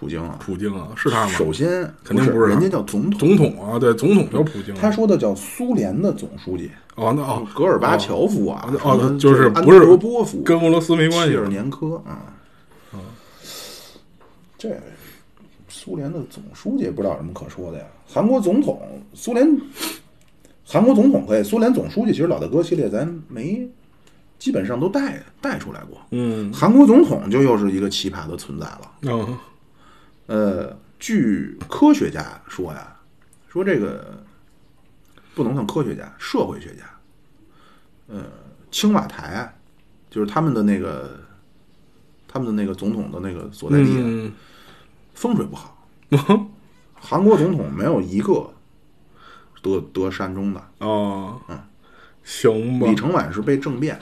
S2: 普京啊。
S3: 普京啊，是他吗？
S2: 首先，
S3: 肯定
S2: 不
S3: 不是
S2: 人
S3: 他
S2: 家叫总统。
S3: 总统啊，对，总统叫普京啊。
S2: 他说的叫苏联的总书记，
S3: 哦，那哦，
S2: 戈尔巴乔夫啊，
S3: 哦哦
S2: 什么
S3: 就是
S2: 安
S3: 不是
S2: 德波夫，
S3: 跟俄罗斯没关系嗯
S2: 切尔年科啊，这苏联的总书记不知道有什么可说的呀。韩国总统，苏联，韩国总统可以，苏联总书记其实老大哥系列咱没，基本上都带带出来过。
S3: 嗯，
S2: 韩国总统就又是一个奇葩的存在了。
S3: 哦，
S2: 呃，据科学家说呀，说这个不能算科学家，社会学家，呃，青瓦台啊，就是他们的那个他们的那个总统的那个所在地啊、
S3: 嗯，
S2: 风水不好，韩国总统没有一个得得善终的，
S3: 哦，行吧。
S2: 嗯李承晚是被政变，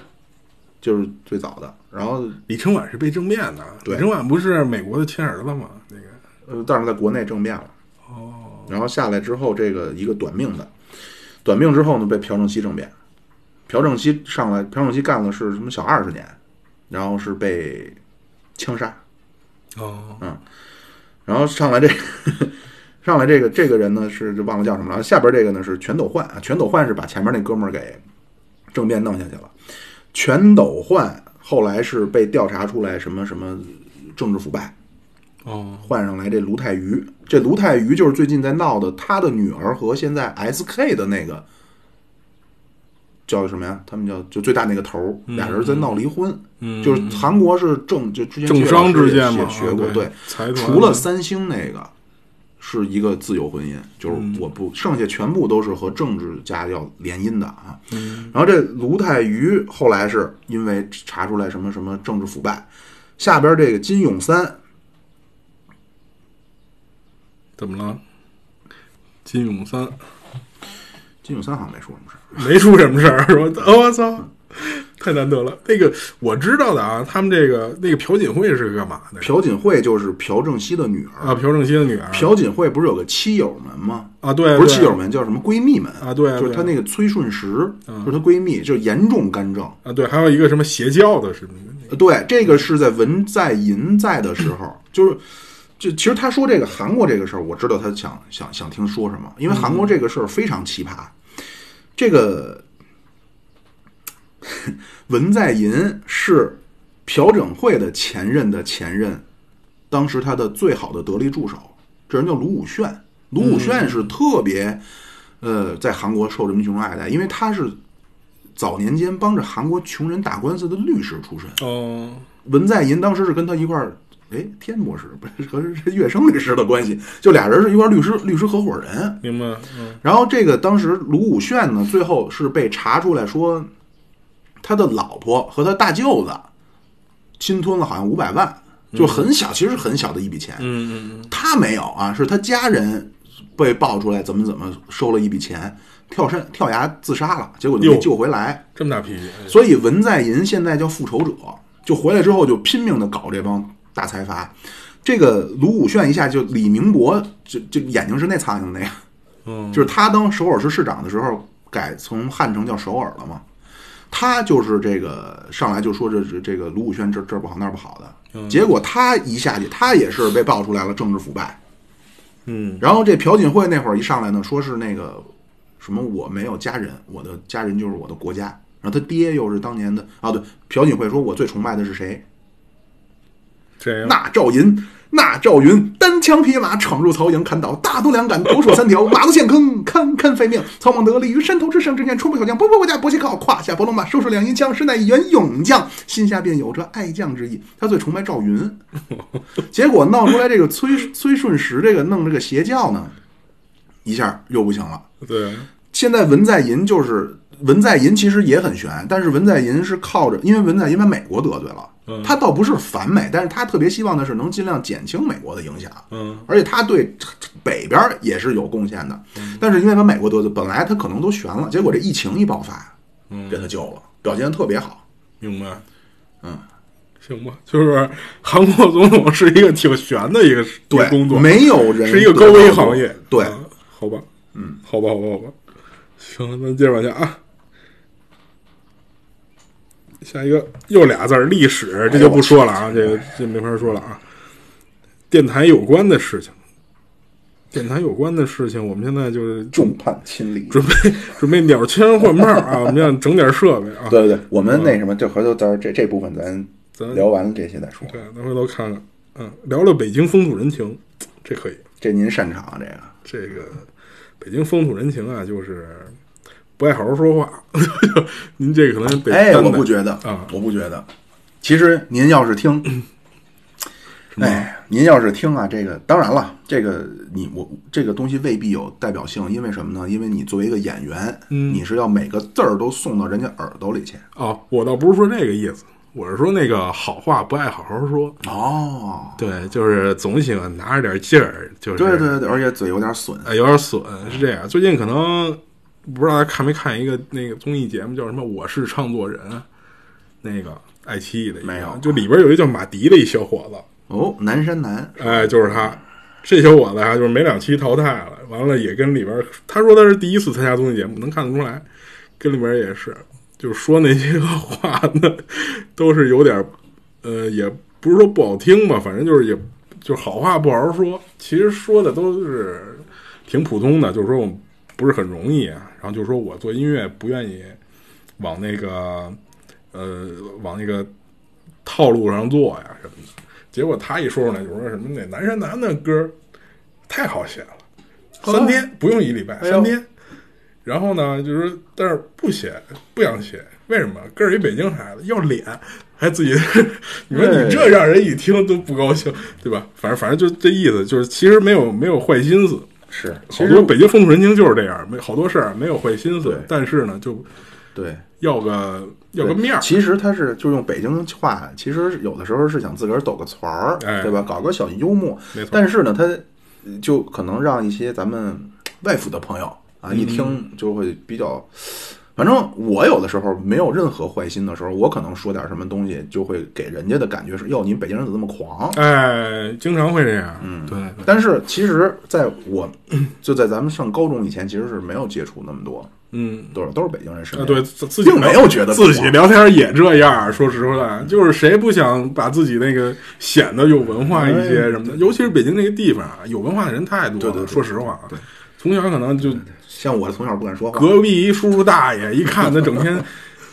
S2: 就是最早的，然后
S3: 李承晚是被政变的，
S2: 对
S3: 李承晚不是美国的亲儿子吗？那个
S2: 呃，但是在国内政变了，哦，然后下来之后，这个一个短命的，短命之后呢，被朴正熙政变，朴正熙上来，朴正熙干了是什么小二十年，然后是被枪杀，
S3: 哦，
S2: 然后上来这上来这个这个人呢是就忘了叫什么了，下边这个呢是全斗焕啊，全斗焕是把前面那哥们儿给政变弄下去了，全斗焕后来是被调查出来什么什么政治腐败，
S3: 哦，
S2: 换上来这卢泰愚，这卢泰愚就是最近在闹的，他的女儿和现在 SK 的那个叫什么呀？他们叫就最大那个头儿，俩人在闹离婚，
S3: 嗯，
S2: 就是韩国是政就之前
S3: 政
S2: 谢老
S3: 商
S2: 师
S3: 之
S2: 也
S3: 间嘛，
S2: 也学过
S3: 啊
S2: 对，
S3: 财团
S2: 除了三星那个是一个自由婚姻，就是
S3: 嗯
S2: 我不剩下全部都是和政治家要联姻的啊。
S3: 嗯
S2: 然后这卢泰愚后来是因为查出来什么什么政治腐败，下边这个金泳三
S3: 怎么了？金永三
S2: 金泳三好像没说什么事儿，
S3: 没出什么事儿，是吧？哦我操，太难得了。那个我知道的啊，他们这个那个朴槿惠是干嘛的？
S2: 朴槿惠就是朴正熙的女儿。
S3: 啊，朴正熙的女儿
S2: 朴槿惠不是有个妻友们吗？
S3: 啊，对，
S2: 不是
S3: 对
S2: 妻友们，叫什么闺蜜们
S3: 啊对啊
S2: 就是
S3: 对啊嗯
S2: 她那个崔顺实，就是她闺蜜，就是严重干政。
S3: 啊，对，还有一个什么邪教的什么的
S2: 对，这个是在文在寅在的时候，就是就其实他说这个韩国这个事儿，我知道他想想想听说什么，因为韩国这个事儿非常奇葩。这个文在寅是朴槿惠的前任的前任，当时他的最好的得力助手，这人叫卢武铉。卢武铉是特别呃，在韩国受人民群众爱戴，因为他是早年间帮着韩国穷人打官司的律师出身。
S3: 哦，
S2: 文在寅当时是跟他一块儿，哎，天博士不是和是月生律师的关系，就俩人是一块儿律师律师合伙人。
S3: 明白，嗯，
S2: 然后这个当时卢武铉呢，最后是被查出来说，他的老婆和他大舅子侵吞了好像五百万，就很小，其实很小的一笔钱。
S3: 嗯嗯
S2: 他没有啊，是他家人被爆出来怎么怎么收了一笔钱，跳山跳崖自杀了，结果就没
S3: 哟
S2: 救回来。
S3: 这么大脾气，哎
S2: 所以文在寅现在叫复仇者，就回来之后就拼命的搞这帮大财阀。这个卢武铉一下就李明博，就就眼睛是那苍蝇那样，
S3: 嗯，
S2: 就是他当首尔市市长的时候，改从汉城叫首尔了嘛。他就是这个上来就说这这这个卢武铉这这不好那儿不好
S3: 嗯
S2: 的，结果他一下去，他也是被爆出来了政治腐败。
S3: 嗯，
S2: 然后这朴槿惠那会儿一上来呢，说是那个什么我没有家人，我的家人就是我的国家。然后他爹又是当年的啊，对，朴槿惠说我最崇拜的是谁？
S3: 这样
S2: 那赵云，那赵云单枪匹马闯入曹营，砍倒大都两杆，夺槊三条，马头陷坑，堪堪废命。曹猛得力于山头之上，正见出不小将，不破我家薄旗靠，胯下伯龙马，收拾两银枪，身乃一员勇将，心下便有着爱将之意。他最崇拜赵云，结果闹出来这个崔崔顺实这个弄这个邪教呢，一下又不行了。
S3: 对，
S2: 现在文在寅就是文在寅，其实也很悬，但是文在寅是靠着，因为文在寅把美国得罪了，
S3: 嗯
S2: 他倒不是反美，但是他特别希望的是能尽量减轻美国的影响，
S3: 嗯，
S2: 而且他对北边也是有贡献的，
S3: 嗯
S2: 但是因为把美国得罪，本来他可能都悬了，结果这疫情一爆发，
S3: 嗯
S2: 给他救了，表现得特别好。
S3: 明白，
S2: 嗯，
S3: 行吧，就是韩国总统是一个挺悬的一个一
S2: 对
S3: 个工，作，
S2: 没有人
S3: 是一个高危行业
S2: 得到过，嗯对，
S3: 嗯好吧，嗯，好吧，好吧，好吧，行，那接着往下啊。下一个又俩字儿历
S2: 哎
S3: 史，这就不说了啊，这个这没法说了啊。电台有关的事情，电台有关的事情，我们现在就是 *laughs*
S2: 众叛亲离。
S3: 准备 *laughs* 准备鸟枪换炮
S2: *laughs*
S3: 啊，我们要整点设备啊。
S2: 对对对，我们那什么，就回头到时候这这部分咱
S3: 咱
S2: 聊完了这些再说，
S3: 对，咱回头看看，嗯，聊聊北京风土人情，这可以。
S2: 这您擅长啊，这个。
S3: 这个北京风土人情啊，就是不爱好好说话。 *laughs* 您这个可能北
S2: 哎，
S3: 单
S2: 我
S3: 的
S2: 不觉得
S3: 啊
S2: 我不觉得。其实您要是听，哎，您要是听啊，这个当然了，这个你我这个东西未必有代表性，因为什么呢？因为你作为一个演员，你是要每个字儿都送到人家耳朵里去。
S3: 哦，我倒不是说这个意思，我是说那个好话不爱好好说。
S2: 哦，
S3: 对，就是总喜欢拿着点劲儿，就是
S2: 对对对，而且嘴有点损。
S3: 哎，有点损，是这样。最近可能不知道大家看没看一个那个综艺节目，叫什么《我是唱作人》，那个爱奇艺的一个
S2: 没有
S3: 就里边有一个叫马迪的一小伙子，
S2: 哦，南山南，
S3: 哎，就是他，这小伙子啊，就是没两期淘汰了，完了也跟里边儿，他说他是第一次参加综艺节目，能看得出来，跟里边儿也是，就是说那些个话呢，都是有点儿，呃，也不是说不好听吧，反正就是也就是好话不好好说，其实说的都是挺普通的，就是说我们不是很容易啊，然后就说我做音乐不愿意往那个呃往那个套路上做呀什么的。结果他一说出来就说什么那南山南的歌儿太好写了，三天不用一礼拜，三天。然后呢，就是但是不写不想写，为什么？哥儿一北京孩子要脸，还自己，你说你这让人一听都不高兴，对吧？反正反正就这意思，就是其实没有没有坏心思，
S2: 是
S3: 好多北京风土人情就是这样，没好多事儿没有坏心思
S2: 对，
S3: 但是呢，就
S2: 对。
S3: 要个要个
S2: 对
S3: 面儿，
S2: 其实他是就用北京话，其实有的时候是想自个儿抖个词儿，
S3: 哎
S2: 对吧？搞个小幽默
S3: 没错。
S2: 但是呢，他呃就可能让一些咱们外府的朋友啊，
S3: 嗯
S2: 一听就会比较。反正我有的时候没有任何坏心的时候，我可能说点什么东西，就会给人家的感觉是：哟，你们北京人怎么这么狂？
S3: 哎，经常会这样，嗯，对，对
S2: 但是其实，在我就在咱们上高中以前，其实是没有接触那么多，
S3: 嗯。
S2: 都是都是北京人身
S3: 啊，
S2: 边。
S3: 对，自自己
S2: 并没有觉得
S3: 自己聊天也这样。说实话，就是谁不想把自己那个显得有文化一些什么的？尤其是北京那个地方啊，有文化的人太多了。
S2: 哎对对对
S3: 说实话啊，从小可能就
S2: 像我从小不敢说话，
S3: 隔壁一叔叔大爷，一看他整天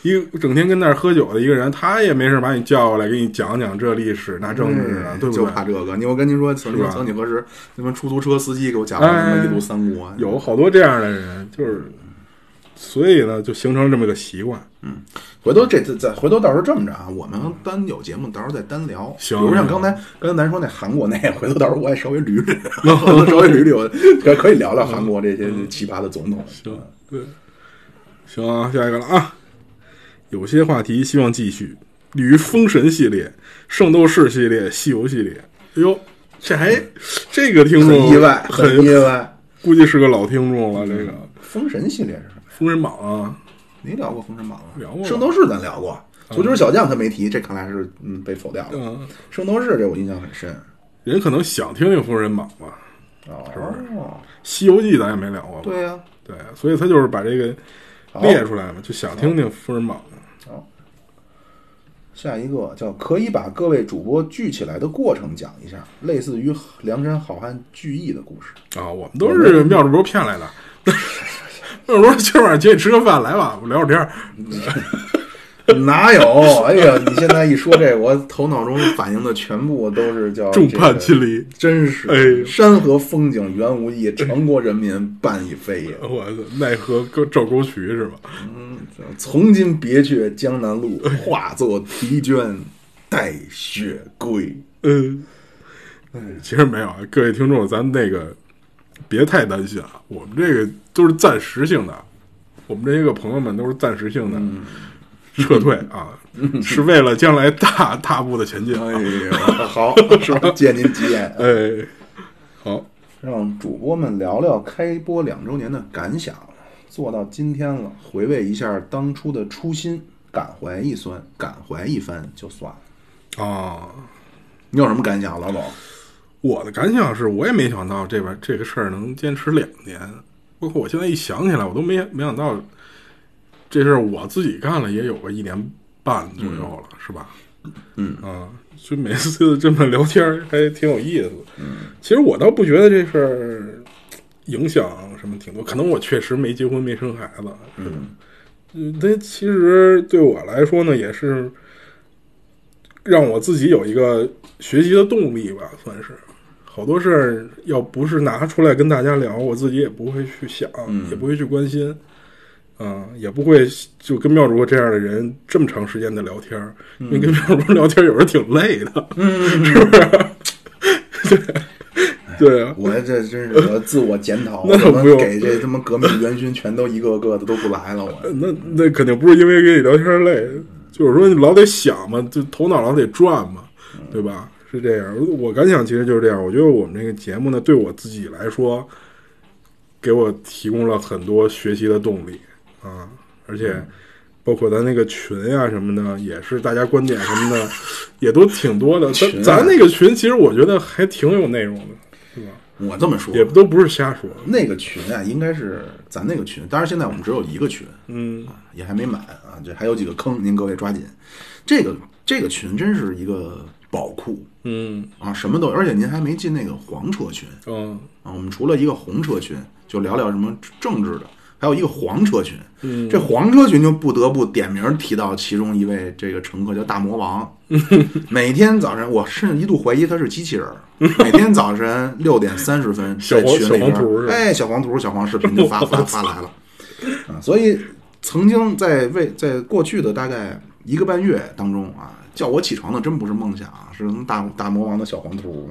S3: 一整天跟那儿喝酒的一个人，他也没事把你叫过来给你讲讲这历史那政治啊，
S2: 哎
S3: 对不
S2: 就
S3: 对？
S2: 怕这个。你我跟您说，曾
S3: 是吧哎
S2: 经曾几何时，他妈出租车司机给我讲了他妈一路三国，
S3: 有好多这样的人，就是所以呢，就形成这么个习惯。
S2: 回头这次再回头到时候这么着啊，我们单有节目，到时候再单聊。
S3: 行
S2: 比如像刚才刚才咱说那韩国那，回头到时候我也稍微捋
S3: *laughs*
S2: 捋，稍微捋捋，我可可以聊聊韩国这些奇葩的总统。
S3: 嗯
S2: 嗯
S3: 行，对，行啊，下一个了啊。有些话题希望继续，捋封神系列、圣斗士系列、西游系列。哎呦，这还这个听
S2: 嗯很
S3: 众
S2: 意外，
S3: 嗯
S2: 嗯
S3: 很
S2: 很意，外。
S3: 估计是个老听众了。这个《
S2: 封神系列是什么？
S3: 封神榜》啊，
S2: 没聊过封神榜吗？
S3: 聊过
S2: 圣斗士咱聊过，足球小将他没提，这看来是嗯被否掉了。
S3: 嗯，
S2: 圣斗士这我印象很深。
S3: 人可能想听听《封神榜》吧，
S2: 哦，
S3: 《西游记》咱也没聊过吧？
S2: 对呀，
S3: 对，啊所以他就是把这个
S2: 好
S3: 列出来嘛，就想听听《封神榜》。
S2: 下一个叫可以把各位主播聚起来的过程讲一下，类似于梁山好汉聚义的故事。
S3: *laughs* 啊，我们都是妙主播骗来的。 *laughs* 妙主播今儿晚上请你吃个饭，来吧，我聊会儿天儿。
S2: 哪有？哎呀，你现在一说这个，我头脑中反映的全部都是叫
S3: 众叛亲，离，
S2: 真
S3: 哎呦
S2: 是山河风景原无意，全国人民半已非也。
S3: 我操奈何沟赵沟渠是吧？
S2: 从今别却江南路，化作啼鹃待雪归。
S3: 嗯，其实没有，啊，各位听众，咱那个别太担心啊，我们这个都是暂时性的，我们这些个朋友们都是暂时性的撤退 *laughs* 啊，是为了将来大大步的前进
S2: 哎
S3: 啊。
S2: 呦， *laughs* 好，是吧？借您吉言。
S3: 哎，好，
S2: 让主播们聊聊开播两周年的感想。做到今天了，回味一下当初的初心，感怀一酸，感怀一番就算了。
S3: 啊，
S2: 你有什么感想，老狗？
S3: 我的感想是，我也没想到这边这个事儿能坚持两年，包括我现在一想起来，我都没没想到这事儿我自己干了也有个一年半左右了，是吧？嗯啊，就每次这么聊天儿还挺有意思。嗯，其实我倒不觉得这事儿影响什么挺多，可能我确实没结婚没生孩子，是吧？嗯，但其实对我来说呢，也是让我自己有一个学习的动力吧，算是。好多事儿要不是拿出来跟大家聊，我自己也不会去想，也不会去关心，嗯，也不会就跟妙主播这样的人这么长时间的聊天儿，因为跟妙主播聊天儿有时候挺累的，是不是？ *laughs* 对对啊，
S2: 我这真是我自我检讨，
S3: *laughs* 那
S2: 我他妈
S3: 不用
S2: 给这他妈革命元勋全都一个个的都不来了，我
S3: 那那肯定不是因为跟你聊天累，就是说你老得想嘛，就头脑老得转嘛，对吧？是这样。我感想其实就是这样。我觉得我们这个节目呢，对我自己来说，给我提供了很多学习的动力啊，而且包括咱那个群啊什么的，也是大家观点什么的，也都挺多的。咱
S2: 群啊
S3: 咱那个群，其实我觉得还挺有内容的，是吧？
S2: 我这么说，
S3: 也都不是瞎说。
S2: 那个群啊，应该是咱那个群，当然现在我们只有一个群，
S3: 嗯，
S2: 也还没满啊，这还有几个坑，您各位抓紧。这个这个群真是一个宝库
S3: 嗯
S2: 啊，什么都有，而且您还没进那个黄车群
S3: 嗯
S2: 啊。我们除了一个红车群，就聊聊什么政治的，还有一个黄车群。
S3: 嗯，
S2: 这黄车群就不得不点名提到其中一位这个乘客叫大魔
S3: *laughs*
S2: 王，每天早晨我甚至一度怀疑他是机器
S3: *laughs*
S2: 人儿，每天早晨六点三十分
S3: 小
S2: 在
S3: 黄
S2: 群里边
S3: 小黄图是
S2: 儿，
S3: 吧
S2: 哎，小黄图、小黄视频就发发发来了啊，所以曾经在为在过去的大概一个半月当中啊，叫我起床的真不是梦想，啊是大大魔王的小黄图。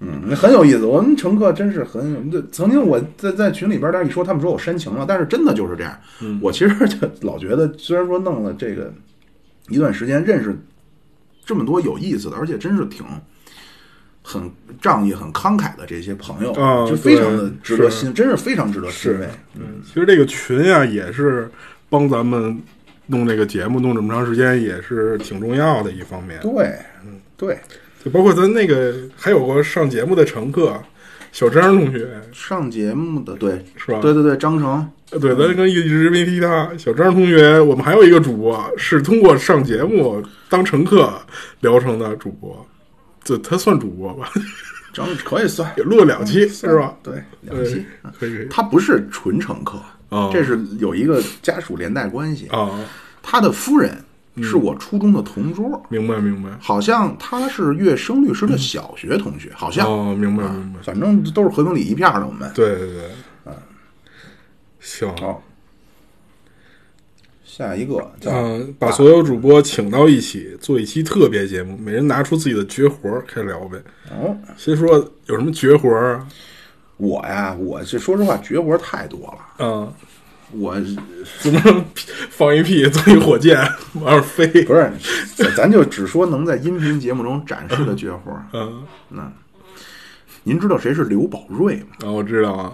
S2: 嗯，那很有意思。我们乘客真是很，这曾经我在在群里边，但是一说他们说我煽情了，但是真的就是这样。
S3: 嗯
S2: 我其实就老觉得，虽然说弄了这个一段时间，认识这么多有意思的，而且真是挺很仗义、很慷慨的这些朋友，
S3: 啊
S2: 就非常的
S3: 对
S2: 值得
S3: 是
S2: 欣，真是非常值得欣
S3: 是
S2: 慰。
S3: 其实这个群呀、也是帮咱们弄这个节目弄这么长时间，也是挺重要的一方面。
S2: 哎对，对，
S3: 就包括咱那个还有过上节目的乘客小张同学，
S2: 上节目的对，
S3: 是吧？
S2: 对对对，张成，
S3: 呃对，咱跟一直没提他小张同学，我们还有一个主播是通过上节目当乘客聊成的主播，这他算主播吧？
S2: 张可以算
S3: 也录了两期是吧？
S2: 对，嗯两
S3: 对，
S2: 期。啊
S3: 可以可以
S2: 他不是纯乘客，
S3: 哦
S2: 这是有一个家属连带关系。
S3: 啊，
S2: 他的夫人是我初中的同桌，
S3: 明白明白
S2: 好像他是乐声律师的小学同学，好像，
S3: 哦，明白明白，
S2: 反正都是和平里一片儿的。我们
S3: 对对对，啊，行。
S2: 好，下一个叫
S3: 嗯，把所有主播请到一起做一期特别节目，每人拿出自己的绝活儿开始聊呗。
S2: 哦，
S3: 先说有什么绝活儿啊？
S2: 我呀，我这说实话绝活太多了，
S3: 嗯，
S2: 我
S3: 怎么放一屁，做一火箭往上飞？
S2: 不是，咱咱就只说能在音频节目中展示的绝活。
S3: 嗯，
S2: 您知道谁是刘宝瑞吗？
S3: 啊，我知道啊。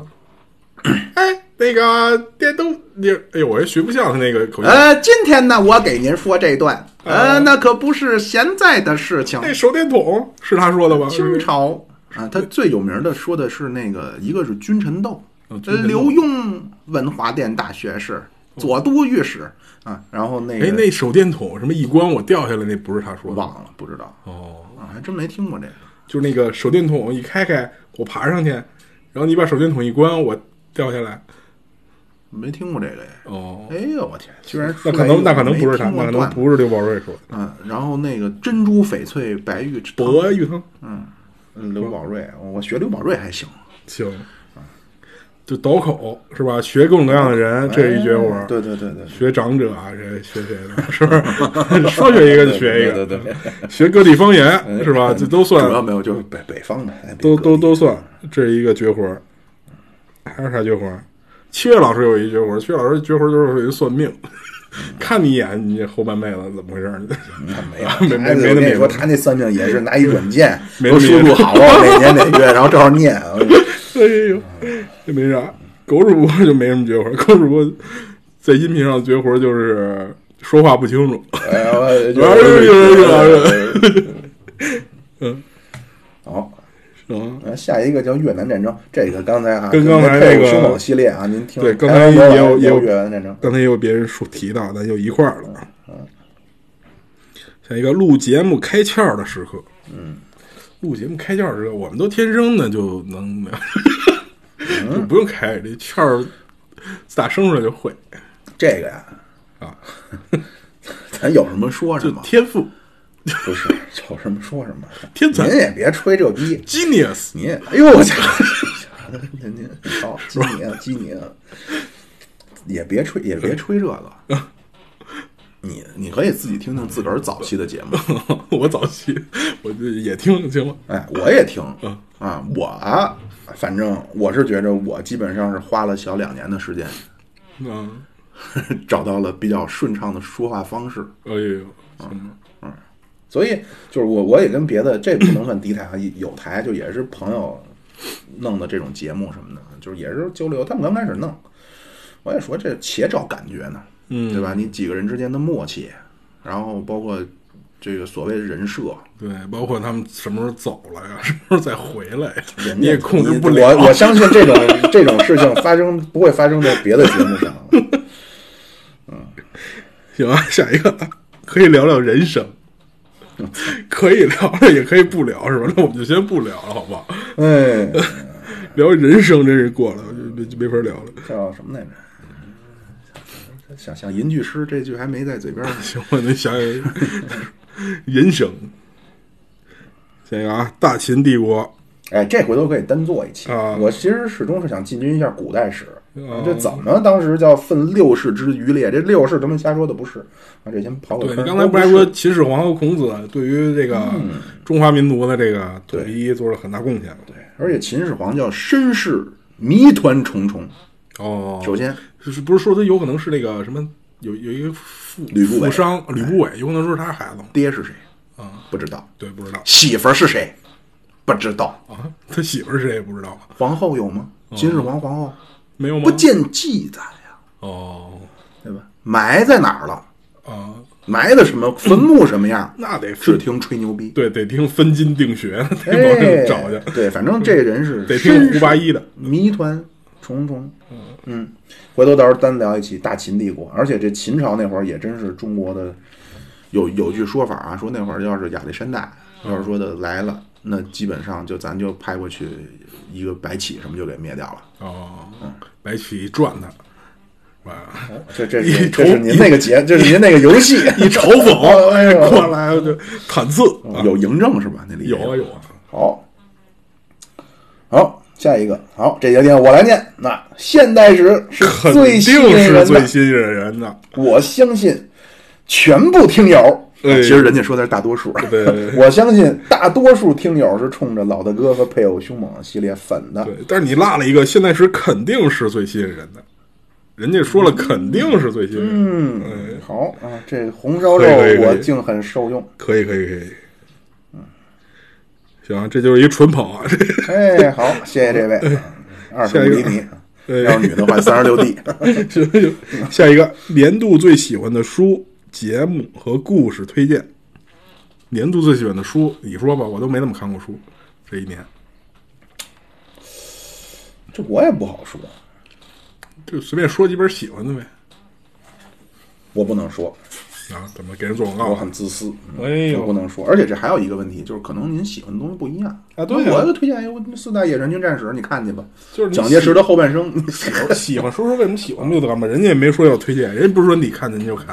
S3: *coughs* 哎，那个电动，你哎呦，我还学不像他那个口音。
S2: 呃，今天呢，我给您说这段，呃，那可不是现在的事情，
S3: 那手电筒是他说的吧？
S2: 清朝啊，他最有名的说的是那个，一个是君臣斗，
S3: 哦君
S2: 呃
S3: 臣斗哦
S2: 刘墉文华殿大学士，左都御史啊，然后那
S3: 哎，
S2: 个
S3: 那手电筒什么一关我掉下来，那不是他说的。
S2: 忘了，不知道
S3: 哦，
S2: 啊，还真没听过这个。
S3: 就是那个手电筒一开开，我爬上去，然后你把手电筒一关，我掉下来。
S2: 没听过这个哎，
S3: 哦，
S2: 哎呦我天，居然
S3: 那
S2: 说
S3: 可
S2: 来一
S3: 能
S2: 个
S3: 那可能不是他，
S2: 没听过
S3: 那可能
S2: 段子
S3: 不是刘宝瑞说的。
S2: 嗯，然后那个珍珠翡翠白玉汤
S3: 博玉汤
S2: 嗯刘宝瑞，我学刘宝瑞还行，
S3: 行，就倒口是吧？学各种各样的人，这是一绝活
S2: 哎
S3: 儿。
S2: 对对对对，
S3: 学长者啊，这学谁
S2: *laughs*
S3: 的？是不是？说学一个就学一
S2: 对
S3: 个，
S2: 对对哎
S3: 学各地方言 *laughs* 是吧？这都
S2: 主要
S3: 算，
S2: 没有就是北北方的，哎
S3: 都
S2: 别
S3: 都 *laughs*
S2: 隔离
S3: 都算，这是一个绝活儿。还有啥绝活儿？七月老师有一绝活儿，七月老师绝活儿就是属于算命， *laughs* 看你一眼，你这后半辈子怎么回事 *laughs* 儿？
S2: 没有，哎
S3: 没没没
S2: 我
S3: 那么
S2: 跟你
S3: 严
S2: 说，
S3: 重
S2: 他那算命也是拿一软件，
S3: *laughs* 没
S2: 都
S3: 那么
S2: 输
S3: 严
S2: 入好啊，哪年哪月，然后照着念。啊
S3: *laughs* 哎呦，这没啥。狗主播就没什么绝活儿，狗主播在音频上绝活儿就是说话不清楚。 *laughs*
S2: 哎呀，我就哎
S3: 哎呦哎呦哎呦 *laughs*
S2: 嗯好，
S3: 嗯，
S2: 然后下一个叫越南战争，这个刚才啊，
S3: 跟刚才
S2: 配
S3: 那
S2: 有
S3: 个
S2: 凶猛系列啊，您听
S3: 对刚
S2: 哎
S3: 才
S2: 有
S3: 也有也有
S2: 越南战争，
S3: 刚才也有别人说提到，咱就一块儿了。啊
S2: 嗯
S3: 像一个录节目开窍的时刻，嗯，录节目开窍的时刻，我们都天生的就能，
S2: 嗯
S3: *laughs* 就不用开这窍儿，自打生出来就会，
S2: 这哎个呀
S3: 啊，
S2: *laughs* 咱有什么说什
S3: 就
S2: 么，
S3: 天赋
S2: 不是有什么说什么，
S3: 天才
S2: 您也别吹这逼，
S3: genius。 *laughs*
S2: 你也哎呦我操！您您好，基你啊，基你啊，也别吹，也别吹这个。你你可以自己听听自个儿早期的节目，
S3: 我早期我就也听行吗？
S2: 哎，我也听
S3: 嗯
S2: 啊，我啊反正我是觉着我基本上是花了小两年的时间，
S3: 嗯，
S2: 找到了比较顺畅的说话方式，
S3: 哎呦，
S2: 嗯
S3: 行吧，
S2: 所以就是我我也跟别的这不能算敌台啊，有台就也是朋友弄的这种节目什么的，就是也是交流。他们刚开始弄，我也说这且找感觉呢，
S3: 嗯，
S2: 对吧？你几个人之间的默契，然后包括这个所谓的人设，
S3: 对，包括他们什么时候走了呀，什么时候再回来呀，
S2: 人
S3: 你
S2: 家
S3: 也控制
S2: 你
S3: 不了。
S2: 我我相信这种这种事情发生不会发生在别的节目上。
S3: 行啊， *laughs* 下一个可以聊聊人生， *laughs* 可以聊了也可以不聊，是吧？那我们就先不聊了，好不好？
S2: 哎，
S3: 聊人生真是过了，就就没法聊了。
S2: 叫什么来着？嗯想想吟句诗，这句还没在嘴边呢。
S3: 行，我得想想 *laughs* 人生。下一个啊，大秦帝国，
S2: 哎，这回头可以单做一期。
S3: 啊
S2: 我其实始终是想进军一下古代史，这怎么当时叫分六世之余列？这六世他们瞎说的不是啊，这先刨个
S3: 对
S2: 坑。
S3: 你刚才
S2: 不
S3: 不还说嗯秦始皇和孔子对于这个中华民族的这个统一做了很大贡献吗？对，
S2: 而且秦始皇叫身世谜团重重。
S3: 哦，
S2: 首先，
S3: 是不是说他有可能是那个什么有有一个富
S2: 吕不韦
S3: 富商吕不哎韦，有可能说是他孩子吗？
S2: 爹是谁？
S3: 啊，
S2: 不知道。
S3: 对，不知道
S2: 媳妇儿是谁？不知道。
S3: 啊， *laughs* 哦他媳妇儿是谁也不知道，啊
S2: 皇后有吗？秦始皇皇后
S3: 没有吗？
S2: 不见记载呀，
S3: 哦
S2: 对吧？埋在哪儿了？
S3: 啊，
S2: 埋的什么？坟墓什么样？
S3: 那得
S2: 只
S3: 分
S2: 听吹牛逼。
S3: 对得听分金定穴， *laughs* 得往
S2: 哎，
S3: 上找去，
S2: 对，反正这人是
S3: 得听胡八一的。
S2: 谜团重重。嗯，回头到时候单聊一期大秦帝国，而且这秦朝那会儿也真是中国的，有有句说法啊，说那会儿要是亚历山大要是说的呃来了，那基本上就咱就派过去一个白起什么就给灭掉了。
S3: 哦，白起转他，啊哇，
S2: 这这是
S3: 一
S2: 这
S3: 瞅
S2: 是您那个节，这是您那个游戏，
S3: 一嘲讽，
S2: 哎 *laughs*
S3: 哎，
S2: 呦
S3: *laughs* 过来我就坦刺，啊
S2: 有嬴政是吧？那里
S3: 有啊有啊，
S2: 好，好，下一个，好，这节点我来念。那现代史是
S3: 肯
S2: 最
S3: 定
S2: 吸引
S3: 是
S2: 人
S3: 最
S2: 的，
S3: 吸引人 *laughs* 的。
S2: 我相信全部听友。
S3: 哎
S2: 其实人家说的是大多数，
S3: 对对对
S2: 我相信大多数听友是冲着老大哥和配偶凶猛系列粉的。
S3: 对，但是你落了一个，现在是肯定是最吸引人的，人家说了肯定是最吸引人的，
S2: 嗯，好啊，这红烧肉
S3: 哎可以可以可
S2: 我
S3: 以
S2: 竟很受用。
S3: 可以可以可以，行，这就是一纯捧啊，这
S2: 哎，
S3: *laughs*
S2: 好，谢谢这位，二十
S3: 哎下一
S2: 五
S3: 个
S2: 厘米，
S3: 哎
S2: 要是女的话三十六 D。
S3: *laughs* 行行，下一个年度最喜欢的书、节目和故事推荐。年度最喜欢的书，你说吧，我都没怎么看过书，这一年
S2: 这我也不好说，
S3: 就随便说几本喜欢的呗。
S2: 我不能说，
S3: 啊，怎么给人做广告
S2: 我
S3: 啊
S2: 很？自私，嗯
S3: 哎呦
S2: 我不能说。而且这还有一个问题，就是可能您喜欢的东西不一样
S3: 啊对啊
S2: 我就推荐哎我四大野战军战士，你看去吧。
S3: 就是你
S2: 蒋介石的后半生，你喜欢
S3: 喜欢说说为什么喜欢就得了嘛，人家也没说要推荐，人家不是说你看咱就看，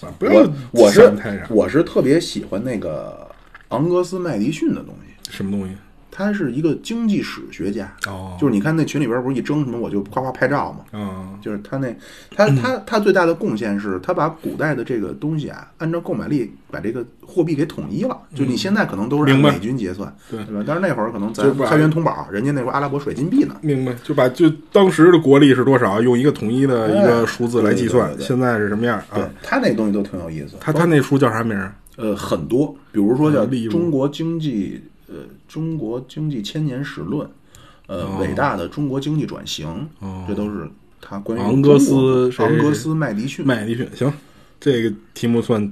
S3: 啊 *laughs* 不要
S2: 我我是
S3: 想太啥
S2: 我是特别喜欢那个昂格斯麦迪逊的东西。
S3: 什么东西。
S2: 他是一个经济史学家，
S3: 哦
S2: 就是你看那群里边不是一争什么，我就夸夸拍照嘛，
S3: 啊，
S2: 就是他那他
S3: 嗯
S2: 他他最大的贡献是，他把古代的这个东西啊，按照购买力把这个货币给统一了。就你现在可能都是按
S3: 嗯明白
S2: 美金结算，对
S3: 对
S2: 吧？但是那会儿可能
S3: 就
S2: 咱
S3: 把
S2: 开元通宝，人家那时候阿拉伯甩金币呢。
S3: 明白，就把就当时的国力是多少，啊用一个统一的一
S2: 哎
S3: 个数字来计算
S2: 对，对对对
S3: 现在是什么样
S2: 对
S3: 啊？
S2: 他那东西都挺有意思。
S3: 他他那书叫啥名儿？啊
S2: 呃很多，比如说叫
S3: 嗯例
S2: 《
S3: 如
S2: 中国经济呃中国经济千年史论》，呃、伟大的中国经济转型，
S3: 哦
S2: 这都是他关于
S3: 昂格斯
S2: 中国
S3: 谁
S2: 昂格斯麦迪
S3: *laughs*
S2: 逊
S3: 麦迪逊，行，这个题目算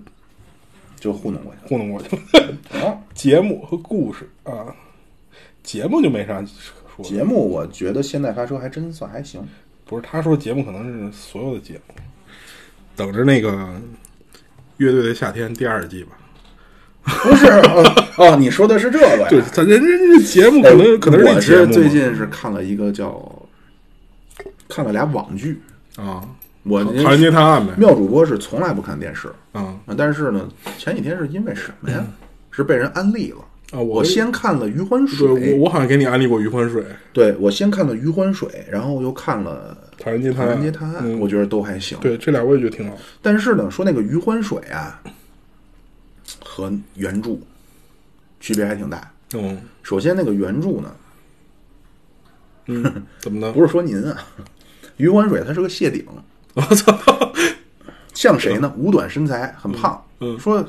S2: 就糊弄过去
S3: 糊弄过去了。 *laughs*
S2: 了。啊
S3: 节目和故事啊，节目就没啥可说的。
S2: 节目我觉得现在发车还真算还行。
S3: 不是他说节目，可能是所有的节目。等着那个《乐队的夏天》第二季吧。
S2: 不是哦哦，你说的是这个呀？
S3: 对，咱人人这节目可
S2: 哎
S3: 能可能
S2: 我
S3: 这节目
S2: 是
S3: 嘛
S2: 最近是看了一个叫看了俩网剧，
S3: 啊，
S2: 我
S3: 《唐人街探案》呗
S2: 妙主播是从来不看电视
S3: 啊
S2: 啊，但是呢，前几天是因为什么呀？是被人安利了
S3: 啊！
S2: 嗯我先看了《余欢水
S3: 对》，我我好像给你安利过余欢水，《
S2: 对我先看了《余欢水》，然后又看了《
S3: 唐人街探
S2: 唐
S3: 案》
S2: 人街探案》，
S3: 嗯
S2: 我觉得都还行。
S3: 对这俩我也觉得挺好。
S2: 但是呢，说那个《余欢水》啊，和原著区别还挺大。
S3: 嗯
S2: 首先，那个原著呢， *laughs*
S3: 嗯，怎么呢？
S2: 不是说您啊，余欢水他是个谢顶，
S3: 我操！
S2: 像谁呢？五短身材，很胖。
S3: 嗯嗯嗯
S2: 说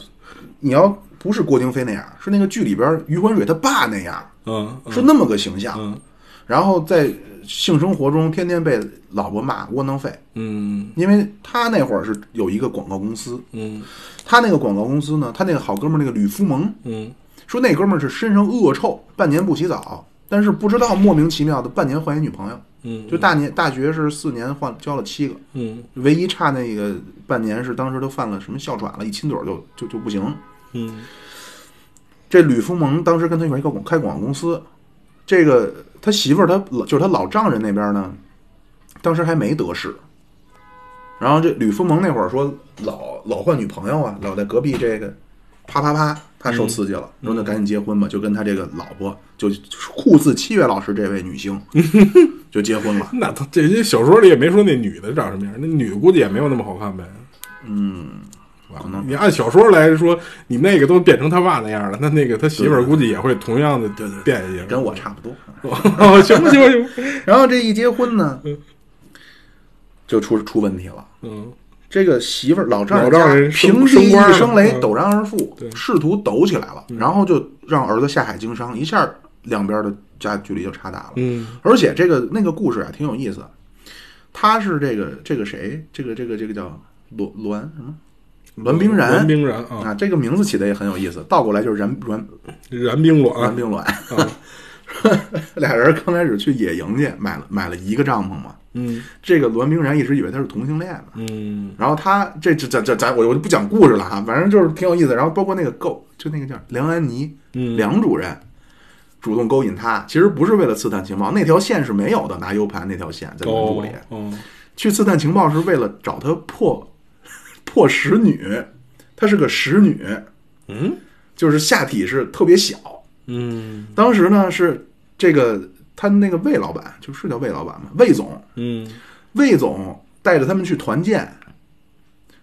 S2: 你要不是郭京飞那样，是那个剧里边余欢水他爸那样，
S3: *laughs* 嗯，嗯
S2: 是那么个形象。
S3: 嗯
S2: 然后在性生活中天天被老婆骂窝囊废，
S3: 嗯
S2: 因为他那会儿是有一个广告公司，
S3: 嗯
S2: 他那个广告公司呢，他那个好哥们儿那个吕福蒙
S3: 嗯
S2: 说那哥们儿是身上恶臭，半年不洗澡，但是不知道莫名其妙的半年换一女朋友，
S3: 嗯，
S2: 就大年大学是四年换交了七个，
S3: 嗯
S2: 唯一差那个半年是当时都犯了什么哮喘了，一亲嘴儿就就就不行。
S3: 嗯
S2: 这吕福蒙当时跟他一块儿一个广开广告公司，这个他媳妇儿他老就是他老丈人那边呢，当时还没得势。然后这吕福蒙那会儿说老老换女朋友啊，老在隔壁这个啪啪啪，他受刺激了，然后就赶紧结婚吧，就跟他这个老婆就酷似七月老师这位女星就结婚了。
S3: 那他这些小说里也没说那女的长什么样，那女的估计也没有那么好看呗。
S2: 可
S3: 嗯
S2: 能
S3: 你按小说来说，你那个都变成他爸那样了，那那个他媳妇儿估计也会同样的变一下，
S2: 跟我差不多，
S3: 哦，行不行行 *laughs* 不行，
S2: 然后这一结婚呢，就出出问题了。
S3: 嗯
S2: 这个媳妇儿老丈人
S3: 老丈
S2: 家
S3: 人升
S2: 平
S3: 升
S2: 地
S3: 官
S2: 一
S3: 了
S2: 声雷，
S3: 嗯
S2: 陡然而富
S3: 对，嗯
S2: 仕途抖起来了，然后就让儿子下海经商，一下两边的家距离就差大了。
S3: 嗯
S2: 而且这个那个故事啊，挺有意思。他是这个这个谁，这个这个这个叫栾栾什么？栾冰然，
S3: 栾冰然啊，
S2: 啊，这个名字起的也很有意思，倒过来就是阮阮
S3: 燃冰
S2: 栾
S3: 卵，
S2: 冰卵。
S3: 啊
S2: *laughs* 俩人刚开始去野营去，买了买了一个帐篷嘛。
S3: 嗯
S2: 这个栾冰然一直以为他是同性恋呢，
S3: 嗯
S2: 然后他这这这这咱我我就不讲故事了哈，反正就是挺有意思。然后包括那个勾，就那个叫梁安妮，
S3: 嗯
S2: 梁主任主动勾引他，其实不是为了刺探情报，那条线是没有的，拿 U 盘那条线在原著
S3: 哦
S2: 里、
S3: 哦
S2: 去刺探情报是为了找他破破使女，她是个使女，
S3: 嗯，
S2: 就是下体是特别小。
S3: 嗯
S2: 当时呢是这个他那个魏老板，就是叫魏老板嘛，魏总，
S3: 嗯
S2: 魏总带着他们去团建。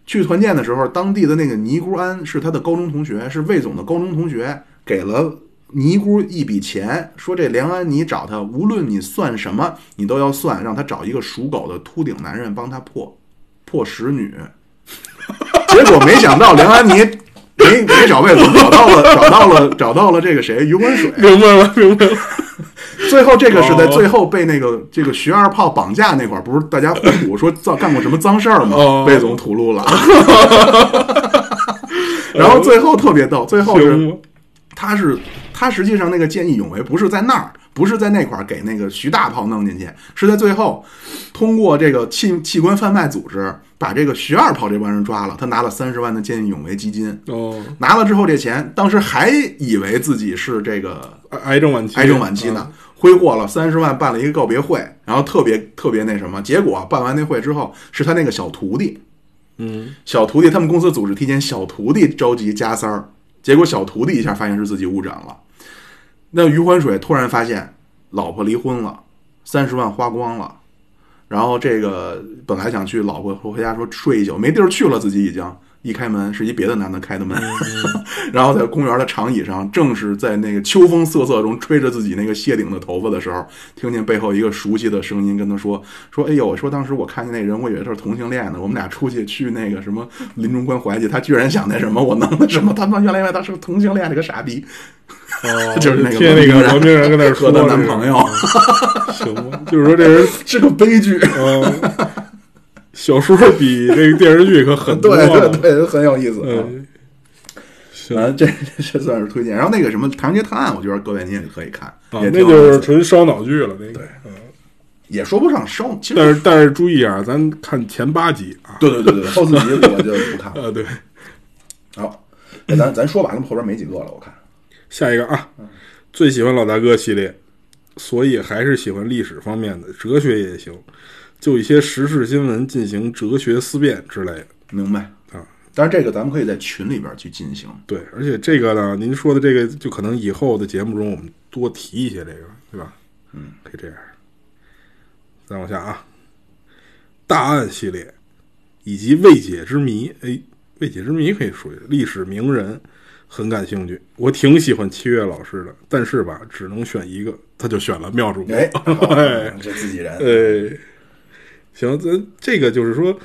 S2: 去团建的时候，当地的那个尼姑庵是他的高中同学，是魏总的高中同学，给了尼姑一笔钱，说这梁安妮找他，无论你算什么，你都要算，让他找一个属狗的秃顶男人帮他破破使女。结果没想到梁安妮没没找魏总，找到了找到了找到了这个谁于文水，
S3: 明白了明白了，
S2: 最后这个是在
S3: 哦
S2: 最后被那个这个徐二炮绑架那块儿，不是大家互补说造干过什么脏事儿吗
S3: 哦？
S2: 魏总吐
S3: *laughs*
S2: 露了。然后最后特别逗，最后是
S3: 行
S2: 他是他实际上那个见义勇为不是在那儿，不是在那块儿给那个徐大炮弄进去，是在最后通过这个器器官贩卖组织把这个徐二炮这帮人抓了，他拿了三十万的见义勇为基金，
S3: 哦，
S2: 拿了之后这钱，当时还以为自己是这个
S3: 癌癌症晚期，嗯
S2: 癌症晚期呢，挥霍了三十万办了一个告别会，然后特别特别那什么，结果办完那会之后，是他那个小徒弟，
S3: 嗯，
S2: 小徒弟他们公司组织体检，小徒弟召集加三儿，结果小徒弟一下发现是自己误诊了，那余欢水突然发现老婆离婚了，三十万花光了。然后这个本来想去老婆回家说睡一宿，没地儿去了，自己已经一开门是一别的男的开的门，
S3: 嗯
S2: 然后在公园的长椅上，正是在那个秋风瑟瑟中吹着自己那个谢顶的头发的时候，听见背后一个熟悉的声音跟他说：“说哎呦，我说当时我看见那人，我以为他是同性恋呢。我们俩出去去那个什么临终关怀去，他居然想那什么，我能那什么？他妈原来以为他是个同性恋，这个傻逼，*laughs*
S3: 哦
S2: 就是那个
S3: 贴那个
S2: 王
S3: 王
S2: 冰
S3: 冰然跟那
S2: 和
S3: 儿说
S2: 她男朋友，
S3: 嗯行吧，就是说这人
S2: 是个悲剧。”
S3: 嗯，小说比这个电视剧可狠
S2: *laughs*
S3: 多
S2: 对
S3: 了。
S2: 对对，很有意思。啊。
S3: 嗯，
S2: 反正这这算是推荐。然后那个什么《唐人街探案》，我觉得各位您也可以看，
S3: 啊，
S2: 也
S3: 那
S2: 挺有
S3: 就是
S2: 意思
S3: 纯烧脑剧了。那个，嗯
S2: 也说不上烧，其
S3: 但
S2: 实
S3: 是但是注意啊，咱看前八集 *laughs* 啊。
S2: 对对对对，后四集我就不看了。
S3: 呃，对，
S2: 好，那咱咱说完了，后边没几个了，我看。
S3: 下一个啊，
S2: 嗯
S3: 最喜欢老大哥系列，所以还是喜欢历史方面的，哲学也行，就一些时事新闻进行哲学思辨之类的。
S2: 明白
S3: 啊。
S2: 但是这个咱们可以在群里边去进行。
S3: 对，而且这个呢，您说的这个，就可能以后的节目中我们多提一些这个，对吧？嗯，可以这样。再往下啊，大案系列以及未解之谜，哎，未解之谜可以说历史名人很感兴趣，我挺喜欢七月老师的，但是吧，只能选一个，他就选了妙主播。
S2: 哎，好
S3: *laughs* 哎
S2: *laughs*
S3: *laughs*
S2: 这自己人。
S3: 呃，行，咱这个就是说，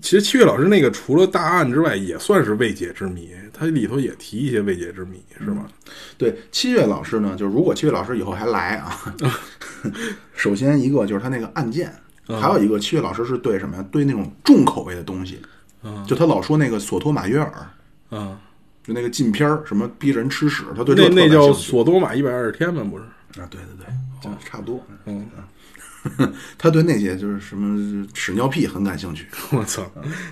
S3: 其实七月老师那个除了大案之外，也算是未解之谜，它里头也提一些未解之谜，是吧？
S2: 对，七月老师呢，就是如果七月老师以后还来
S3: *laughs*
S2: 啊，首先一个就是他那个案件，
S3: 嗯
S2: 还有一个七月老师是对什么呀？对那种重口味的东西，
S3: 嗯
S2: 就他老说那个索托玛约尔，
S3: 啊，
S2: 就那个禁片儿，什么逼人吃屎，他对这
S3: 那
S2: 个特
S3: 那
S2: 感
S3: 叫
S2: 兴趣
S3: 索多玛一百二十天嘛，不是？
S2: 啊，对对对，就差不多。
S3: 嗯，
S2: *laughs* 他对那些就是什么屎尿屁很感兴趣，
S3: *laughs* 我操，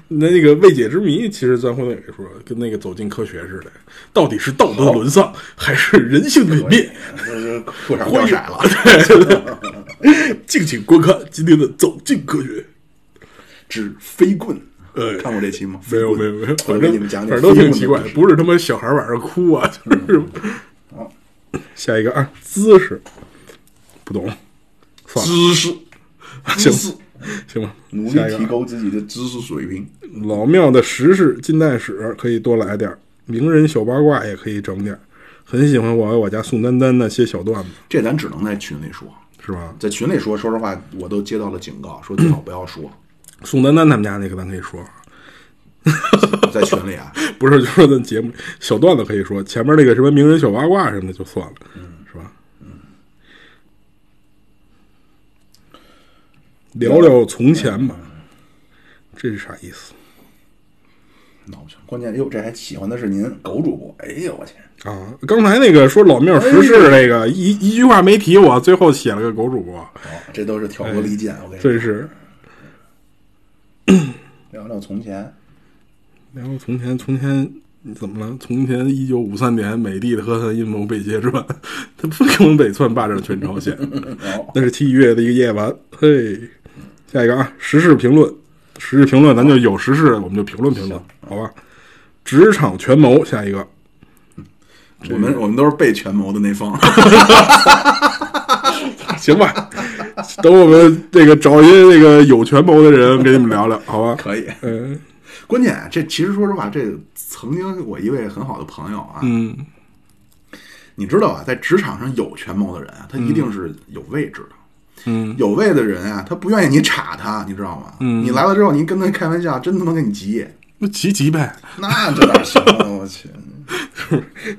S3: 那那个未解之谜，其实咱回头也说，跟那个走进科学似的，到底是道德沦丧还是人性泯灭？ *laughs*
S2: 就是裤衩掉色了。 *laughs*
S3: *laughs* 敬请观看今天的走进科学。
S2: 指飞棍，
S3: 呃
S2: 看过这期吗？
S3: 没有没有没有，
S2: *laughs* 我
S3: 反
S2: 给
S3: 正
S2: 你们讲
S3: 反
S2: 讲
S3: 正
S2: 飞
S3: 都
S2: 棍的故
S3: 挺
S2: 事，嗯
S3: 奇怪，不是他妈小孩晚上哭啊，就是。 *laughs* 下一个啊，姿势不懂，算了，
S2: 知
S3: *laughs*
S2: 识，知识，
S3: 行吧，
S2: 努
S3: 下一
S2: 力
S3: 个啊
S2: 提高自己的知识水平。
S3: 老庙的时事、近代史可以多来点儿，名人小八卦也可以整点儿。很喜欢我爱我家宋丹丹那些小段子，
S2: 这咱只能在群里说，
S3: 是吧？
S2: 在群里说，说实话，我都接到了警告，说最好不要说，
S3: 宋丹丹他们家那个咱可以说，啊
S2: 在群
S3: *laughs*
S2: 里啊，
S3: 不是就说咱节目小段子可以说，前面那个什么名人小八卦什么的就算了，是吧？聊聊从前吧，这是啥意思
S2: 闹不清。关键，哟，这还喜欢的是您狗主播，哎呦我去，
S3: 啊？刚才那个说老庙时事那个、一一句话没提我，最后写了个狗主播，
S2: 好，这都是挑拨离间，我跟你说
S3: 真，是。
S2: 聊聊从前，
S3: 然后从前，从前怎么了？从前一九五三年，美帝的和他的阴谋被揭穿， *laughs* 他不跟北窜霸占全朝鲜。那是七月的一个夜晚，嘿。下一个啊，时事评论，时事评论，咱就有时事我们就评论评论，好吧？职场权谋，下一个， *laughs*
S2: 我们我们都是被权谋的那方，
S3: 行吧？ *laughs* 等我们这个找一些这个有权谋的人跟你们聊聊，好吧？
S2: 可以。
S3: 嗯
S2: *laughs* 关键啊，这其实说实话，这曾经我一位很好的朋友啊，
S3: *laughs* 嗯，
S2: 你知道啊，在职场上有权谋的人啊，他一
S3: 嗯
S2: 定是有位置的。嗯，有位的人啊，他不愿意你插他，你知道吗？嗯，你来了之后，你跟他开玩笑，真他妈给你
S3: *laughs*
S2: 急，
S3: 那急急呗，
S2: 那这哪行啊！我去，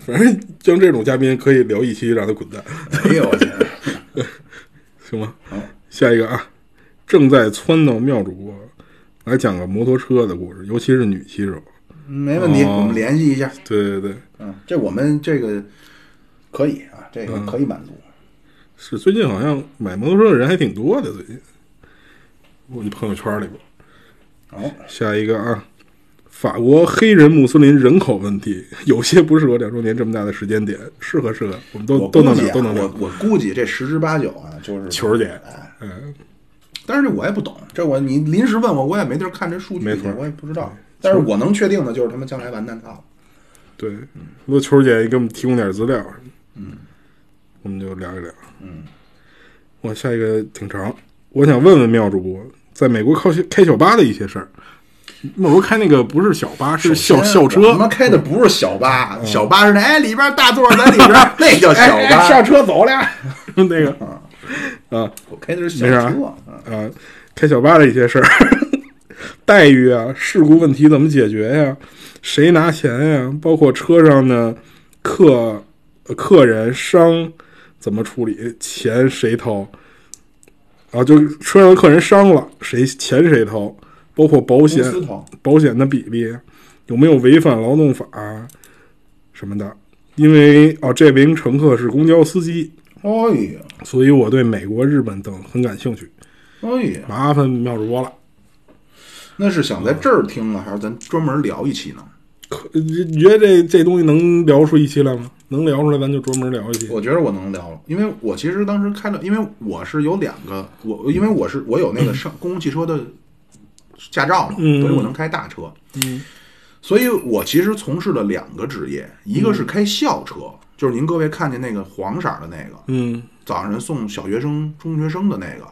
S3: 反正像这种嘉宾可以聊一期，让他滚蛋。
S2: 哎呦我去，
S3: 行吧，好，下一个啊，正在撺掇妙主播来讲个摩托车的故事，尤其是女骑手。
S2: 没问题，
S3: 哦
S2: 我们联系一下。
S3: 对对对，
S2: 嗯，这我们这个可以啊，这
S3: 嗯
S2: 个可以满足。
S3: 是最近好像买摩托车的人还挺多的，最近我你朋友圈里边。
S2: 哦，
S3: 下一个啊，法国黑人穆斯林人口问题，有些不适合两周年这么大的时间点，适合适合，我们都
S2: 我估
S3: 都能
S2: 计、
S3: 聊，
S2: 啊、
S3: 都能
S2: 我
S3: 聊。
S2: 我估计这十之八九啊，就是
S3: 球儿姐，
S2: 哎
S3: 嗯，
S2: 但是我也不懂，这我你临时问我，我也没地儿看这数据
S3: 没
S2: 去，
S3: 错
S2: 我也不知道。但是我能确定的就是他们将来完蛋大了。
S3: 对，那球儿姐给我们提供点资料，嗯，我们就聊一聊，嗯，我下一个挺长，我想问问妙主播，在美国靠开小巴的一些事儿。美国开那个不是小巴，嗯是校校
S2: 我他
S3: 车
S2: 妈，开的不是小巴，小巴是那哎里边大座在里边， *laughs* 那叫小
S3: 哎
S2: 巴。
S3: 哎校车走了，那个啊
S2: 我开的是小
S3: 没事啊
S2: 车，嗯
S3: 啊，开小巴的一些事儿，待遇啊，事故问题怎么解决呀、谁拿钱呀、包括车上的客客人伤怎么处理，钱谁掏？啊，就车上的客人伤了，谁钱谁掏？包括保险
S2: 公司掏
S3: 保险的比例有没有违反劳动法什么的？因为啊，这名乘客是公交司机，
S2: 哎呀，
S3: 所以我对美国、日本等很感兴趣。
S2: 哎呀，
S3: 麻烦妙主播了。
S2: 那是想在这儿听了，还是咱专门聊一期呢？
S3: 可你你觉得这这东西能聊出一期来吗？能聊出来，咱就专门聊一期。
S2: 我觉得我能聊了，因为我其实当时开了，因为我是有两个，我因为我是我有那个上公共汽车的驾照嘛，
S3: 嗯
S2: 所以我能开大车。嗯，所以我其实从事了两个职业，一个是开校车，就是您各位看见那个黄色儿的那个，
S3: 嗯，
S2: 早上人送小学生、中学生的那个。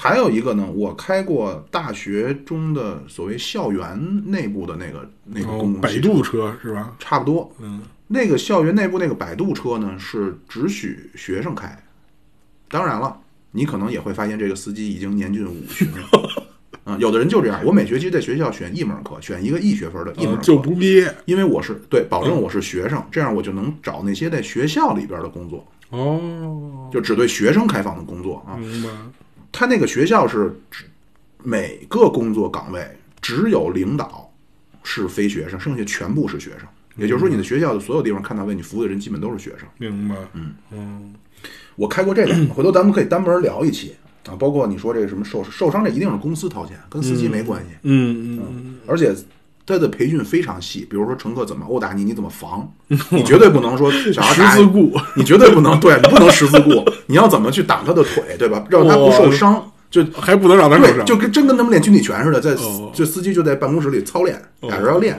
S2: 还有一个呢，我开过大学中的所谓校园内部的那个那个
S3: 然后
S2: 公共
S3: 摆
S2: 汽车
S3: 渡哦车是吧？
S2: 差不多。嗯，那个校园内部那个摆渡车呢，是只许学生
S3: *laughs*
S2: 开。当然了，你可能也会发现这个司机已经年近五旬了。啊、有的人就这样，我每学期在学校选一门课，选一个一学分的一门
S3: 呃
S2: 课，
S3: 就不毕业
S2: 因为我是对保证
S3: 嗯
S2: 我是学生，这样我就能找那些在学校里边的工作，
S3: 哦，
S2: 就只对学生开放的工作啊。
S3: 明白，
S2: 他那个学校是只每个工作岗位只有领导是非学生，剩下全部是学生。
S3: 嗯
S2: 也就是说，你的学校的所有地方看到为你服务的人，基本都是学生。
S3: 明白，嗯嗯，
S2: 我开过这两
S3: *laughs*
S2: 个，回头咱们可以单门聊一期啊。包括你说这个什么受受伤，这一定是公司掏钱，跟司机没关系。
S3: 嗯嗯，
S2: 而且他的培训非常细，比如说乘客怎么殴打你，你怎么
S3: *laughs*
S2: 防，你绝对不能说小孩
S3: 十
S2: 打
S3: 字
S2: 你，
S3: 固，
S2: 你绝对不能对你不能十字固，你要怎么去挡他的腿，对吧？让他不受
S3: 哦
S2: 伤，就
S3: 还不能让他受
S2: 对，
S3: 伤，
S2: 就跟真跟他们练军体拳似的，在
S3: 哦
S2: 就司机就在办公室里操练，俩人要练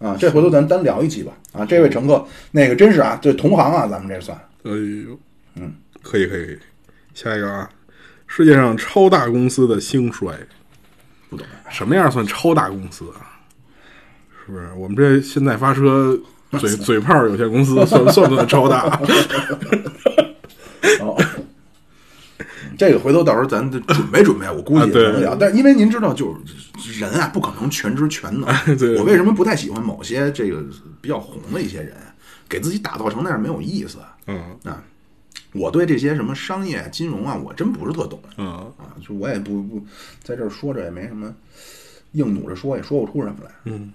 S2: 啊。这回头咱单聊一期吧。啊，这位乘客，那个真是啊，这同行啊，咱们这算
S3: 哎呦，嗯，可以可以，可以下一个啊，世界上超大公司的兴衰，
S2: 不懂。啊
S3: 什么样算超大公司啊？是不是？我们这现在发车嘴嘴炮有限公司算算不算超大？ *laughs*
S2: 哦， *laughs* 这个回头到时候咱就准备准备，我估计
S3: 啊
S2: 也
S3: 对
S2: 能聊。但因为您知道，就是人啊，不可能全知全能。
S3: *laughs* 对
S2: 我为什么不太喜欢某些这个比较红的一些人，给自己打造成那样没有意思
S3: 嗯
S2: 啊？我对这些什么商业、金融啊，我真不是特懂
S3: 嗯
S2: 啊，就我也不不在这儿说着也没什么，硬努着说也说不出什么来
S3: 嗯，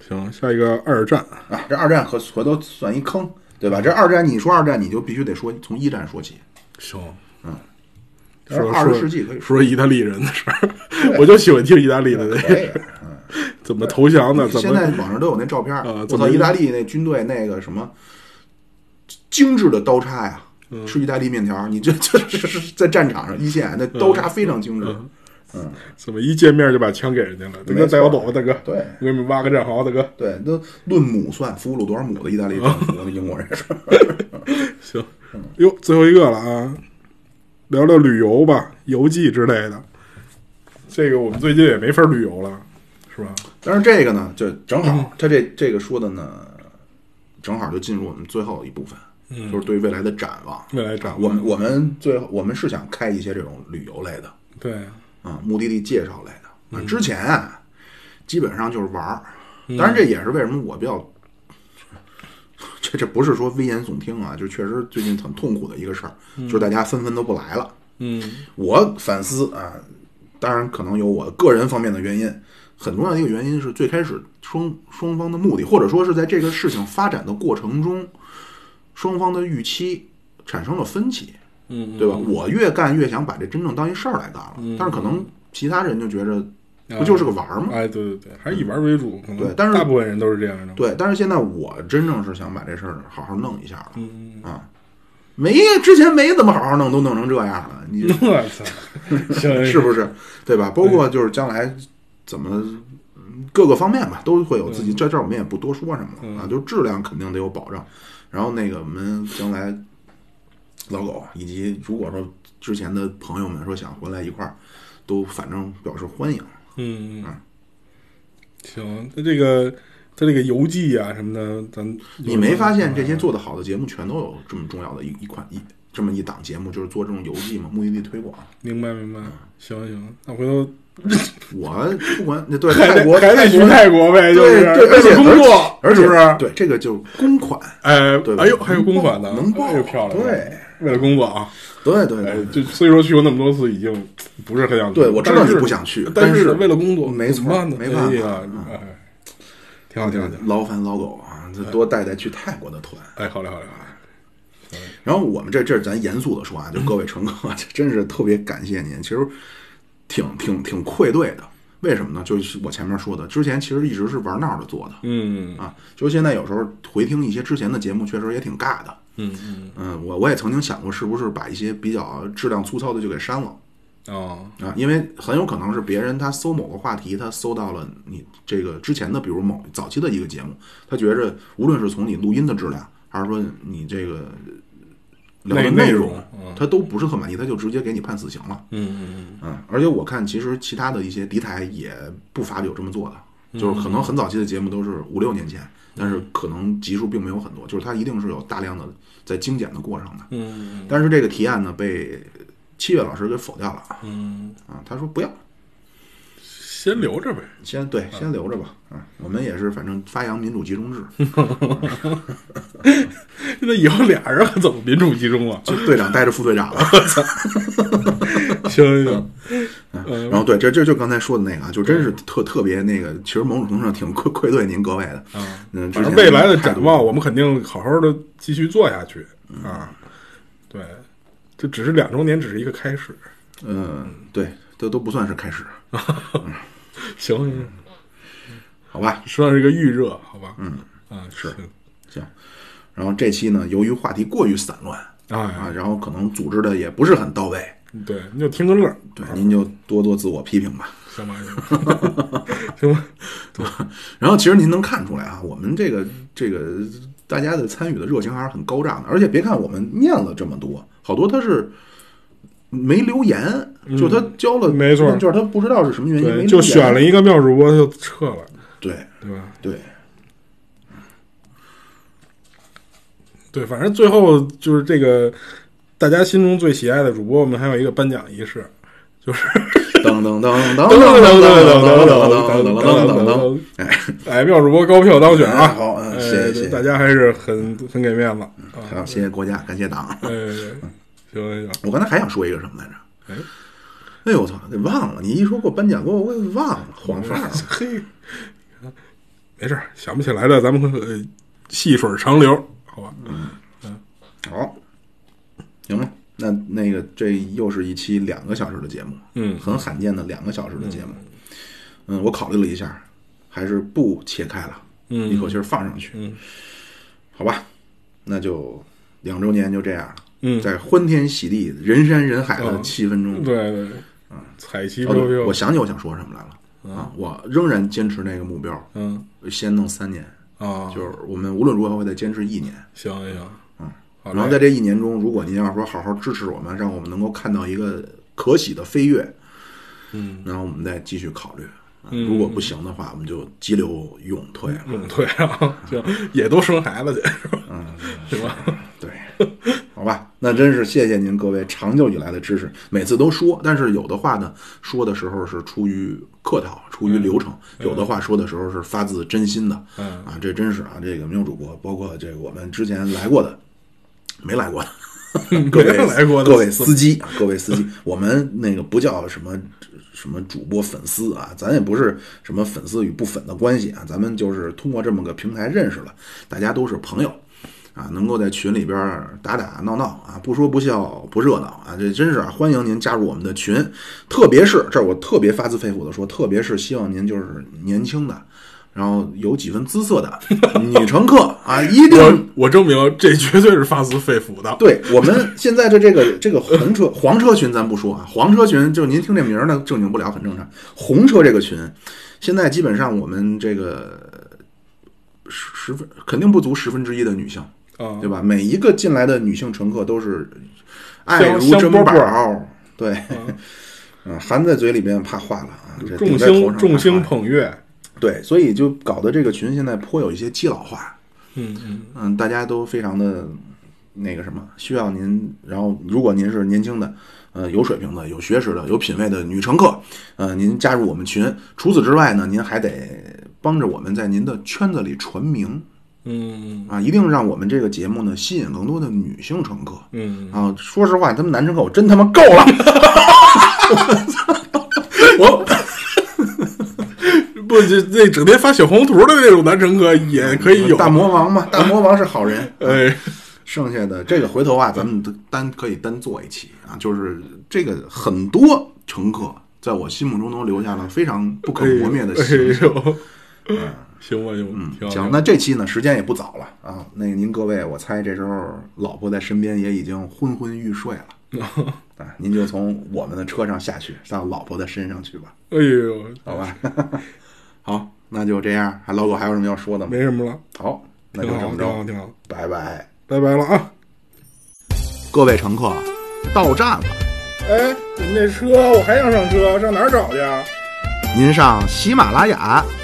S3: 行，下一个二战，
S2: 啊。这二战和回头算一坑，对吧？这二战你说二战，你就必须得说从一战说起。
S3: 行，
S2: 这是
S3: 说
S2: 二
S3: 说
S2: 十世纪可以说
S3: 说意大利人的事儿， *laughs* 我就喜欢听意大利的那
S2: 可以
S3: 个。怎么投降的，怎
S2: 现
S3: 么
S2: 在网上都有那照片儿，
S3: 啊
S2: 我
S3: 怎
S2: 操，
S3: 么
S2: 意大利那军队那个什么精致的刀叉呀，
S3: 嗯
S2: 吃意大利面条儿，你这这这是在战场上一线，那刀
S3: 嗯
S2: 叉非常精致。
S3: 怎么一见面就把枪给人家了？大
S2: 没
S3: 哥
S2: 错
S3: 带我走吧，大哥，
S2: 对
S3: 我给你们挖个战壕，大哥。
S2: 对，那论亩算，俘虏多少亩的意大利政府？那英国人说，
S3: 行，哟，最后一个了啊，聊聊旅游吧，游记之类的。这个我们最近也没法旅游了，是吧？
S2: 但是这个呢，就正好他这这个说的呢，正好就进入我们最后一部分，就是对未来的展望。
S3: 未来展望
S2: 我们我们最后我们是想开一些这种旅游类的，
S3: 对，
S2: 啊，目的地介绍类的。啊，之前啊，基本上就是玩儿，当然这也是为什么我比较，这这不是说危言耸听啊，就确实最近很痛苦的一个事儿，就是大家纷纷都不来了。
S3: 嗯，
S2: 我反思啊，当然可能有我个人方面的原因，很重要的一个原因是最开始双双方的目的，或者说是在这个事情发展的过程中，双方的预期产生了分歧，嗯，对吧？我越干越想把这真正当一事儿来干了，但是可能其他人就觉着不就是个玩儿吗？
S3: 哎，对对对，还是以玩为主，可能
S2: 对但是
S3: 大部分人都是这样的。
S2: 对，但是现在我真正是想把这事儿好好弄一下了，
S3: 嗯
S2: 啊，没之前没怎么好好弄，都弄成这样了，你
S3: *laughs* 我操，
S2: *laughs*
S3: 行
S2: 是不是？对吧？包括就是将来怎么嗯各个方面吧，都会有自己。
S3: 嗯
S2: 这这儿我们也不多说什么了啊，就质量肯定得有保障。然后那个我们将来老狗啊以及如果说之前的朋友们说想回来一块儿，都反正表示欢迎。
S3: 嗯，嗯，行，那这个他这个游记啊什么的，咱
S2: 你没发现这些做得好的节目全都有这么重要的一一款一这么一档节目，就是做这种游记嘛，目的地推广。
S3: 明白明白，
S2: 嗯
S3: 行行，那
S2: *laughs*
S3: 回头
S2: 我不管那对
S3: *laughs* 还
S2: 泰国
S3: 得还得去
S2: 国
S3: 泰国呗，就
S2: 对
S3: 是
S2: 对，而且
S3: 工作，
S2: 而且
S3: 是不是？
S2: 对这个就是公款。
S3: 哎
S2: 对，吧
S3: 哎呦，还有公款呢，
S2: 能报
S3: 哎呦漂亮，
S2: 对，
S3: 为了工作啊，
S2: 对对
S3: 哎
S2: 对，，
S3: 就虽说去过那么多次，已经不是很想去，
S2: 对我知道
S3: 但是
S2: 你不想去
S3: 但
S2: 但是
S3: 为了工作，
S2: 没错
S3: 怎么办呢
S2: 没办法嗯
S3: 哎呀哎，挺好挺好挺好，
S2: 呃劳烦老狗啊，这多带带去泰国的团。
S3: 哎，好嘞好嘞好嘞，
S2: 然后我们这这咱严肃的说啊，就 *laughs* 各位乘客，这真是特别感谢您，其实挺挺挺愧对的。为什么呢？就是我前面说的，之前其实一直是玩闹着做的，
S3: 嗯
S2: 啊，就是现在有时候回听一些之前的节目，确实也挺尬的。
S3: 嗯嗯
S2: 嗯，我我也曾经想过，是不是把一些比较质量粗糙的就给删了
S3: 哦，
S2: 啊？因为很有可能是别人他搜某个话题，他搜到了你这个之前的，比如某早期的一个节目，他觉着无论是从你录音的质量，还是说你这个聊的
S3: 内内
S2: 容
S3: 容嗯，
S2: 他都不是很满意，他就直接给你判死刑了。
S3: 嗯嗯
S2: 嗯，而且我看其实其他的一些敌台也不乏有这么做的，
S3: 嗯
S2: 就是可能很早期的节目都是五六年前，但是可能集数并没有很多，就是它一定是有大量的在精简的过程的。
S3: 嗯
S2: 但是这个提案呢被七月老师给否掉了
S3: 嗯嗯
S2: 啊，他说不要，
S3: 先留着呗。
S2: 先对，先留着吧。嗯，我们也是，反正发扬民主集中
S3: *laughs*
S2: 制。
S3: 那以后俩人可怎么民主集中啊？
S2: 就队长带着副队长了。
S3: 行行，哎
S2: 啊然后对，这这就刚才说的那个啊，就真是特特别那个，其实某种程度上挺愧愧对您各位的。嗯，之
S3: 反正
S2: 前
S3: 未来的
S2: 态
S3: 展
S2: 度
S3: 望，我们肯定好好的继续做下去啊。对，这只是两周年，只是一个开始。
S2: 嗯，对，这都不算是开始，
S3: 行行，
S2: 好吧？
S3: 算是一个预热，好吧？嗯啊，是
S2: 行。然后这期呢，由于话题过于散乱啊，
S3: 哎，
S2: 然后可能组织的也不是很到位，
S3: 对，你就听个乐儿，
S2: 对，您就多多自我批评吧。
S3: 行 *laughs* 吧？行吧行吧，
S2: 然后其实您能看出来啊，我们这个这个大家的参与的热情还是很高涨的，而且别看我们念了这么多，好多他是没留言，就他交了，
S3: 没错
S2: 就是他不知道是什么原因，没留
S3: 对，
S2: 言
S3: 就选了一个妙主播就撤了，
S2: 对
S3: 对吧？
S2: 对，
S3: 对，反正最后就是这个大家心中最喜爱的主播，我们还有一个颁奖仪式，就是
S2: 噔噔噔噔噔噔噔噔噔噔
S3: 噔
S2: 噔噔噔噔噔，哎，
S3: 哎，妙主播高票当选啊！
S2: 哎好嗯
S3: 哎
S2: 谢谢谢谢
S3: 大家还是很很给面子啊！
S2: 好，谢谢国家，感谢党。
S3: 哎，行行行，
S2: 我刚才还想说一个什么来着？
S3: 哎，
S2: 哎呦我操，给忘了！你一说给我颁奖，给我我给忘了，晃范儿了。
S3: 嘿，没事儿，想不起来的咱们呃细水长流，好吧？
S2: 好，行吧，那那个这又是一期两个小时的节目，
S3: 嗯
S2: 很罕见的两个小时的节目。嗯，我考虑了一下，还是不切开了，
S3: 嗯
S2: 一口气儿放上去。
S3: 嗯，
S2: 好吧，那就两周年就这样了。
S3: 嗯
S2: 在欢天喜地、人山人海的
S3: 嗯
S2: 七分钟，
S3: 对对，彩旗
S2: 哦
S3: 飘
S2: 对，我
S3: 飘，
S2: 想起我想说什么来了啊！我仍然坚持那个目标，
S3: 嗯
S2: 先弄三年，
S3: 啊，
S2: 就是我们无论如何会再坚持一年。
S3: 行行，嗯，好嘞
S2: 然后在这一年中，如果您要是说好好支持我们，让我们能够看到一个可喜的飞跃，嗯，然后我们再继续考虑。啊如果不行的话，我们就激流勇退了。
S3: 猛退啊，行，也都生孩子去，是吧？
S2: 对，好吧，那真是谢谢您各位长久以来的支持。每次都说，但是有的话呢，说的时候是出于客套，出于流程；有的话说的时候是发自真心的。
S3: 嗯
S2: 啊，这真是啊，这个没有主播，包括这个我们之前来过的，没来过的。各位
S3: 嗯没来过的
S2: 各位司机，啊各位司机，我们那个不叫什么什么主播粉丝啊，咱也不是什么粉丝与不粉的关系啊，咱们就是通过这么个平台认识了，大家都是朋友啊，能够在群里边儿打打闹闹啊，不说不笑不热闹啊，这真是啊，欢迎您加入我们的群，特别是这儿我特别发自肺腑的说，特别是希望您就是年轻的。然后有几分姿色的女乘客啊，一定
S3: 我我证明这绝对是发自肺腑的，
S2: 对我们现在的这个这个红车黄车群，咱不说啊，黄车群就您听这名儿呢，正经不了，很正常。红车这个群，现在基本上我们这个呃十十分肯定不足十分之一的女性，
S3: 啊，
S2: 对吧？每一个进来的女性乘客都是爱
S3: 香
S2: 如珍
S3: 香饽饽
S2: 宝，对， *laughs* 嗯，含在嘴里边怕化了啊，这
S3: 众
S2: 顶在头上
S3: 星
S2: 怕
S3: 众星
S2: 化
S3: 捧月，
S2: 对，所以就搞得这个群现在颇有一些基佬化，
S3: 嗯嗯，
S2: 嗯，大家都非常的那个什么，需要您。然后，如果您是年轻的，呃，有水平的、有学识的、有品位的女乘客，呃，您加入我们群。除此之外呢，您还得帮着我们在您的圈子里传名
S3: 嗯
S2: 啊，一定让我们这个节目呢吸引更多的女性乘客。
S3: 嗯
S2: 啊，说实话，他们男乘客我真他妈够了，我
S3: 嗯，不，这那整天发小红图的那种男乘客也 *laughs* 可以有，
S2: 大魔王嘛，大魔王是好人。
S3: *laughs* 哎，
S2: 剩下的这个回头啊，咱们单可以单做一期啊，就是这个很多乘客在我心目中都留下了非常不可磨灭的
S3: 哎
S2: 形象。嗯
S3: 呦，行吧行吧，挺好
S2: 行，那这期呢，时间也不早了啊。那个您各位，我猜这时候老婆在身边也已经昏昏欲睡了啊。您就从我们的车上下去，到老婆的身上去吧，
S3: 哎呦，
S2: 好吧？ *laughs* 好，那就这样。还老狗还有什么要说的吗
S3: 没？什么了，
S2: 好，那就
S3: 挺
S2: 这
S3: 好
S2: 么
S3: 挺好
S2: 着，
S3: 挺好，
S2: 拜拜。
S3: 拜拜了啊！
S1: 各位乘客，到站了，
S3: 哎，你们这车我还想上车，上哪儿找去啊？
S1: 您上喜马拉雅、